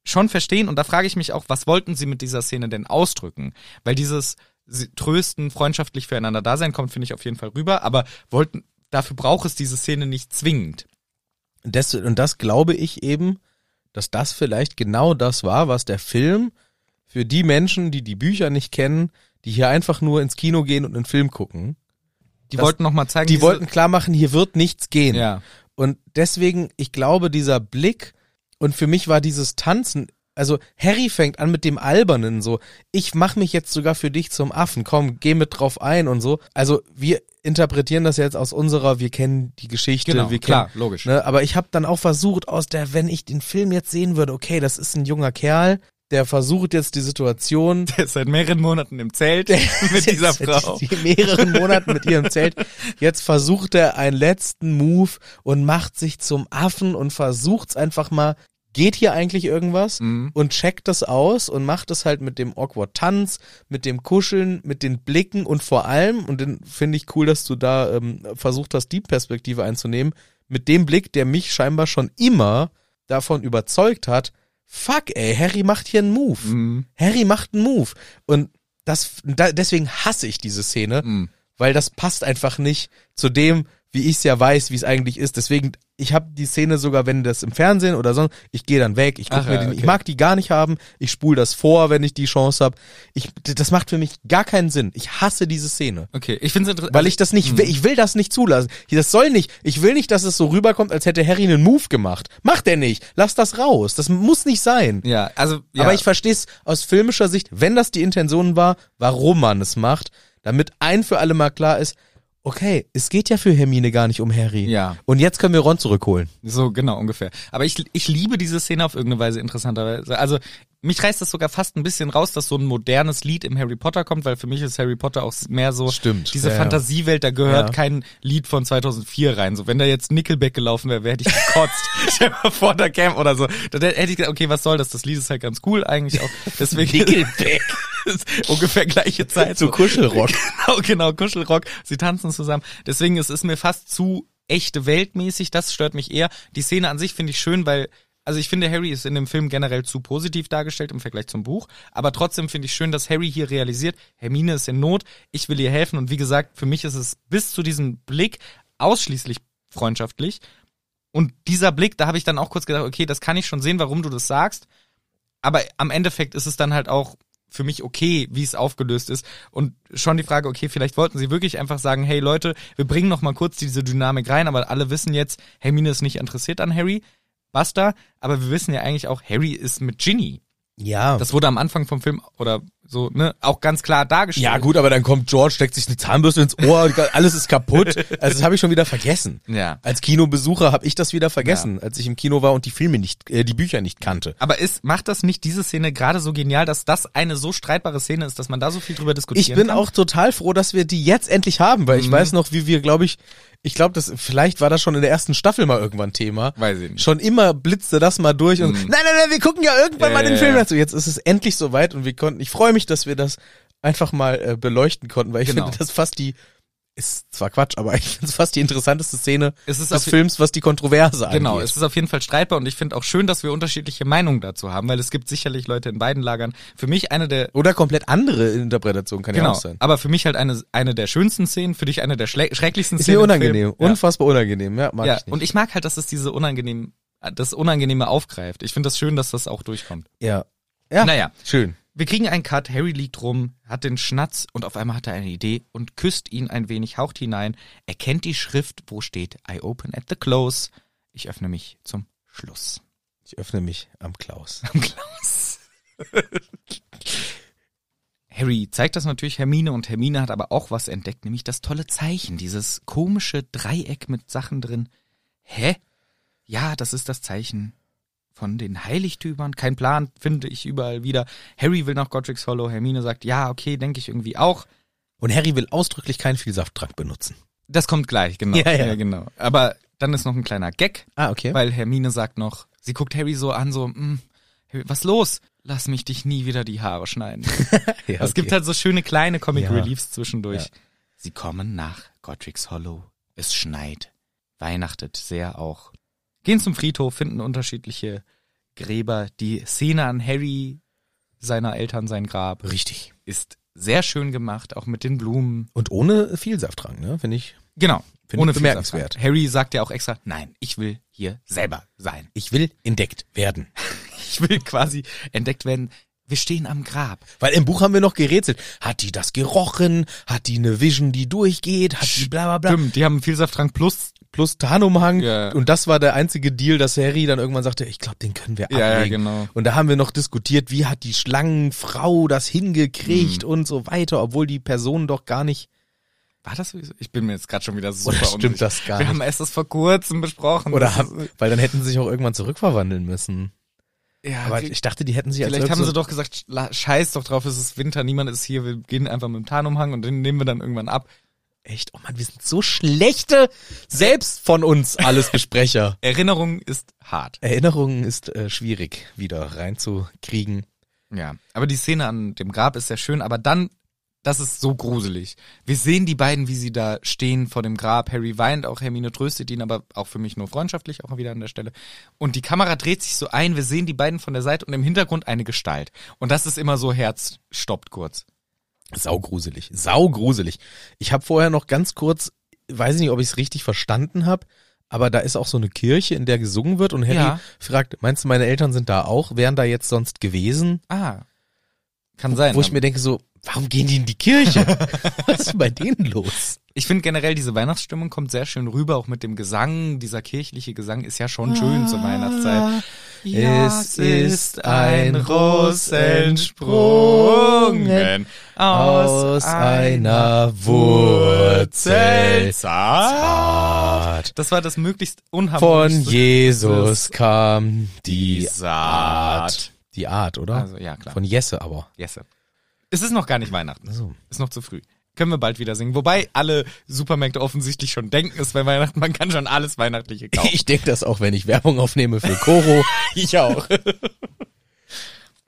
schon verstehen und da frage ich mich auch, was wollten sie mit dieser Szene denn ausdrücken? Weil dieses sie- Trösten, freundschaftlich füreinander da sein kommt, finde ich auf jeden Fall rüber, aber wollten, dafür braucht es diese Szene nicht zwingend.
Und das, und das glaube ich eben, dass das vielleicht genau das war, was der Film für die Menschen, die die Bücher nicht kennen, die hier einfach nur ins Kino gehen und einen Film gucken,
Die
Das-
wollten nochmal zeigen,
die
diese-
wollten klar machen, hier wird nichts gehen.
ja.
Und deswegen, ich glaube, dieser Blick und für mich war dieses Tanzen, also Harry fängt an mit dem Albernen so, ich mach mich jetzt sogar für dich zum Affen, komm, geh mit drauf ein und so. Also wir interpretieren das jetzt aus unserer, wir kennen die Geschichte,
Genau,
wir
klar,
kennen,
logisch.
Ne, aber ich habe dann auch versucht, aus der, wenn ich den Film jetzt sehen würde, okay, das ist ein junger Kerl, der versucht jetzt die Situation
Der ist seit mehreren Monaten im Zelt mit dieser Frau.
die mehreren Monaten mit ihrem Zelt. Jetzt versucht er einen letzten Move und macht sich zum Affen und versucht's einfach mal. Geht hier eigentlich irgendwas?
Mhm.
Und checkt das aus und macht es halt mit dem awkward Tanz, mit dem Kuscheln, mit den Blicken und vor allem, und dann finde ich cool, dass du da ähm, versucht hast, die Perspektive einzunehmen, mit dem Blick, der mich scheinbar schon immer davon überzeugt hat, fuck ey, Harry macht hier einen Move.
Mhm.
Harry macht einen Move. Und das, da, deswegen hasse ich diese Szene,
Mhm.
weil das passt einfach nicht zu dem, wie ich es ja weiß, wie es eigentlich ist. Deswegen, ich habe die Szene sogar, wenn das im Fernsehen oder sonst, ich gehe dann weg. Ich, guck
Ach
mir
ja,
die, ich
okay.
mag die gar nicht haben. Ich spule das vor, wenn ich die Chance habe. Ich, das macht für mich gar keinen Sinn. Ich hasse diese Szene.
Okay, ich also finde es interessant.
Weil ich das nicht
Hm.
will, ich will das nicht zulassen. Das soll nicht, ich will nicht, dass es so rüberkommt, als hätte Harry einen Move gemacht. Macht er nicht. Lass das raus. Das muss nicht sein.
ja, also ja.
Aber ich verstehe es aus filmischer Sicht, wenn das die Intention war, warum man es macht, damit ein für alle mal klar ist, okay, es geht ja für Hermine gar nicht um Harry.
Ja.
Und jetzt können wir Ron zurückholen.
So, genau, ungefähr. Aber ich, ich liebe diese Szene auf irgendeine Weise interessanterweise. Also, Mich reißt das sogar fast ein bisschen raus, dass so ein modernes Lied im Harry Potter kommt, weil für mich ist Harry Potter auch mehr so
Stimmt,
diese
ja, ja.
Fantasiewelt, da gehört
Ja.
kein Lied von 2004 rein. So, wenn da jetzt Nickelback gelaufen wäre, wär, hätte ich gekotzt. Stell dir mal vor, da Camp oder so. Da hätte ich gedacht, okay, was soll das? Das Lied ist halt ganz cool eigentlich auch. Deswegen Nickelback. ungefähr gleiche Zeit.
Zu Kuschelrock.
Genau, genau, Kuschelrock. Sie tanzen zusammen. Deswegen, es ist mir fast zu echte weltmäßig. Das stört mich eher. Die Szene an sich finde ich schön, weil, also ich finde, Harry ist in dem Film generell zu positiv dargestellt im Vergleich zum Buch. Aber trotzdem finde ich schön, dass Harry hier realisiert, Hermine ist in Not, ich will ihr helfen. Und wie gesagt, für mich ist es bis zu diesem Blick ausschließlich freundschaftlich. Und dieser Blick, da habe ich dann auch kurz gedacht, okay, das kann ich schon sehen, warum du das sagst. Aber am Endeffekt ist es dann halt auch für mich okay, wie es aufgelöst ist. Und schon die Frage, okay, vielleicht wollten sie wirklich einfach sagen, hey Leute, wir bringen noch mal kurz diese Dynamik rein, aber alle wissen jetzt, Hermine ist nicht interessiert an Harry. Basta, aber wir wissen ja eigentlich auch, Harry ist mit Ginny.
Ja.
Das wurde am Anfang vom Film oder so, ne, auch ganz klar dargestellt.
ja gut, aber dann kommt George, steckt sich eine Zahnbürste ins Ohr, und alles ist kaputt. Also das habe ich schon wieder vergessen.
Ja.
Als Kinobesucher habe ich das wieder vergessen, als ich im Kino war und die Filme nicht, äh, die Bücher nicht kannte.
Aber ist, macht das nicht diese Szene gerade so genial, dass das eine so streitbare Szene ist, dass man da so viel drüber diskutieren
Ich bin
kann? Mhm.
auch total froh, dass wir die jetzt endlich haben, weil ich weiß noch, wie wir, glaube ich, ich glaube, das vielleicht war das schon in der ersten Staffel mal irgendwann Thema.
Weiß ich nicht. Mhm.
Schon immer blitzte das mal durch und nein, nein, nein, wir gucken ja irgendwann
Ja,
mal den
ja,
Film
ja.
dazu. Jetzt ist es endlich soweit und wir konnten. Ich freue mich, dass wir das einfach mal äh, beleuchten konnten, weil ich
Genau.
finde, das fast die ist zwar Quatsch, aber ich finde es fast die interessanteste Szene
Es ist
des
auf je-
Films, was die Kontroverse angeht.
Genau, es ist auf jeden Fall streitbar und ich finde auch schön, dass wir unterschiedliche Meinungen dazu haben, weil es gibt sicherlich Leute in beiden Lagern. Für mich eine der
Oder komplett andere Interpretation kann ja
genau,
auch sein.
aber für mich halt eine eine der schönsten Szenen, für dich eine der schlä- schrecklichsten
Ist
Szenen.
mir
im
unangenehm,
Film.
unfassbar unangenehm, ja, mag
Ja, ja.
ich nicht.
und ich mag halt, dass es diese unangenehm das Unangenehme aufgreift. Ich finde das schön, dass das auch durchkommt.
ja. ja.
Naja.
Schön.
Wir kriegen einen Cut, Harry liegt rum, hat den Schnatz und auf einmal hat er eine Idee und küsst ihn ein wenig, haucht hinein, erkennt die Schrift, wo steht I open at the close. Ich öffne mich zum Schluss.
Ich öffne mich am Klaus.
Am Klaus. Harry zeigt das natürlich Hermine und Hermine hat aber auch was entdeckt, nämlich das tolle Zeichen, dieses komische Dreieck mit Sachen drin. Hä? Ja, das ist das Zeichen von den Heiligtümern. Kein Plan, finde ich überall wieder. Harry will nach Godric's Hollow, Hermine sagt, ja, okay, denke ich irgendwie auch.
Und Harry will ausdrücklich keinen Vielsafttrank benutzen.
Das kommt gleich, genau.
Ja, ja.
genau. Aber dann ist noch ein kleiner Gag.
Ah, okay.
Weil Hermine sagt noch, sie guckt Harry so an, so, "Mm, Harry, was los? Lass mich dich nie wieder die Haare schneiden.
ja,
Es gibt halt so schöne kleine Comic
Ja.
Reliefs zwischendurch.
Ja.
Sie kommen nach Godric's Hollow. Es schneit. Weihnachtet sehr auch. Gehen zum Friedhof, finden unterschiedliche Gräber. Die Szene an Harry, seiner Eltern, sein Grab,
Richtig.
ist sehr schön gemacht, auch mit den Blumen.
Und ohne Vielsafttrank, ne? Finde ich.
Genau.
Finde ich
viel
bemerkenswert.
Safran. Harry sagt ja auch extra, nein, ich will hier selber sein.
Ich will entdeckt werden.
Ich will quasi entdeckt werden. Wir stehen am Grab.
Weil im Buch haben wir noch gerätselt. Hat die das gerochen? Hat die eine Vision, die durchgeht? Hat die bla bla bla?
Stimmt, die haben einen Vielsafttrank plus.
Plus Tarnumhang.
Ja, ja.
Und das war der einzige Deal, dass Harry dann irgendwann sagte, ich glaube, den können wir
Ja, ja,
ablegen.
genau.
Und da haben wir noch diskutiert, wie hat die Schlangenfrau das hingekriegt
Mhm.
und so weiter, obwohl die Person doch gar nicht
War das sowieso? Ich bin mir jetzt gerade schon wieder super
Oder stimmt
unsicher.
das gar
Wir
nicht?
haben erst das vor kurzem besprochen.
Oder
Das
haben,
ist-
weil dann hätten sie sich auch irgendwann zurückverwandeln müssen.
ja,
Aber
wir-
ich dachte, die hätten sich als
vielleicht haben sie
irgend
doch gesagt, schla- scheiß doch drauf, es ist Winter, niemand ist hier, wir gehen einfach mit dem Tarnumhang und den nehmen wir dann irgendwann ab.
echt, oh man, wir sind so schlechte selbst von uns alles Besprecher.
Erinnerung ist hart.
Erinnerungen ist äh, schwierig wieder reinzukriegen.
Ja, aber die Szene an dem Grab ist sehr schön, aber dann, das ist so gruselig. Wir sehen die beiden, wie sie da stehen vor dem Grab. Harry weint, auch Hermine tröstet ihn, aber auch für mich nur freundschaftlich, auch wieder an der Stelle. Und die Kamera dreht sich so ein, wir sehen die beiden von der Seite und im Hintergrund eine Gestalt. Und das ist immer so, Herz stoppt kurz.
Saugruselig, saugruselig. Ich habe vorher noch ganz kurz, weiß ich nicht, ob ich es richtig verstanden habe, aber da ist auch so eine Kirche, in der gesungen wird und Harry
Ja.
fragt, meinst du, meine Eltern sind da auch? Wären da jetzt sonst gewesen?
Ah. Kann sein.
Wo ich mir denke so, warum gehen die in die Kirche? Was ist bei denen los?
Ich finde generell, diese Weihnachtsstimmung kommt sehr schön rüber, auch mit dem Gesang. Dieser kirchliche Gesang ist ja schon schön zur Weihnachtszeit.
Ah, Es ist ein Rosensprungen aus einer Wurzel zart.
Das war das möglichst
Von
unharmonischste.
Jesus kam die
Saat.
Die Art, oder?
Also, ja, klar.
Von Jesse aber.
Jesse. Es ist noch gar nicht Weihnachten.
So.
Ist noch zu früh. Können wir bald wieder singen. Wobei alle Supermärkte offensichtlich schon denken, es wäre Weihnachten. Man kann schon alles Weihnachtliche kaufen.
Ich denke das auch, wenn ich Werbung aufnehme für Koro.
ich auch.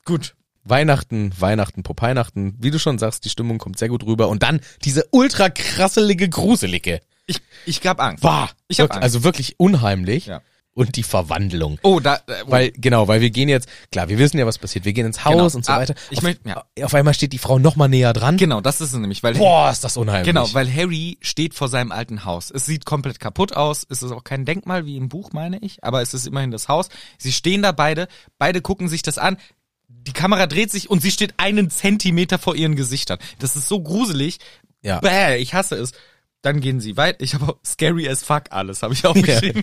Gut.
Weihnachten, Weihnachten, Popeinachten. Wie du schon sagst, die Stimmung kommt sehr gut rüber. Und dann diese ultra krasselige Gruselige.
Ich, ich gab Angst.
Bah!
Ich hab
Wirk-
Angst.
Also wirklich unheimlich.
Ja.
Und die Verwandlung.
Oh, da, äh, oh,
Weil, genau, weil wir gehen jetzt, klar, wir wissen ja, was passiert. Wir gehen ins Haus
Genau.
und so
Ah,
weiter.
ich
auf,
möchte- ja.
auf einmal steht die Frau noch mal näher dran.
genau, das ist es nämlich, weil
Boah, ist das unheimlich.
Genau, weil Harry steht vor seinem alten Haus. Es sieht komplett kaputt aus. Es ist auch kein Denkmal wie im Buch, meine ich, aber es ist immerhin das Haus. Sie stehen da beide, beide gucken sich das an. Die Kamera dreht sich und sie steht einen Zentimeter vor ihren Gesichtern. Das ist so gruselig.
Ja.
Bäh, ich hasse es. Dann gehen sie weit. Ich habe auch scary as fuck alles, habe ich auch geschrieben.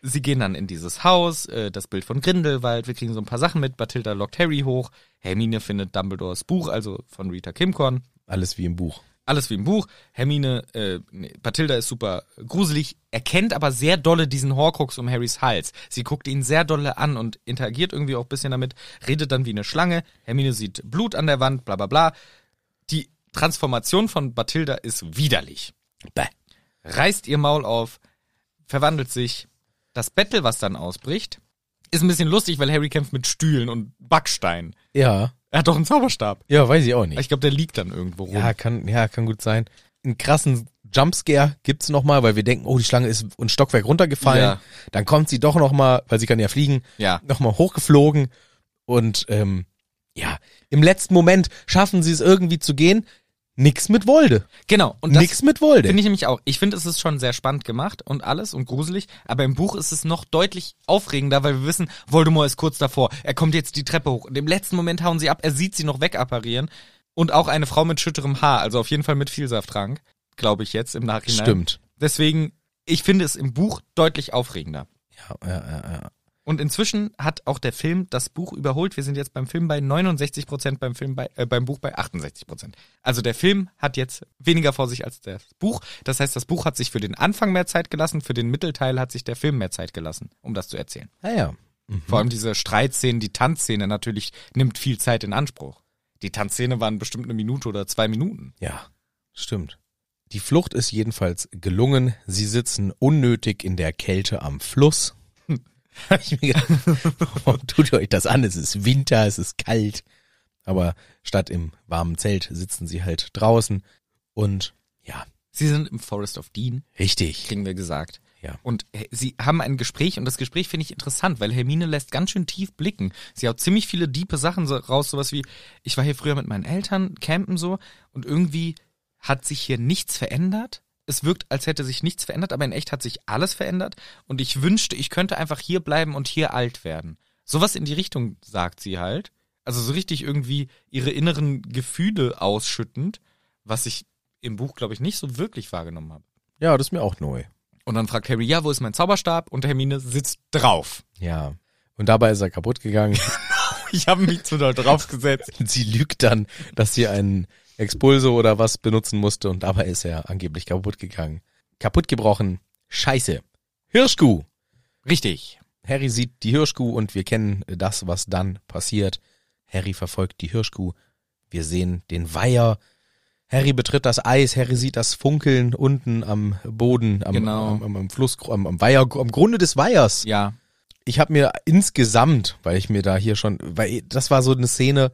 Sie gehen dann in dieses Haus, äh, das Bild von Grindelwald, wir kriegen so ein paar Sachen mit. Bathilda lockt Harry hoch, Hermine findet Dumbledores Buch, also von Rita Kimcorn
Alles wie im Buch.
alles wie im Buch. Hermine, äh, nee, Bathilda ist super gruselig, erkennt aber sehr dolle diesen Horcrux um Harrys Hals. Sie guckt ihn sehr dolle an und interagiert irgendwie auch ein bisschen damit, redet dann wie eine Schlange. Hermine sieht Blut an der Wand, bla bla bla. Die Transformation von Bathilda ist widerlich.
Bäh.
Reißt ihr Maul auf, verwandelt sich. Das Battle, was dann ausbricht, ist ein bisschen lustig, weil Harry kämpft mit Stühlen und Backsteinen.
Ja.
Er hat doch einen Zauberstab.
Ja, weiß ich auch nicht.
Ich glaube, der liegt dann irgendwo rum.
Ja, kann, ja, kann gut sein. Einen krassen Jumpscare gibt's noch nochmal, weil wir denken, oh, die Schlange ist ein Stockwerk runtergefallen.
Ja.
Dann kommt sie doch nochmal, weil sie kann ja fliegen,
Ja.
nochmal hochgeflogen. Und ähm, ja, im letzten Moment schaffen sie es irgendwie zu gehen. Nix mit Wolde.
Genau. Und das,
Nix mit Wolde.
Finde ich nämlich auch. Ich finde, es ist schon sehr spannend gemacht und alles und gruselig, aber im Buch ist es noch deutlich aufregender, weil wir wissen, Voldemort ist kurz davor. Er kommt jetzt die Treppe hoch und im letzten Moment hauen sie ab, er sieht sie noch wegapparieren und auch eine Frau mit schütterem Haar, also auf jeden Fall mit viel Safttrank, glaube ich jetzt im Nachhinein.
Stimmt.
Deswegen, ich finde es im Buch deutlich aufregender.
Ja, ja, ja, ja.
Und inzwischen hat auch der Film das Buch überholt. Wir sind jetzt beim Film bei 69 Prozent, beim, Film bei, äh, beim Buch bei 68 Prozent. Also der Film hat jetzt weniger vor sich als das Buch. Das heißt, das Buch hat sich für den Anfang mehr Zeit gelassen, für den Mittelteil hat sich der Film mehr Zeit gelassen, um das zu erzählen.
Ah, ja. Mhm.
Vor allem diese Streitszenen, die Tanzszene natürlich nimmt viel Zeit in Anspruch. Die Tanzszene waren bestimmt eine Minute oder zwei Minuten.
Ja, stimmt. Die Flucht ist jedenfalls gelungen. Sie sitzen unnötig in der Kälte am Fluss. Hab ich mir gedacht, warum tut ihr euch das an? Es ist Winter, es ist kalt. Aber statt im warmen Zelt sitzen sie halt draußen. Und ja,
Sie sind im Forest of Dean.
richtig.
kriegen wir gesagt.
Ja.
Und äh, sie haben ein Gespräch und das Gespräch finde ich interessant, weil Hermine lässt ganz schön tief blicken. Sie haut ziemlich viele diepe Sachen so raus, sowas wie, ich war hier früher mit meinen Eltern, campen so und irgendwie hat sich hier nichts verändert. Es wirkt, als hätte sich nichts verändert, aber in echt hat sich alles verändert und ich wünschte, ich könnte einfach hier bleiben und hier alt werden. Sowas in die Richtung sagt sie halt. Also so richtig irgendwie ihre inneren Gefühle ausschüttend, was ich im Buch, glaube ich, nicht so wirklich wahrgenommen habe.
Ja, das ist mir auch neu.
Und dann fragt Harry, ja, wo ist mein Zauberstab? Und Hermine sitzt drauf.
Ja. Und dabei ist er kaputt gegangen.
Ich habe mich zu doll draufgesetzt.
sie lügt dann, dass sie einen Expulso oder was benutzen musste und dabei ist er angeblich kaputt gegangen. Kaputt gebrochen. Scheiße. Hirschkuh.
Richtig.
Harry sieht die Hirschkuh und wir kennen das, was dann passiert. Harry verfolgt die Hirschkuh. Wir sehen den Weiher. Harry betritt das Eis. Harry sieht das Funkeln unten am Boden, am,
Genau.
am, am, am Fluss, am, am Weiher, am Grunde des Weihers
Ja.
ich habe mir insgesamt, weil ich mir da hier schon, weil das war so eine Szene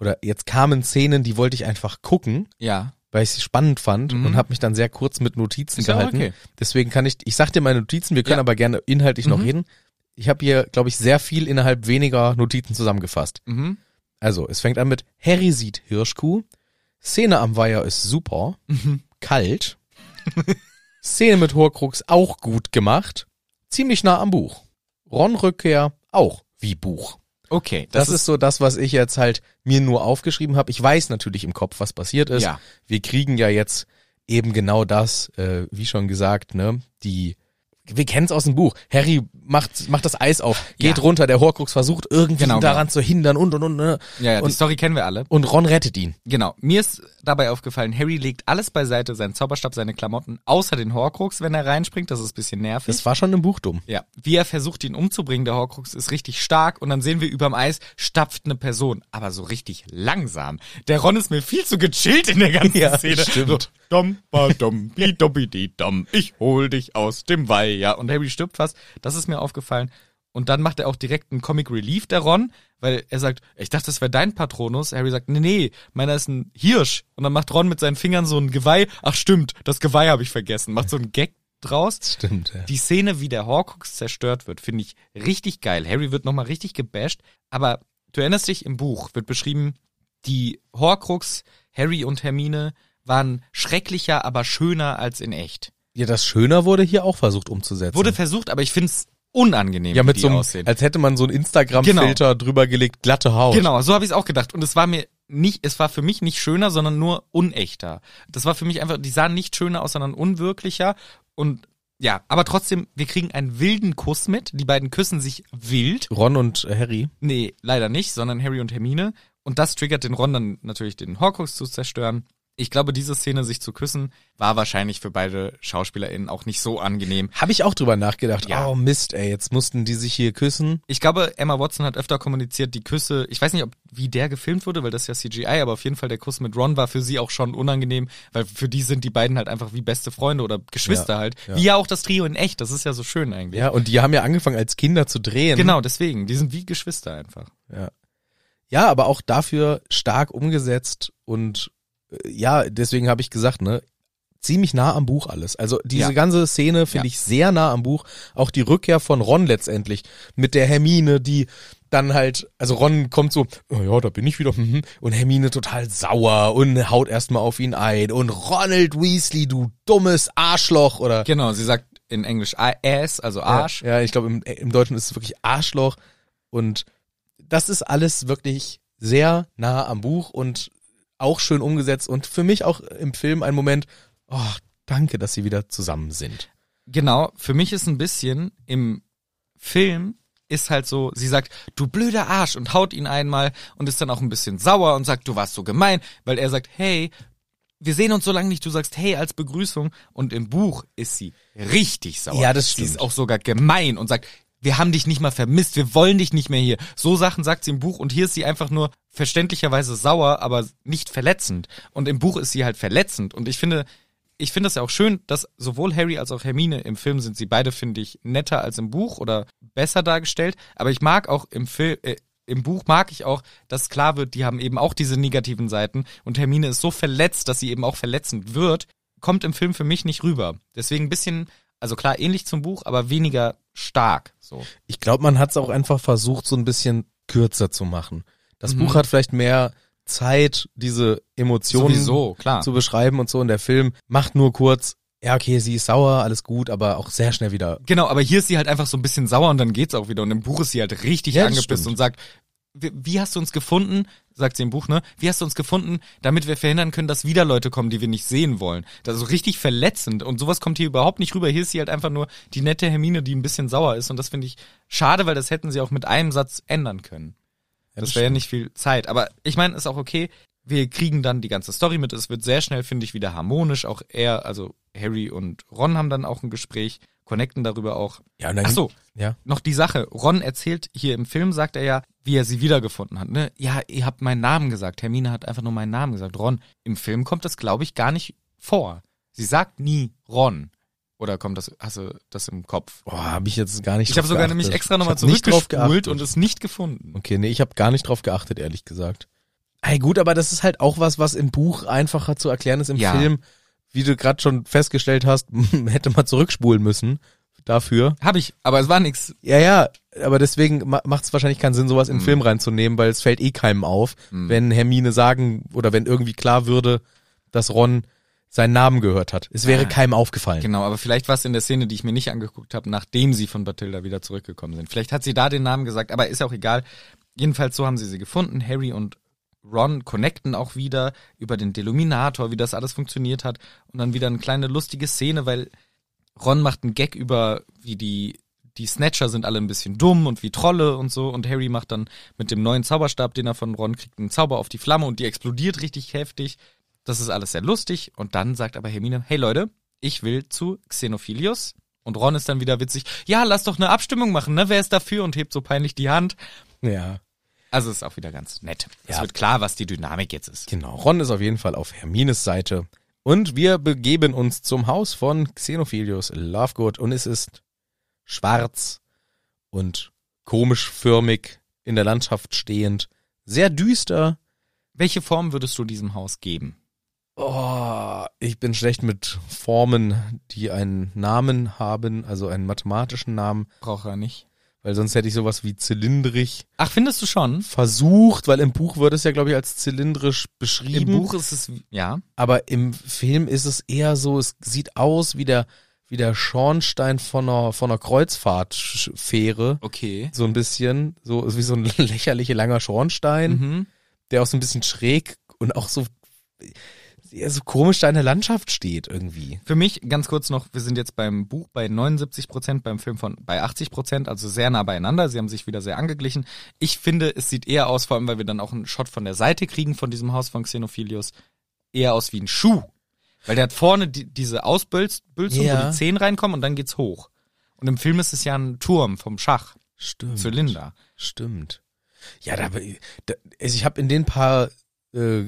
oder jetzt kamen Szenen, die wollte ich einfach gucken,
Ja.
weil ich sie spannend fand
Mhm.
und habe mich dann sehr kurz mit Notizen
Ist ja auch
gehalten.
okay.
Deswegen kann ich, ich sag dir meine Notizen, wir können
Ja.
aber gerne inhaltlich noch
Mhm.
reden. Ich habe hier, glaube ich, sehr viel innerhalb weniger Notizen zusammengefasst.
Mhm.
Also, es fängt an mit Harry sieht Hirschkuh, Szene am Weiher ist super,
Mhm.
kalt, Szene mit Horcrux auch gut gemacht, ziemlich nah am Buch. Ron Rückkehr auch wie Buch.
Okay.
Das, ist, so das, was ich jetzt halt mir nur aufgeschrieben habe. Ich weiß natürlich im Kopf, was passiert ist.
Ja.
Wir kriegen ja jetzt eben genau das, äh, wie schon gesagt, ne, die wir kennen es aus dem Buch. Harry macht, macht das Eis auf, geht
Ja.
runter, der Horcrux versucht irgendwie
Genau,
daran zu hindern und und und. Ne?
Ja, ja, die
und,
Story kennen wir alle.
und Ron rettet ihn.
Genau. Mir ist dabei aufgefallen, Harry legt alles beiseite, seinen Zauberstab, seine Klamotten, außer den Horcrux, wenn er reinspringt. Das ist ein bisschen nervig.
Das war schon im Buch dumm.
Hm. ja. Wie er versucht, ihn umzubringen, der Horcrux ist richtig stark und dann sehen wir überm Eis, stapft eine Person, aber so richtig langsam. Der Ron ist mir viel zu gechillt in der ganzen
Ja,
Szene.
stimmt.
So, dom, ba, dom, bi, dom, bi, di, dom, ich hol dich aus dem Weiher. Und Harry stirbt fast. Das ist mir aufgefallen. Und dann macht er auch direkt einen Comic Relief, der Ron, weil er sagt, ich dachte, das wäre dein Patronus. Harry sagt, nee, nee, meiner ist ein Hirsch. Und dann macht Ron mit seinen Fingern so ein Geweih. Ach stimmt, das Geweih habe ich vergessen. Macht so einen Gag draus.
Stimmt, ja.
Die Szene, wie der Horcrux zerstört wird, finde ich richtig geil. Harry wird nochmal richtig gebasht, aber du erinnerst dich, im Buch wird beschrieben, die Horcrux, Harry und Hermine waren schrecklicher, aber schöner als in echt.
Ja, das Schöner wurde hier auch versucht umzusetzen.
Wurde versucht, aber ich finde es unangenehm,
ja,
wie
mit
die
so einem,
aussehen.
als hätte man so einen Instagram-Filter drüber gelegt, glatte Haut.
Genau, so habe ich es auch gedacht. Und es war mir nicht, es war für mich nicht schöner, sondern nur unechter. Das war für mich einfach, die sahen nicht schöner aus, sondern unwirklicher. Und ja, aber trotzdem, wir kriegen einen wilden Kuss mit. Die beiden küssen sich wild.
Ron und Harry.
Nee, leider nicht, sondern Harry und Hermine. Und das triggert den Ron dann natürlich, den Horcrux zu zerstören. Ich glaube, diese Szene, sich zu küssen, war wahrscheinlich für beide SchauspielerInnen auch nicht so angenehm.
Habe ich auch drüber nachgedacht.
Ja.
Oh Mist, ey, jetzt mussten die sich hier küssen.
Ich glaube, Emma Watson hat öfter kommuniziert, die Küsse, ich weiß nicht, ob wie der gefilmt wurde, weil das ist ja CGI, aber auf jeden Fall der Kuss mit Ron war für sie auch schon unangenehm, weil für die sind die beiden halt einfach wie beste Freunde oder Geschwister
Ja,
halt.
ja.
Wie ja auch das Trio in echt, das ist ja so schön eigentlich.
Ja, und die haben ja angefangen als Kinder zu drehen.
Genau, deswegen, die sind wie Geschwister einfach.
Ja, aber auch dafür stark umgesetzt und äh, ja, deswegen habe ich gesagt, ne, ziemlich nah am Buch alles. Also diese
Ja.
ganze Szene finde
Ja.
ich sehr nah am Buch. Auch die Rückkehr von Ron letztendlich mit der Hermine, die dann halt, also Ron kommt so, oh ja, da bin ich wieder, mhm. und Hermine total sauer und haut erstmal auf ihn ein und Ronald Weasley, du dummes Arschloch oder
Genau, sie sagt in Englisch ass, also Arsch.
ja, ich glaube, im, im Deutschen ist es wirklich Arschloch. Und das ist alles wirklich sehr nah am Buch und auch schön umgesetzt. Und für mich auch im Film ein Moment, oh, danke, dass sie wieder zusammen sind.
Genau, für mich ist ein bisschen im Film ist halt so, sie sagt, du blöder Arsch und haut ihn einmal und ist dann auch ein bisschen sauer und sagt, du warst so gemein, weil er sagt, hey, wir sehen uns so lange nicht, du sagst hey als Begrüßung und im Buch ist sie richtig sauer.
Ja, das
Sie ist
stimmt.
auch sogar gemein und sagt, wir haben dich nicht mal vermisst, wir wollen dich nicht mehr hier. So Sachen sagt sie im Buch und hier ist sie einfach nur verständlicherweise sauer, aber nicht verletzend. Und im Buch ist sie halt verletzend und ich finde, ich finde das ja auch schön, dass sowohl Harry als auch Hermine im Film sind sie beide, finde ich, netter als im Buch oder besser dargestellt. Aber ich mag auch im Film, äh, im Buch mag ich auch, dass klar wird, die haben eben auch diese negativen Seiten und Hermine ist so verletzt, dass sie eben auch verletzend wird, kommt im Film für mich nicht rüber. Deswegen ein bisschen, also klar ähnlich zum Buch, aber weniger stark. So.
Ich glaube, man hat es auch einfach versucht, so ein bisschen kürzer zu machen. Das
Mhm.
Buch hat vielleicht mehr Zeit, diese Emotionen
Sowieso, klar.
zu beschreiben und so. Und der Film macht nur kurz, ja, okay, sie ist sauer, alles gut, aber auch sehr schnell wieder
Genau, aber hier ist sie halt einfach so ein bisschen sauer und dann geht's auch wieder. Und im Buch ist sie halt richtig
Ja, das
angepisst
stimmt.
und sagt, wie, wie hast du uns gefunden? Sagt sie im Buch, ne? Wie hast du uns gefunden, damit wir verhindern können, dass wieder Leute kommen, die wir nicht sehen wollen? Das ist so richtig verletzend und sowas kommt hier überhaupt nicht rüber. Hier ist sie halt einfach nur die nette Hermine, die ein bisschen sauer ist und das finde ich schade, weil das hätten sie auch mit einem Satz ändern können.
das
das wäre ja nicht viel Zeit, aber ich meine, ist auch okay. Wir kriegen dann die ganze Story mit. Es wird sehr schnell, finde ich, wieder harmonisch. Auch er, also Harry und Ron haben dann auch ein Gespräch, connecten darüber auch.
Ja, und dann-
Ach so,
Ja.
noch die Sache. Ron erzählt hier im Film, sagt er ja, wie er sie wiedergefunden hat. Ne? Ja, ihr habt meinen Namen gesagt. Hermine hat einfach nur meinen Namen gesagt. Ron. Im Film kommt das, glaube ich, gar nicht vor. Sie sagt nie Ron. Oder kommt das, hast du das im Kopf?
Boah, habe ich jetzt gar nicht
Ich habe
drauf
sogar
geachtet.
nämlich extra
Ich
nochmal
hab nicht drauf
zurückgespult
geachtet.
und es nicht gefunden.
Okay, nee, ich habe gar nicht drauf geachtet, ehrlich gesagt. Ey, gut, aber das ist halt auch was, was im Buch einfacher zu erklären ist. Im
Ja.
Film, wie du gerade schon festgestellt hast, hätte man zurückspulen müssen dafür.
Habe ich, aber es war nichts.
Ja, ja, aber deswegen macht es wahrscheinlich keinen Sinn, sowas in den Film reinzunehmen, weil es fällt eh keinem auf, wenn Hermine sagen oder wenn irgendwie klar würde, dass Ron seinen Namen gehört hat. Es wäre keinem aufgefallen.
Genau, aber vielleicht war es in der Szene, die ich mir nicht angeguckt habe, nachdem sie von Bathilda wieder zurückgekommen sind. Vielleicht hat sie da den Namen gesagt, aber ist ja auch egal. Jedenfalls so haben sie sie gefunden. Harry und Ron connecten auch wieder über den Deluminator, wie das alles funktioniert hat. Und dann wieder eine kleine lustige Szene, weil Ron macht einen Gag über, wie die, die Snatcher sind alle ein bisschen dumm und wie Trolle und so. Und Harry macht dann mit dem neuen Zauberstab, den er von Ron kriegt, einen Zauber auf die Flamme und die explodiert richtig heftig. Das ist alles sehr lustig. Und dann sagt aber Hermine, hey Leute, ich will zu Xenophilius. Und Ron ist dann wieder witzig, ja, lass doch eine Abstimmung machen, ne? Wer ist dafür? Und hebt so peinlich die Hand.
Ja.
Also ist auch wieder ganz nett. Es
Ja.
wird klar, was die Dynamik jetzt ist.
Genau, Ron ist auf jeden Fall auf Hermines Seite. Und wir begeben uns zum Haus von Xenophilius Lovegood und es ist schwarz und komisch förmig in der Landschaft stehend, sehr düster.
Welche Form würdest du diesem Haus geben?
Oh, ich bin schlecht mit Formen, die einen Namen haben, also einen mathematischen Namen,
Braucht er nicht.
weil sonst hätte ich sowas wie zylindrig
Ach, findest du schon?
versucht, weil im Buch wird es ja, glaube ich, als zylindrisch beschrieben.
Im Buch ist es, ja.
aber im Film ist es eher so, es sieht aus wie der, wie der Schornstein von einer, von einer Kreuzfahrtfähre.
Okay.
So ein bisschen, so ist wie so ein lächerliche langer Schornstein,
Mhm.
der auch so ein bisschen schräg und auch so, ja, so komisch da in der Landschaft steht irgendwie.
Für mich, ganz kurz noch, wir sind jetzt beim Buch bei 79 Prozent, beim Film von bei 80 Prozent, also sehr nah beieinander. Sie haben sich wieder sehr angeglichen. Ich finde, es sieht eher aus, vor allem weil wir dann auch einen Shot von der Seite kriegen von diesem Haus von Xenophilius, eher aus wie ein Schuh. Weil der hat vorne die, diese Ausbülzung, wo
Ja.
die Zehen reinkommen und dann geht's hoch. Und im Film ist es ja ein Turm vom Schach,
Stimmt.
Zylinder.
Stimmt. Ja, da, da also ich habe in den paar äh,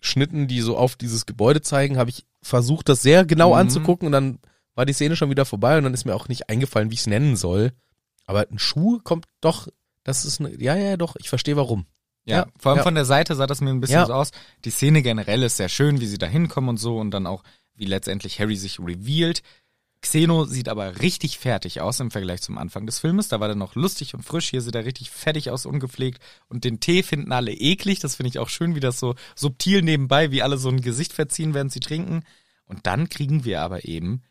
Schnitten, die so auf dieses Gebäude zeigen, habe ich versucht, das sehr genau
Mhm.
anzugucken und dann war die Szene schon wieder vorbei und dann ist mir auch nicht eingefallen, wie ich es nennen soll. Aber ein Schuh kommt doch, das ist eine, ja, ja, doch, ich verstehe warum.
Ja,
Ja,
vor allem
ja.
von der Seite sah das mir ein bisschen
Ja.
so aus. Die Szene generell ist sehr schön, wie sie da hinkommen und so und dann auch, wie letztendlich Harry sich revealed. Xeno sieht aber richtig fertig aus im Vergleich zum Anfang des Filmes. Da war er noch lustig und frisch. Hier sieht er richtig fertig aus, ungepflegt. Und den Tee finden alle eklig. Das finde ich auch schön, wie das so subtil nebenbei, wie alle so ein Gesicht verziehen, während sie trinken. Und dann kriegen wir aber eben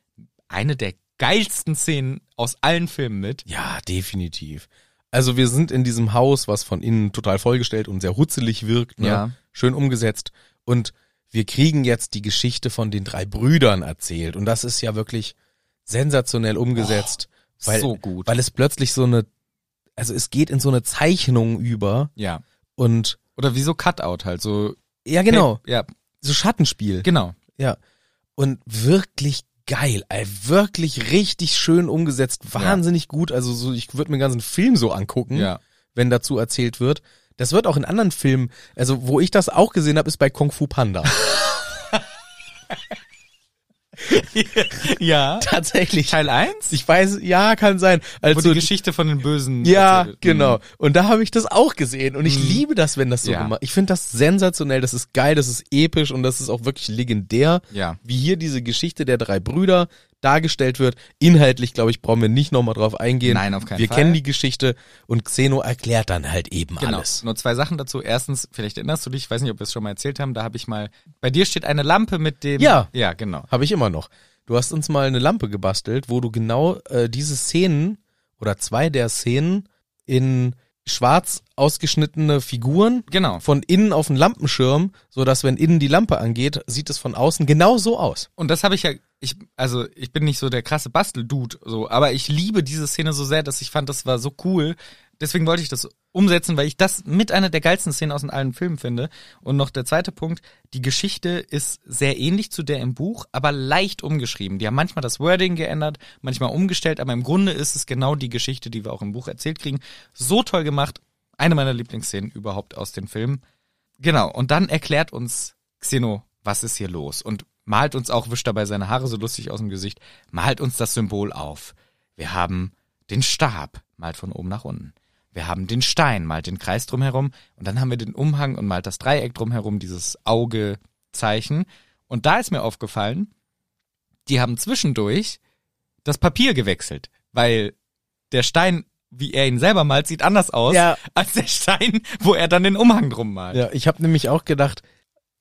eine der geilsten Szenen aus allen Filmen mit.
Ja, definitiv. Also wir sind in diesem Haus, was von innen total vollgestellt und sehr hutzelig wirkt, ne?
Ja.
schön umgesetzt. Und wir kriegen jetzt die Geschichte von den drei Brüdern erzählt. Und das ist ja wirklich sensationell umgesetzt, weil,
Oh, so gut.
weil es plötzlich so eine, also es geht in so eine Zeichnung über
ja.
und
Oder wie so Cutout halt, so.
ja genau,
Ja,
so Schattenspiel.
genau.
Ja. Und wirklich geil, ey, wirklich richtig schön umgesetzt, wahnsinnig gut. Also so, ich würde mir den ganzen Film so angucken,
Ja.
wenn dazu erzählt wird. Das wird auch in anderen Filmen, also wo ich das auch gesehen habe, ist bei Kung Fu Panda.
Ja.
Tatsächlich.
Teil 1?
Ich weiß, ja, kann sein.
Wo
Also
die Geschichte von den Bösen.
ja,
erzählt wird. Mhm.
genau. Und da habe ich das auch gesehen und ich liebe das, wenn das so
Ja.
gemacht. Ich finde das sensationell, das ist geil, das ist episch und das ist auch wirklich legendär.
Mhm. Ja.
wie hier diese Geschichte der drei Brüder dargestellt wird. Inhaltlich, glaube ich, brauchen wir nicht nochmal drauf eingehen.
Nein, auf keinen
wir
Fall.
kennen die Geschichte und Xeno erklärt dann halt eben
Genau.
alles.
Nur zwei Sachen dazu. Erstens, vielleicht erinnerst du dich, ich weiß nicht, ob wir es schon mal erzählt haben, da habe ich mal. Bei dir steht eine Lampe mit dem.
Ja.
Ja, genau.
Habe ich immer noch. Du hast uns mal eine Lampe gebastelt, wo du genau äh, diese Szenen oder zwei der Szenen in schwarz ausgeschnittene Figuren
Genau.
von innen auf den Lampenschirm, so dass wenn innen die Lampe angeht, sieht es von außen genau so aus.
Und das habe ich ja. Ich, also ich bin nicht so der krasse Basteldude, so, aber ich liebe diese Szene so sehr, dass ich fand, das war so cool. Deswegen wollte ich das umsetzen, weil ich das mit einer der geilsten Szenen aus allen Filmen finde. Und noch der zweite Punkt, die Geschichte ist sehr ähnlich zu der im Buch, aber leicht umgeschrieben. Die haben manchmal das Wording geändert, manchmal umgestellt, aber im Grunde ist es genau die Geschichte, die wir auch im Buch erzählt kriegen. So toll gemacht. Eine meiner Lieblingsszenen überhaupt aus den Filmen. Genau, und dann erklärt uns Xeno, was ist hier los? Und malt uns auch, wischt dabei seine Haare so lustig aus dem Gesicht, malt uns das Symbol auf. Wir haben den Stab, malt von oben nach unten. Wir haben den Stein, malt den Kreis drumherum. Und dann haben wir den Umhang und malt das Dreieck drumherum, dieses Augezeichen. Und da ist mir aufgefallen, die haben zwischendurch das Papier gewechselt, weil der Stein, wie er ihn selber malt, sieht anders aus
Ja.
als der Stein, wo er dann den Umhang drum malt.
Ja, ich habe nämlich auch gedacht,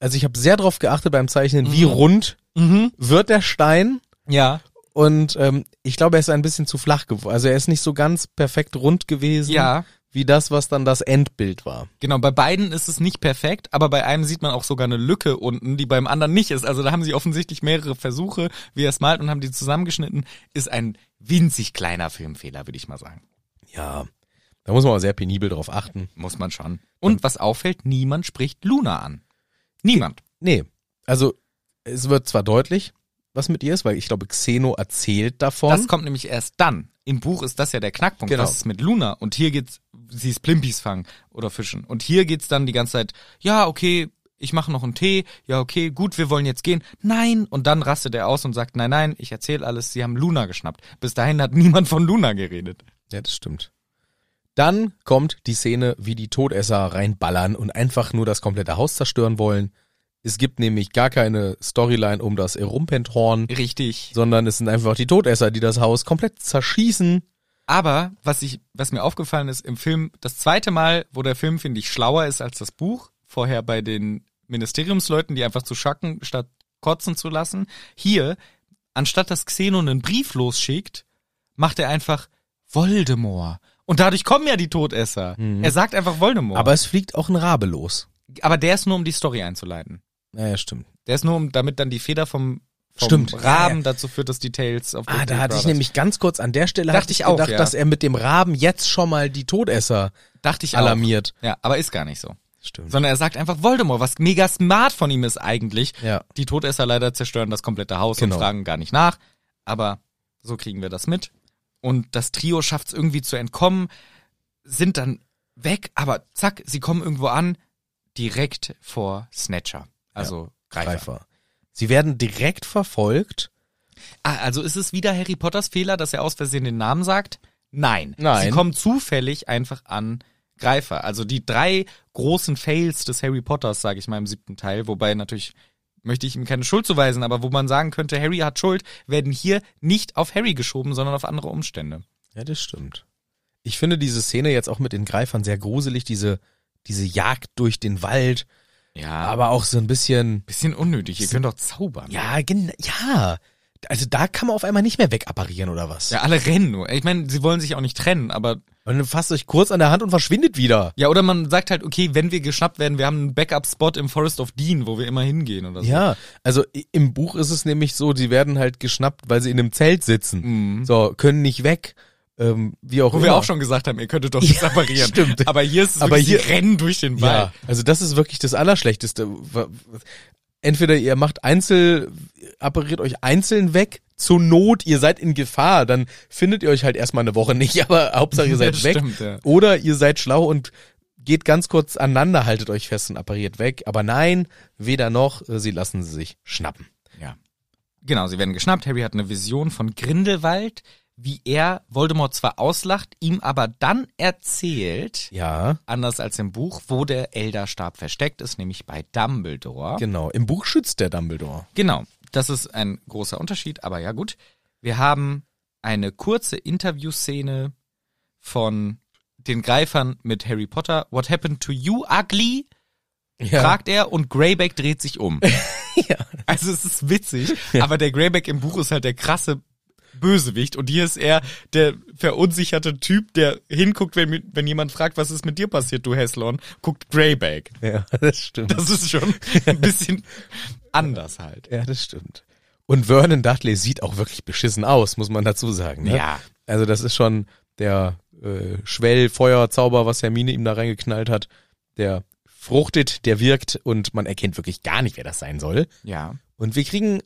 also ich habe sehr darauf geachtet beim Zeichnen, wie rund wird der Stein
Ja.
Und ähm, ich glaube, er ist ein bisschen zu flach geworden. Also er ist nicht so ganz perfekt rund gewesen.
Ja.
wie das, was dann das Endbild war.
Genau, bei beiden ist es nicht perfekt, aber bei einem sieht man auch sogar eine Lücke unten, die beim anderen nicht ist. Also da haben sie offensichtlich mehrere Versuche, wie er es malt und haben die zusammengeschnitten. Ist ein winzig kleiner Filmfehler, würde ich mal sagen.
Ja. Da muss man aber sehr penibel drauf achten.
Muss man schon. Und was auffällt, niemand spricht Luna an. Niemand.
Nee. Also, es wird zwar deutlich, was mit ihr ist, weil ich glaube, Xeno erzählt davon.
Das kommt nämlich erst dann. Im Buch ist das ja der Knackpunkt.
Genau.
Was ist mit Luna? Und hier geht's, sie ist Plimpis fangen oder fischen. Und hier geht's dann die ganze Zeit, ja, okay, ich mache noch einen Tee. Ja, okay, gut, wir wollen jetzt gehen. Nein. Und dann rastet er aus und sagt, nein, nein, ich erzähle alles, sie haben Luna geschnappt. Bis dahin hat niemand von Luna geredet.
ja, das stimmt. Dann kommt die Szene, wie die Todesser reinballern und einfach nur das komplette Haus zerstören wollen. Es gibt nämlich gar keine Storyline um das Erumpenthorn,
Richtig.
sondern es sind einfach die Todesser, die das Haus komplett zerschießen.
Aber was ich, was mir aufgefallen ist im Film, das zweite Mal, wo der Film finde ich schlauer ist als das Buch, vorher bei den Ministeriumsleuten, die einfach zu schacken statt kotzen zu lassen. Hier, anstatt dass Xenon einen Brief losschickt, macht er einfach Voldemort. Und dadurch kommen ja die Todesser. Er sagt einfach Voldemort.
Mhm. Aber es fliegt auch ein Rabe los.
aber der ist nur, um die Story einzuleiten.
Naja, stimmt.
Der ist nur, um, damit dann die Feder vom, vom
Stimmt.
Raben
Ja, ja.
dazu führt, dass die Tails auf
Ah,
Big
da
Big
hatte ich
Brothers-
nämlich ganz kurz an der Stelle
Dachte
hatte
ich auch,
gedacht,
ja.
dass er mit dem Raben jetzt schon mal die Todesser
dachte ich
alarmiert.
Auch. Ja, aber ist gar nicht so.
Stimmt.
sondern er sagt einfach Voldemort, was mega smart von ihm ist eigentlich.
Ja.
Die Todesser leider zerstören das komplette Haus
Genau.
und fragen gar nicht nach, aber so kriegen wir das mit. Und das Trio schafft es irgendwie zu entkommen, sind dann weg, aber zack, sie kommen irgendwo an, direkt vor Snatcher, also Greifer.
Greifer. Sie werden direkt verfolgt.
Ah, also ist es wieder Harry Potters Fehler, dass er aus Versehen den Namen sagt? Nein.
Nein.
Sie kommen zufällig einfach an Greifer. Also die drei großen Fails des Harry Potters, sage ich mal im siebten Teil, wobei natürlich möchte ich ihm keine Schuld zuweisen, aber wo man sagen könnte, Harry hat Schuld, werden hier nicht auf Harry geschoben, sondern auf andere Umstände.
Ja, das stimmt. Ich finde diese Szene jetzt auch mit den Greifern sehr gruselig, diese, diese Jagd durch den Wald,
Ja, aber
aber auch so ein bisschen,
bisschen unnötig. Ihr könnt doch zaubern.
ja, gen- ja. Also da kann man auf einmal nicht mehr wegapparieren oder was.
Ja, alle rennen nur. Ich meine, sie wollen sich auch nicht trennen, aber
Und dann fasst euch kurz an der Hand und verschwindet wieder.
ja, oder man sagt halt, okay, wenn wir geschnappt werden, wir haben einen Backup-Spot im Forest of Dean, wo wir immer hingehen oder so.
Ja, also i- im Buch ist es nämlich so, die werden halt geschnappt, weil sie in einem Zelt sitzen. So, können nicht weg. Ähm, wie auch
Mhm. Wo
immer.
wir auch schon gesagt haben, ihr könntet doch nicht
Ja,
apparieren.
stimmt.
Aber hier ist es
Aber
wirklich,
hier-
sie rennen durch den Wald.
Ja, also das ist wirklich das Allerschlechteste. W- w- Entweder ihr macht einzel, appariert euch einzeln weg, zur Not, ihr seid in Gefahr, dann findet ihr euch halt erstmal eine Woche nicht, aber Hauptsache ihr seid
Das
weg.
stimmt, ja.
Oder ihr seid schlau und geht ganz kurz aneinander, haltet euch fest und appariert weg. Aber nein, weder noch, äh, sie lassen sie sich schnappen.
Ja. Genau, sie werden geschnappt. Harry hat eine Vision von Grindelwald, wie er Voldemort zwar auslacht, ihm aber dann erzählt,
Ja,
anders als im Buch, wo der Elderstab versteckt ist, nämlich bei Dumbledore.
genau. Im Buch schützt der Dumbledore.
Genau, das ist ein großer Unterschied, aber ja gut. Wir haben eine kurze Interviewszene von den Greifern mit Harry Potter. What happened to you, ugly?
Ja.
fragt er und Greyback dreht sich um. Also es ist witzig, aber der Greyback im Buch ist halt der krasse Bösewicht und hier ist er der verunsicherte Typ, der hinguckt, wenn, wenn jemand fragt, was ist mit dir passiert, du Heslon, guckt Greyback.
Ja, das stimmt.
Das ist schon ein bisschen anders halt.
Ja, das stimmt. Und Vernon Dudley sieht auch wirklich beschissen aus, muss man dazu sagen. Ne?
Ja.
Also das ist schon der äh, Schwellfeuerzauber, was Hermine ihm da reingeknallt hat. Der fruchtet, der wirkt und man erkennt wirklich gar nicht, wer das sein soll.
Ja.
Und wir kriegen,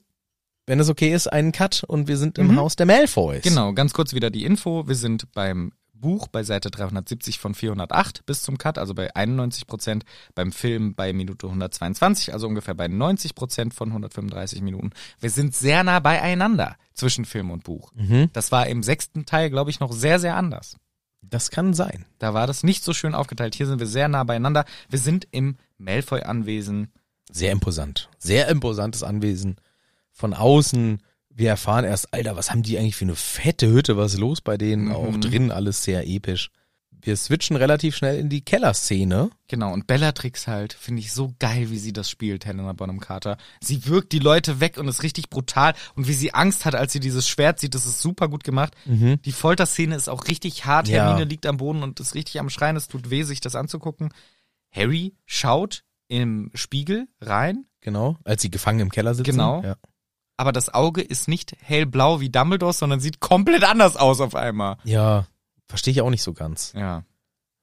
wenn es okay ist, einen Cut und wir sind im Haus der Malfoys.
Genau, ganz kurz wieder die Info. Wir sind beim Buch bei Seite 370 von 408 bis zum Cut, also bei 91 Prozent, beim Film bei Minute 122, also ungefähr bei 90 Prozent von 135 Minuten. Wir sind sehr nah beieinander zwischen Film und Buch.
Mhm.
Das war im sechsten Teil, glaube ich, noch sehr, sehr anders.
Das kann sein.
Da war das nicht so schön aufgeteilt. Hier sind wir sehr nah beieinander. Wir sind im Malfoy-Anwesen.
Sehr imposant. Sehr imposantes Anwesen. Von außen, wir erfahren
Mhm.
erst, Alter, was haben die eigentlich für eine fette Hütte, was ist los bei denen? Auch drin alles sehr episch. Wir switchen relativ schnell in die Kellerszene.
Genau, und Bellatrix halt, finde ich so geil, wie sie das spielt, Helena Bonham Carter. Sie wirkt die Leute weg und ist richtig brutal. Und wie sie Angst hat, als sie dieses Schwert sieht, das ist super gut gemacht. Die Folterszene ist auch richtig hart.
Ja.
Hermine liegt am Boden und ist richtig am Schreien. Es tut weh, sich das anzugucken. Harry schaut im Spiegel rein,
Genau. Als sie gefangen im Keller sitzen.
Genau.
Ja.
aber das Auge ist nicht hellblau wie Dumbledore, sondern sieht komplett anders aus auf einmal.
ja. Verstehe ich auch nicht so ganz.
Ja.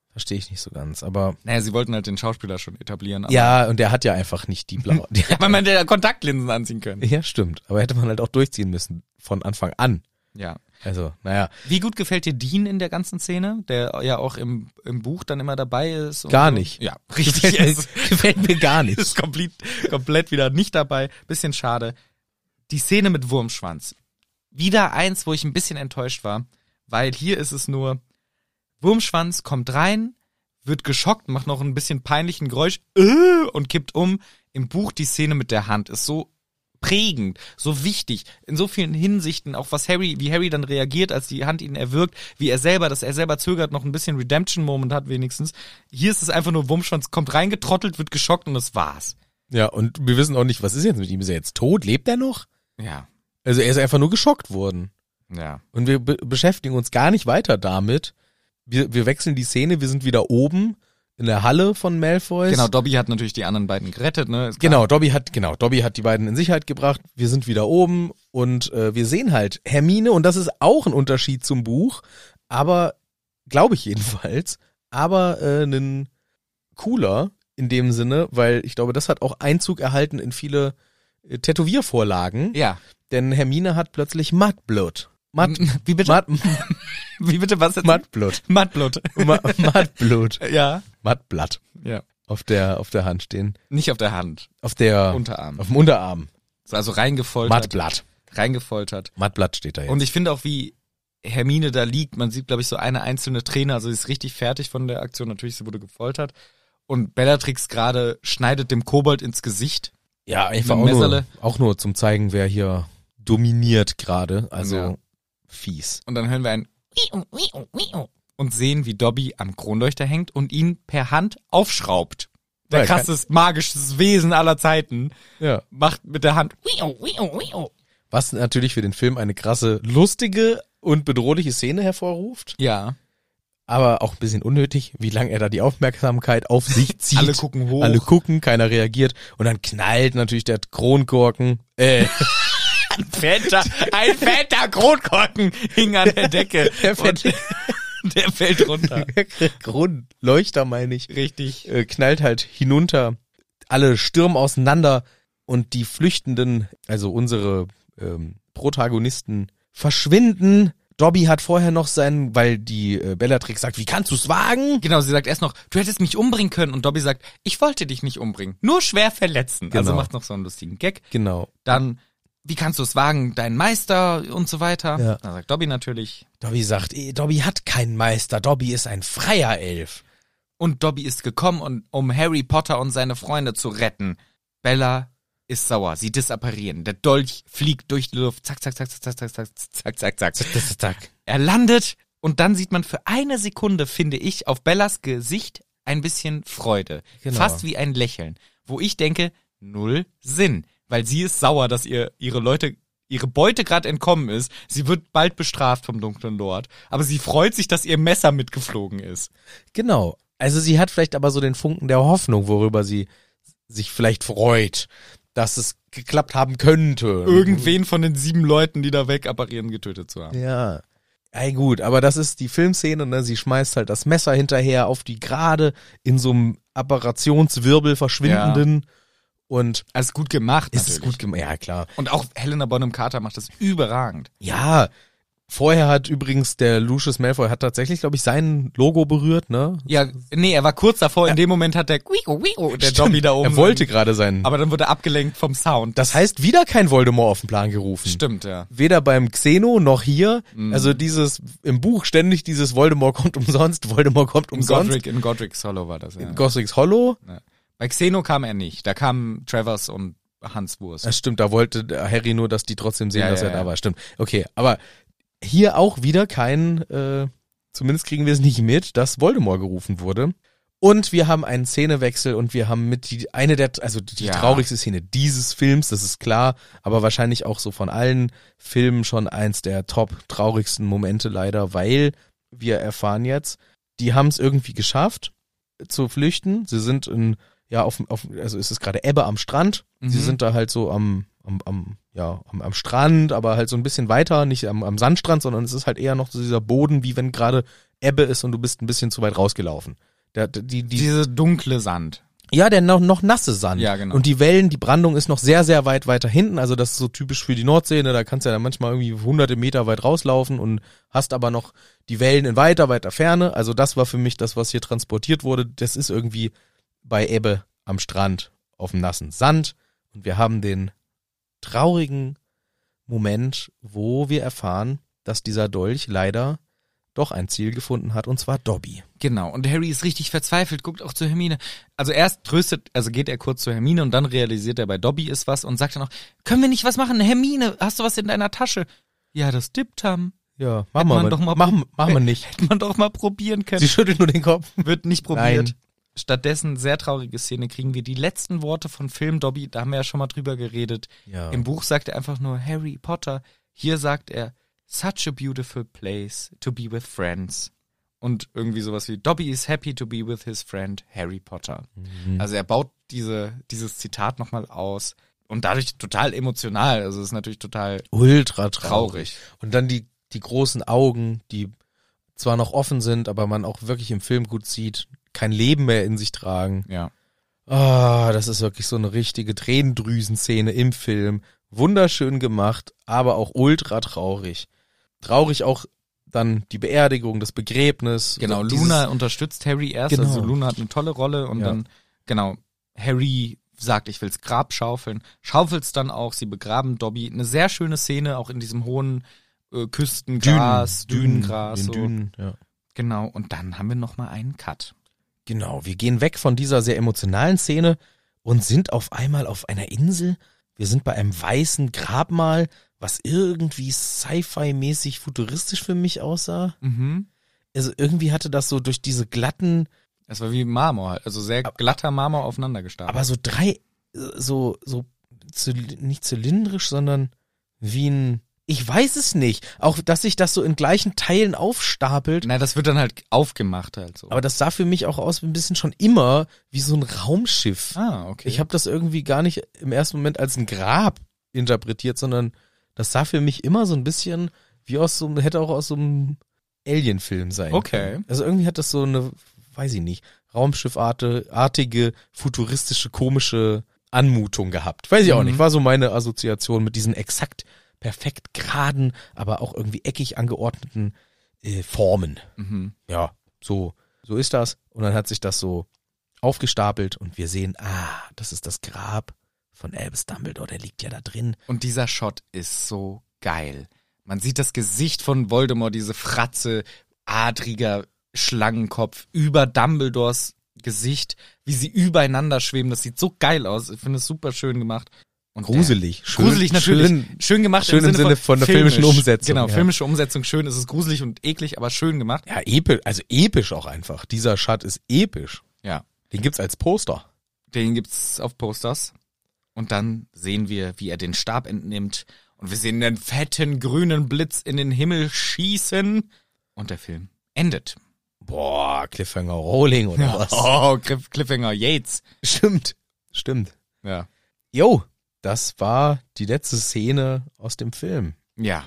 Verstehe ich nicht so ganz. Aber
Naja, sie wollten halt den Schauspieler schon etablieren. Aber
ja, und der hat ja einfach nicht die blaue. die-
Ja, weil man hätte ja Kontaktlinsen anziehen können.
ja, stimmt. Aber hätte man halt auch durchziehen müssen. Von Anfang an.
Ja.
Also, naja.
Wie gut gefällt dir Dean in der ganzen Szene, der ja auch im, im Buch dann immer dabei ist? und
Gar
so?
nicht.
Ja, richtig. er ist,
Gefällt mir gar nicht.
ist komplett, komplett wieder nicht dabei. Bisschen schade. Die Szene mit Wurmschwanz. Wieder eins, wo ich ein bisschen enttäuscht war, weil hier ist es nur, Wurmschwanz kommt rein, wird geschockt, macht noch ein bisschen peinlichen Geräusch äh, und kippt um. Im Buch die Szene mit der Hand ist so prägend, so wichtig, in so vielen Hinsichten, auch was Harry, wie Harry dann reagiert, als die Hand ihn erwürgt, wie er selber, dass er selber zögert, noch ein bisschen Redemption-Moment hat wenigstens. Hier ist es einfach nur Wurmschwanz, kommt reingetrottelt, wird geschockt und das war's.
Ja, und wir wissen auch nicht, was ist jetzt mit ihm? Ist er jetzt tot? Lebt er noch?
Ja,
Also er ist einfach nur geschockt worden.
ja.
Und wir be beschäftigen uns gar nicht weiter damit. Wir, wir wechseln die Szene, wir sind wieder oben in der Halle von Malfoys.
Genau, Dobby hat natürlich die anderen beiden gerettet, ne? Ist klar.
Genau, Dobby hat, genau, Dobby hat die beiden in Sicherheit gebracht. Wir sind wieder oben und äh, wir sehen halt Hermine, und das ist auch ein Unterschied zum Buch, aber, glaube ich jedenfalls, aber äh, einen cooler in dem Sinne, weil ich glaube, das hat auch Einzug erhalten in viele äh, Tätowiervorlagen,
Ja.
denn Hermine hat plötzlich Mudblood. Mud,
Wie bitte?
Mud,
Wie bitte was jetzt?
Mudblood.
Mattblut.
Mud- Mudblood.
ja.
Mudblatt
Ja.
auf der, auf der Hand stehen.
Nicht auf der Hand,
Auf der,
Unterarm.
auf dem Unterarm.
Also reingefoltert.
Mudblatt.
Reingefoltert.
Mudblatt steht da jetzt.
Und ich finde auch, wie Hermine da liegt, man sieht, glaube ich, so eine einzelne Träne, also sie ist richtig fertig von der Aktion. Natürlich, sie wurde gefoltert. Und Bellatrix gerade schneidet dem Kobold ins Gesicht.
Ja, einfach
Mit
auch nur,
Messerle.
auch nur zum zeigen, wer hier dominiert gerade. Also
Ja.
fies.
Und dann hören wir ein Wiu, Wiu, Wiu und sehen, wie Dobby am Kronleuchter hängt und ihn per Hand aufschraubt. Der
Ja, kann-
krasseste magisches Wesen aller Zeiten
Ja.
macht mit der Hand
Wee-oh, wee-oh, wee-oh.
Was natürlich für den Film eine krasse, lustige und bedrohliche Szene hervorruft,
Ja.
aber auch ein bisschen unnötig, wie lange er da die Aufmerksamkeit auf sich zieht.
Alle gucken hoch.
Alle gucken, keiner reagiert und dann knallt natürlich der Kronkorken. Äh,
Fetter, ein fetter Kronkorken hing an der Decke.
Der fette-
und der fällt runter.
Kronleuchter meine ich.
Richtig.
äh, knallt halt hinunter. Alle stürmen auseinander und die Flüchtenden, also unsere ähm, Protagonisten, verschwinden. Dobby hat vorher noch seinen, weil die äh, Bellatrix sagt, wie kannst du es wagen?
Genau, sie sagt erst noch, du hättest mich umbringen können. Und Dobby sagt, ich wollte dich nicht umbringen, nur schwer verletzen. Also
Genau.
macht noch so einen lustigen Gag.
Genau.
Dann, wie kannst du es wagen, dein Meister und so weiter.
Ja.
Dann sagt Dobby natürlich.
Dobby sagt, eh, Dobby hat keinen Meister, Dobby ist ein freier Elf.
Und Dobby ist gekommen, und, um Harry Potter und seine Freunde zu retten. Bella ist sauer, sie disapparieren. Der Dolch fliegt durch die Luft. Zack, zack, zack, zack, zack, zack, zack, zack, zack, zack.
Das ist Tag.
Er landet und dann sieht man für eine Sekunde, finde ich, auf Bellas Gesicht ein bisschen Freude.
Genau.
Fast wie ein Lächeln. Wo ich denke, null Sinn. Weil sie ist sauer, dass ihr ihre Leute, ihre Beute gerade entkommen ist. Sie wird bald bestraft vom dunklen Lord. Aber sie freut sich, dass ihr Messer mitgeflogen ist.
Genau. Also sie hat vielleicht aber so den Funken der Hoffnung, worüber sie sich vielleicht freut, dass es geklappt haben könnte.
Irgendwen von den sieben Leuten, die da wegapparieren, getötet zu haben.
Ja. Ey, gut, aber das ist die Filmszene, ne? Sie schmeißt halt das Messer hinterher auf die Gerade in so einem Apparationswirbel verschwindenden und
Also gut gemacht.
ist es
natürlich.
gut gemacht. Ja, klar.
Und auch Helena Bonham Carter macht das überragend.
Ja. Vorher hat übrigens der Lucius Malfoy hat tatsächlich, glaube ich, sein Logo berührt, ne?
Ja, nee, er war kurz davor. In dem Moment hat der, Quieko, Quieko, der Dobby da oben.
Er wollte gerade sein.
Aber dann wurde abgelenkt vom Sound.
das heißt, wieder kein Voldemort auf den Plan gerufen.
stimmt, Mhm. ja.
Weder beim Xeno noch hier. Also dieses im Buch ständig dieses Voldemort kommt umsonst, Voldemort kommt
In
umsonst.
Godric, in Godric's Hollow war das, ja.
Gossricks Hollow.
ja. Bei Xeno kam er nicht. Da kamen Travers und Hans Wurst.
Das stimmt, da wollte der Harry nur, dass die trotzdem sehen,
Ja,
dass
ja,
er da
ja.
war. Stimmt. Okay, aber hier auch wieder kein äh, Zumindest kriegen wir es nicht mit, dass Voldemort gerufen wurde. Und wir haben einen Szenewechsel und wir haben mit die eine der also die
Ja.
traurigste Szene dieses Films, das ist klar, aber wahrscheinlich auch so von allen Filmen schon eins der top traurigsten Momente leider, weil wir erfahren jetzt, die haben es irgendwie geschafft zu flüchten. Sie sind in ja auf, auf also es ist gerade Ebbe am Strand. Sie
Mhm.
sind da halt so am am, am ja am, am Strand, aber halt so ein bisschen weiter, nicht am, am Sandstrand, sondern es ist halt eher noch so dieser Boden, wie wenn gerade Ebbe ist und du bist ein bisschen zu weit rausgelaufen. Der, die, die,
Diese dunkle Sand.
ja, der noch, noch nasse Sand.
Ja, genau.
Und die Wellen, die Brandung ist noch sehr, sehr weit weiter hinten. Also das ist so typisch für die Nordsee. Ne? Da kannst du ja dann manchmal irgendwie hunderte Meter weit rauslaufen und hast aber noch die Wellen in weiter, weiter Ferne. Also das war für mich das, was hier transportiert wurde. Das ist irgendwie bei Ebbe am Strand auf dem nassen Sand. Und wir haben den traurigen Moment, wo wir erfahren, dass dieser Dolch leider doch ein Ziel gefunden hat, und zwar Dobby.
Genau, und Harry ist richtig verzweifelt, guckt auch zu Hermine. Also erst tröstet, also geht er kurz zu Hermine und dann realisiert er, bei Dobby ist was und sagt dann auch, können wir nicht was machen? Hermine, hast du was in deiner Tasche? Ja, das Diptam.
Ja,
Hätte
machen
man
wir
doch mal-
machen, machen wir nicht.
Hätte man doch mal probieren können.
Sie schüttelt nur den Kopf.
Wird nicht probiert.
Nein.
Stattdessen, sehr traurige Szene, kriegen wir die letzten Worte von Film Dobby, da haben wir ja schon mal drüber geredet.
Ja.
Im Buch sagt er einfach nur Harry Potter. Hier sagt er, such a beautiful place to be with friends. Und irgendwie sowas wie, Dobby is happy to be with his friend Harry Potter.
Mhm.
Also er baut diese, dieses Zitat nochmal aus und dadurch total emotional. Also es ist natürlich total
Ultra
traurig.
Und dann die, die großen Augen, die zwar noch offen sind, aber man auch wirklich im Film gut sieht, kein Leben mehr in sich tragen.
Ja.
Ah, das ist wirklich so eine richtige Tränendrüsen-Szene im Film. Wunderschön gemacht, aber auch ultra traurig. Traurig auch dann die Beerdigung, das Begräbnis.
Genau,
dieses-
Luna unterstützt Harry erst,
Genau.
also Luna hat eine tolle Rolle und
Ja.
dann, genau, Harry sagt, ich will's Grab schaufeln, schaufelt's dann auch, sie begraben Dobby. Eine sehr schöne Szene, auch in diesem hohen äh, Küstengras, Dünengras.
den
so.
Dünen, ja.
Genau, und dann haben wir nochmal einen Cut.
Genau, wir gehen weg von dieser sehr emotionalen Szene und sind auf einmal auf einer Insel. Wir sind bei einem weißen Grabmal, was irgendwie sci-fi-mäßig futuristisch für mich aussah.
Mhm.
Also irgendwie hatte das so durch diese glatten,
Es war wie Marmor, also sehr glatter Marmor aufeinander gestapelt.
aber so drei, so, so, zyl- nicht zylindrisch, sondern wie ein, ich weiß es nicht. Auch, dass sich das so in gleichen Teilen aufstapelt.
Na, das wird dann halt aufgemacht halt so.
Aber das sah für mich auch aus wie ein bisschen schon immer wie so ein Raumschiff.
ah, okay.
Ich habe das irgendwie gar nicht im ersten Moment als ein Grab interpretiert, sondern das sah für mich immer so ein bisschen wie aus so einem, hätte auch aus so einem Alien-Film sein.
Okay.
können. Also irgendwie hat das so eine, weiß ich nicht, Raumschiffartige, futuristische, komische Anmutung gehabt. Weiß ich auch
Mhm.
nicht. War so meine Assoziation mit diesen exakt perfekt geraden, aber auch irgendwie eckig angeordneten äh, Formen
mhm.
ja, so, so ist das. Und dann hat sich das so aufgestapelt und wir sehen, ah, das ist das Grab von Albus Dumbledore, der liegt ja da drin.
Und dieser Shot ist so geil. Man sieht das Gesicht von Voldemort, diese Fratze, adriger Schlangenkopf über Dumbledores Gesicht, wie sie übereinander schweben. Das sieht so geil aus. Ich finde es super schön gemacht. Und der-
Gruselig. Schön,
gruselig natürlich. Schön,
Schön,
gemacht
schön im Sinne von der filmischen Umsetzung,
Genau,
ja.
filmische Umsetzung schön. Es ist gruselig und eklig, aber schön gemacht.
ja, episch, also episch auch einfach. Dieser Schat ist episch.
Ja.
Den gibt's als Poster.
Den gibt's auf Posters. Und dann sehen wir, wie er den Stab entnimmt. Und wir sehen einen fetten grünen Blitz in den Himmel schießen. Und der Film endet.
Boah, Cliffhanger Rolling oder was?
Oh, Cliff Cliffhanger Yates.
Stimmt. Stimmt.
Ja.
Jo, das war die letzte Szene aus dem Film.
Ja.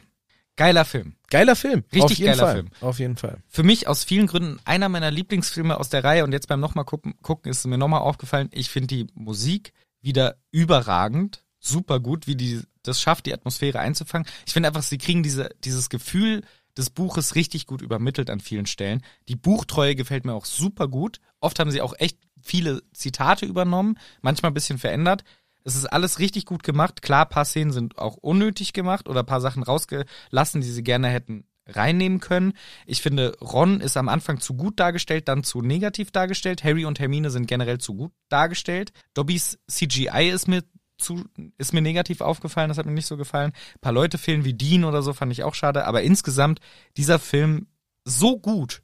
Geiler Film.
Geiler Film.
Richtig
Auf jeden
geiler
Fall.
Film.
Auf jeden Fall.
Für mich aus vielen Gründen einer meiner Lieblingsfilme aus der Reihe. Und jetzt beim nochmal gucken, gucken ist es mir nochmal aufgefallen. Ich finde die Musik wieder überragend. Super gut, wie die das schafft, die Atmosphäre einzufangen. Ich finde einfach, sie kriegen diese, dieses Gefühl des Buches richtig gut übermittelt an vielen Stellen. Die Buchtreue gefällt mir auch super gut. Oft haben sie auch echt viele Zitate übernommen, manchmal ein bisschen verändert. Es ist alles richtig gut gemacht. Klar, paar Szenen sind auch unnötig gemacht oder paar Sachen rausgelassen, die sie gerne hätten reinnehmen können. Ich finde, Ron ist am Anfang zu gut dargestellt, dann zu negativ dargestellt. Harry und Hermine sind generell zu gut dargestellt. Dobbys CGI ist mir zu, ist mir negativ aufgefallen, das hat mir nicht so gefallen. Ein paar Leute fehlen wie Dean oder so, fand ich auch schade. Aber insgesamt, dieser Film so gut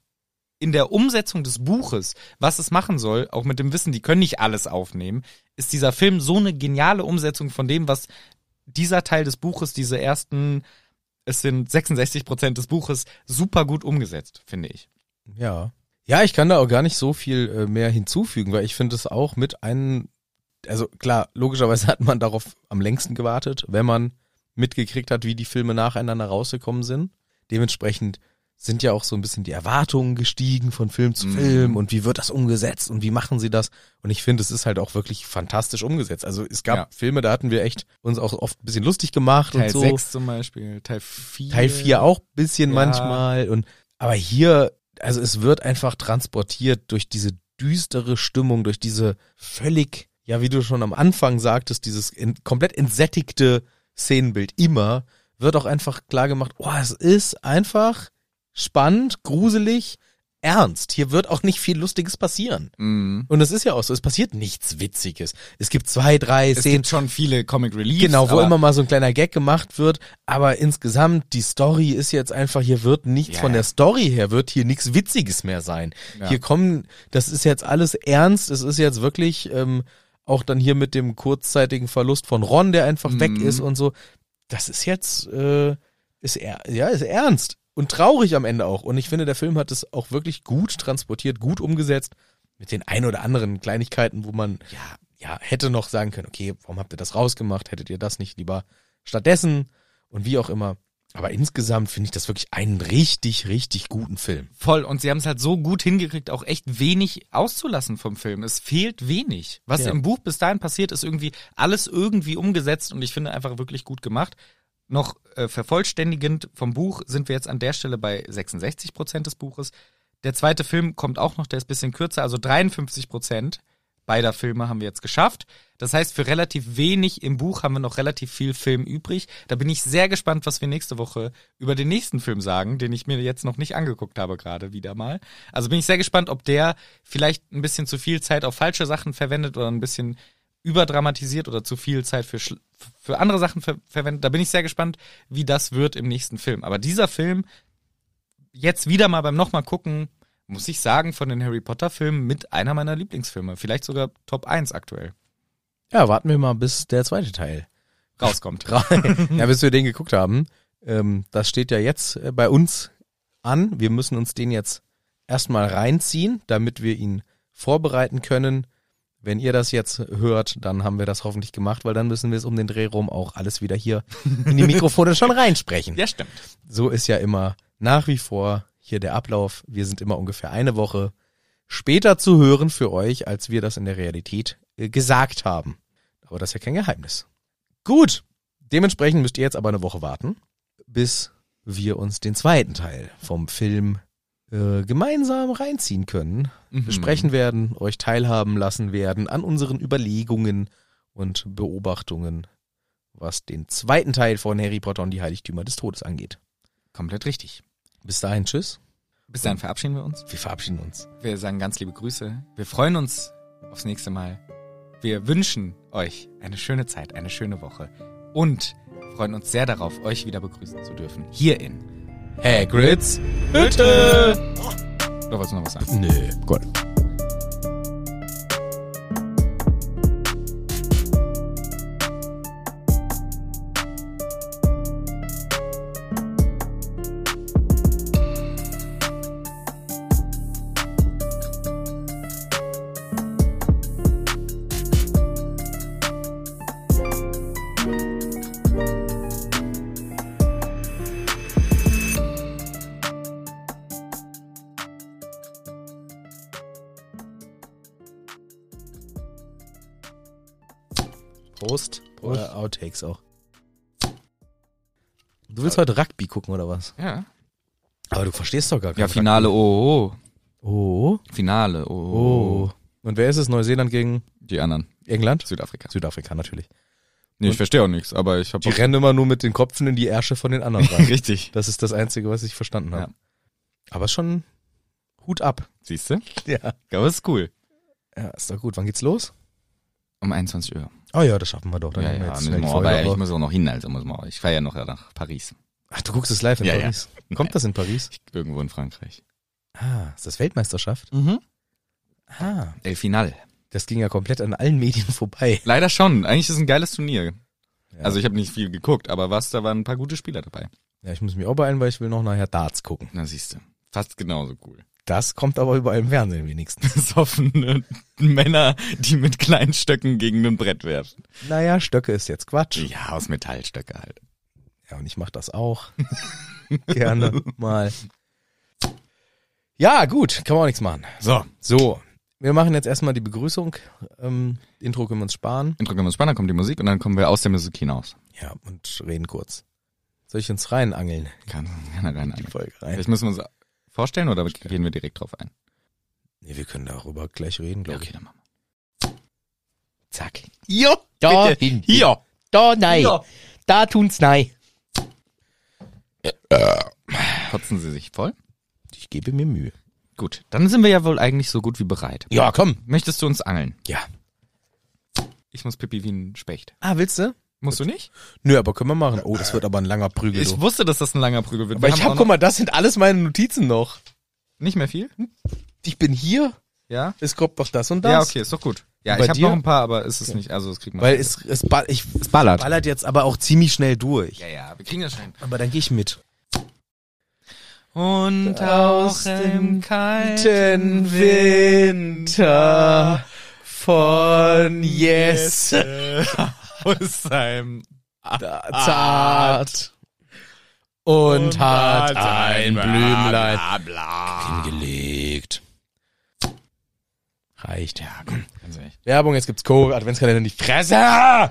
in der Umsetzung des Buches, was es machen soll, auch mit dem Wissen, die können nicht alles aufnehmen, ist dieser Film so eine geniale Umsetzung von dem, was dieser Teil des Buches, diese ersten, es sind 66 Prozent des Buches, super gut umgesetzt, finde ich.
Ja. Ja, ich kann da auch gar nicht so viel äh, mehr hinzufügen, weil ich finde es auch mit einem, also klar, logischerweise hat man darauf am längsten gewartet, wenn man mitgekriegt hat, wie die Filme nacheinander rausgekommen sind. Dementsprechend sind ja auch so ein bisschen die Erwartungen gestiegen von Film
Mhm.
zu Film und wie wird das umgesetzt und wie machen sie das? Und ich finde, es ist halt auch wirklich fantastisch umgesetzt. Also es gab
Ja.
Filme, da hatten wir echt uns auch oft ein bisschen lustig gemacht und
Teil
so.
6 zum Beispiel, Teil 4.
Teil 4 auch bisschen
Ja.
manchmal und aber hier also es wird einfach transportiert durch diese düstere Stimmung, durch diese völlig ja, wie du schon am Anfang sagtest, dieses in, komplett entsättigte Szenenbild immer wird auch einfach klar gemacht, oh, es ist einfach spannend, gruselig, ernst. Hier wird auch nicht viel lustiges passieren.
Mhm.
Und es ist ja auch so, es passiert nichts witziges. Es gibt zwei, drei
Es
Szenen,
gibt schon viele Comic Reliefs.
Genau, wo
aber-
immer mal so ein kleiner Gag gemacht wird, aber insgesamt die Story ist jetzt einfach, hier wird nichts
Ja,
von
ja.
der Story her, wird hier nichts Witziges mehr sein.
Ja.
Hier kommen, das ist jetzt alles ernst, es ist jetzt wirklich ähm, auch dann hier mit dem kurzzeitigen Verlust von Ron, der einfach weg
Mhm.
ist und so. Das ist jetzt, äh, ist er, ja, ist ernst und traurig am Ende auch. Und ich finde, der Film hat es auch wirklich gut transportiert, gut umgesetzt mit den ein oder anderen Kleinigkeiten, wo man ja, ja hätte noch sagen können, okay, warum habt ihr das rausgemacht? Hättet ihr das nicht lieber stattdessen und wie auch immer. Aber insgesamt finde ich das wirklich einen richtig, richtig guten Film.
Voll. Und sie haben es halt so gut hingekriegt, auch echt wenig auszulassen vom Film. Es fehlt wenig. Was
Ja.
im Buch bis dahin passiert, ist irgendwie alles irgendwie umgesetzt und ich finde einfach wirklich gut gemacht. Noch äh, vervollständigend vom Buch sind wir jetzt an der Stelle bei 66 Prozent des Buches. Der zweite Film kommt auch noch, der ist bisschen kürzer, also 53 Prozent beider Filme haben wir jetzt geschafft. Das heißt, für relativ wenig im Buch haben wir noch relativ viel Film übrig. Da bin ich sehr gespannt, was wir nächste Woche über den nächsten Film sagen, den ich mir jetzt noch nicht angeguckt habe gerade wieder mal. Also bin ich sehr gespannt, ob der vielleicht ein bisschen zu viel Zeit auf falsche Sachen verwendet oder ein bisschen überdramatisiert oder zu viel Zeit für, schl- für andere Sachen ver verwendet. Da bin ich sehr gespannt, wie das wird im nächsten Film. Aber dieser Film, jetzt wieder mal beim nochmal gucken, muss ich sagen, von den Harry Potter Filmen mit einer meiner Lieblingsfilme. Vielleicht sogar Top 1 aktuell
Ja, warten wir mal, bis der zweite Teil
rauskommt.
ja, bis wir den geguckt haben. Ähm, das steht ja jetzt äh, bei uns an. Wir müssen uns den jetzt erstmal reinziehen, damit wir ihn vorbereiten können. Wenn ihr das jetzt hört, dann haben wir das hoffentlich gemacht, weil dann müssen wir es um den Dreh rum auch alles wieder hier in die Mikrofone schon reinsprechen.
ja, stimmt.
So ist ja immer nach wie vor hier der Ablauf. Wir sind immer ungefähr eine Woche später zu hören für euch, als wir das in der Realität äh, gesagt haben. Aber das ist ja kein Geheimnis. Gut, dementsprechend müsst ihr jetzt aber eine Woche warten, bis wir uns den zweiten Teil vom Film äh, gemeinsam reinziehen können, besprechen werden, euch teilhaben lassen werden an unseren Überlegungen und Beobachtungen, was den zweiten Teil von Harry Potter und die Heiligtümer des Todes angeht.
Komplett richtig.
Bis dahin, tschüss.
Bis dann verabschieden wir uns.
Wir verabschieden uns.
Wir sagen ganz liebe Grüße. Wir freuen uns aufs nächste Mal. Wir wünschen euch eine schöne Zeit, eine schöne Woche und freuen uns sehr darauf, euch wieder begrüßen zu dürfen. Hier in.
Hagrids Hütte!
Oh. Oder wolltest du noch was sagen?
Nö, gut. Prost.
Prost.
Oder Outtakes auch. Du willst heute Rugby gucken oder was?
Ja.
Aber du verstehst doch gar
Ja,
keinen
Finale, oh,
Oh.
oh. Finale, oh, oh.
Oh. Und wer ist es? Neuseeland gegen
Die anderen.
England?
Südafrika.
Südafrika natürlich.
Nee, ich verstehe auch nichts, aber ich
Die
habe
rennen immer nur mit den Kopfen in die Ärsche von den anderen rein.
Richtig.
Das ist das Einzige, was ich verstanden habe. Aber schon Hut ab.
Siehst du?
Ja.
Aber ist cool.
Ja, ist doch gut. Wann geht's los?
Um 21 Uhr.
Oh ja, das schaffen wir doch. Dann
ja,
haben wir
ja,
jetzt
müssen
schnell
wir,
Folge
aber ich
raus.
muss auch noch hin, also muss man, ich fahre ja noch nach Paris.
Ach, du guckst es live in
Ja, ja.
Paris. Kommt das in Paris?
Irgendwo in Frankreich.
Ah, ist das Weltmeisterschaft?
Mhm.
Ah,
El Final.
das ging ja komplett an allen Medien vorbei.
Leider schon. Eigentlich ist es ein geiles Turnier.
Ja.
Also ich habe nicht viel geguckt, aber was, da waren ein paar gute Spieler dabei.
Ja, ich muss mich auch beeilen, weil ich will noch nachher Darts gucken.
Na siehst du. Fast genauso cool.
Das kommt aber überall im Fernsehen wenigstens.
Besoffene äh, Männer, die mit kleinen Stöcken gegen ein Brett werfen.
Naja, Stöcke ist jetzt Quatsch.
Ja, aus Metallstöcke halt.
Ja, und ich mache das auch. Gerne mal. Ja, gut, kann man auch nichts machen.
So,
So, wir machen jetzt erstmal die Begrüßung. Ähm, Intro können wir uns sparen.
Intro kommt spannend, dann kommt die Musik und dann kommen wir aus der Musik hinaus.
Ja, und reden kurz. Soll ich uns reinangeln?
Kann, kann er rein.
Die Folge rein.
Vielleicht müssen wir uns vorstellen oder gehen wir direkt drauf ein?
Nee, wir können darüber gleich reden, glaube ich.
dann machen
Zack.
wir. Jo,
Da
bitte.
hin.
Oh, Hier.
Da nein.
Ja.
Da tun's nein.
Kotzen Sie sich voll?
Ich gebe mir Mühe.
Gut, dann sind wir ja wohl eigentlich so gut wie bereit.
Ja, komm.
Möchtest du uns angeln?
Ja.
Ich muss pipi wie ein Specht.
Ah, willst du?
Musst du nicht?
Nö, aber können wir machen. Oh, das wird aber ein langer Prügel.
Ich
du.
wusste, dass das ein langer Prügel wird.
aber
Wir
ich
haben
hab,
auch
guck
noch-
mal, das sind alles meine Notizen noch.
Nicht mehr viel?
Ich bin hier,
Ja?
es kommt noch das und das.
Ja, okay, ist doch gut. Ja,
Und bei
ich habe
dir?
noch ein paar, aber ist es nicht, also das kriegt man.
Weil es, es, ball, ich,
es ballert.
ballert jetzt aber auch ziemlich schnell durch.
Ja, ja, wir kriegen das schon. hin.
Aber dann gehe ich mit.
Und
Aus
aus
dem
dem kalten Winter
von
yes. aus seinem
zart und hat ein Blümlein
Bla, bla.
hingelegt. Reicht, ja.
Ganz ehrlich.
Werbung, jetzt gibt's Coke, Adventskalender in die Fresse!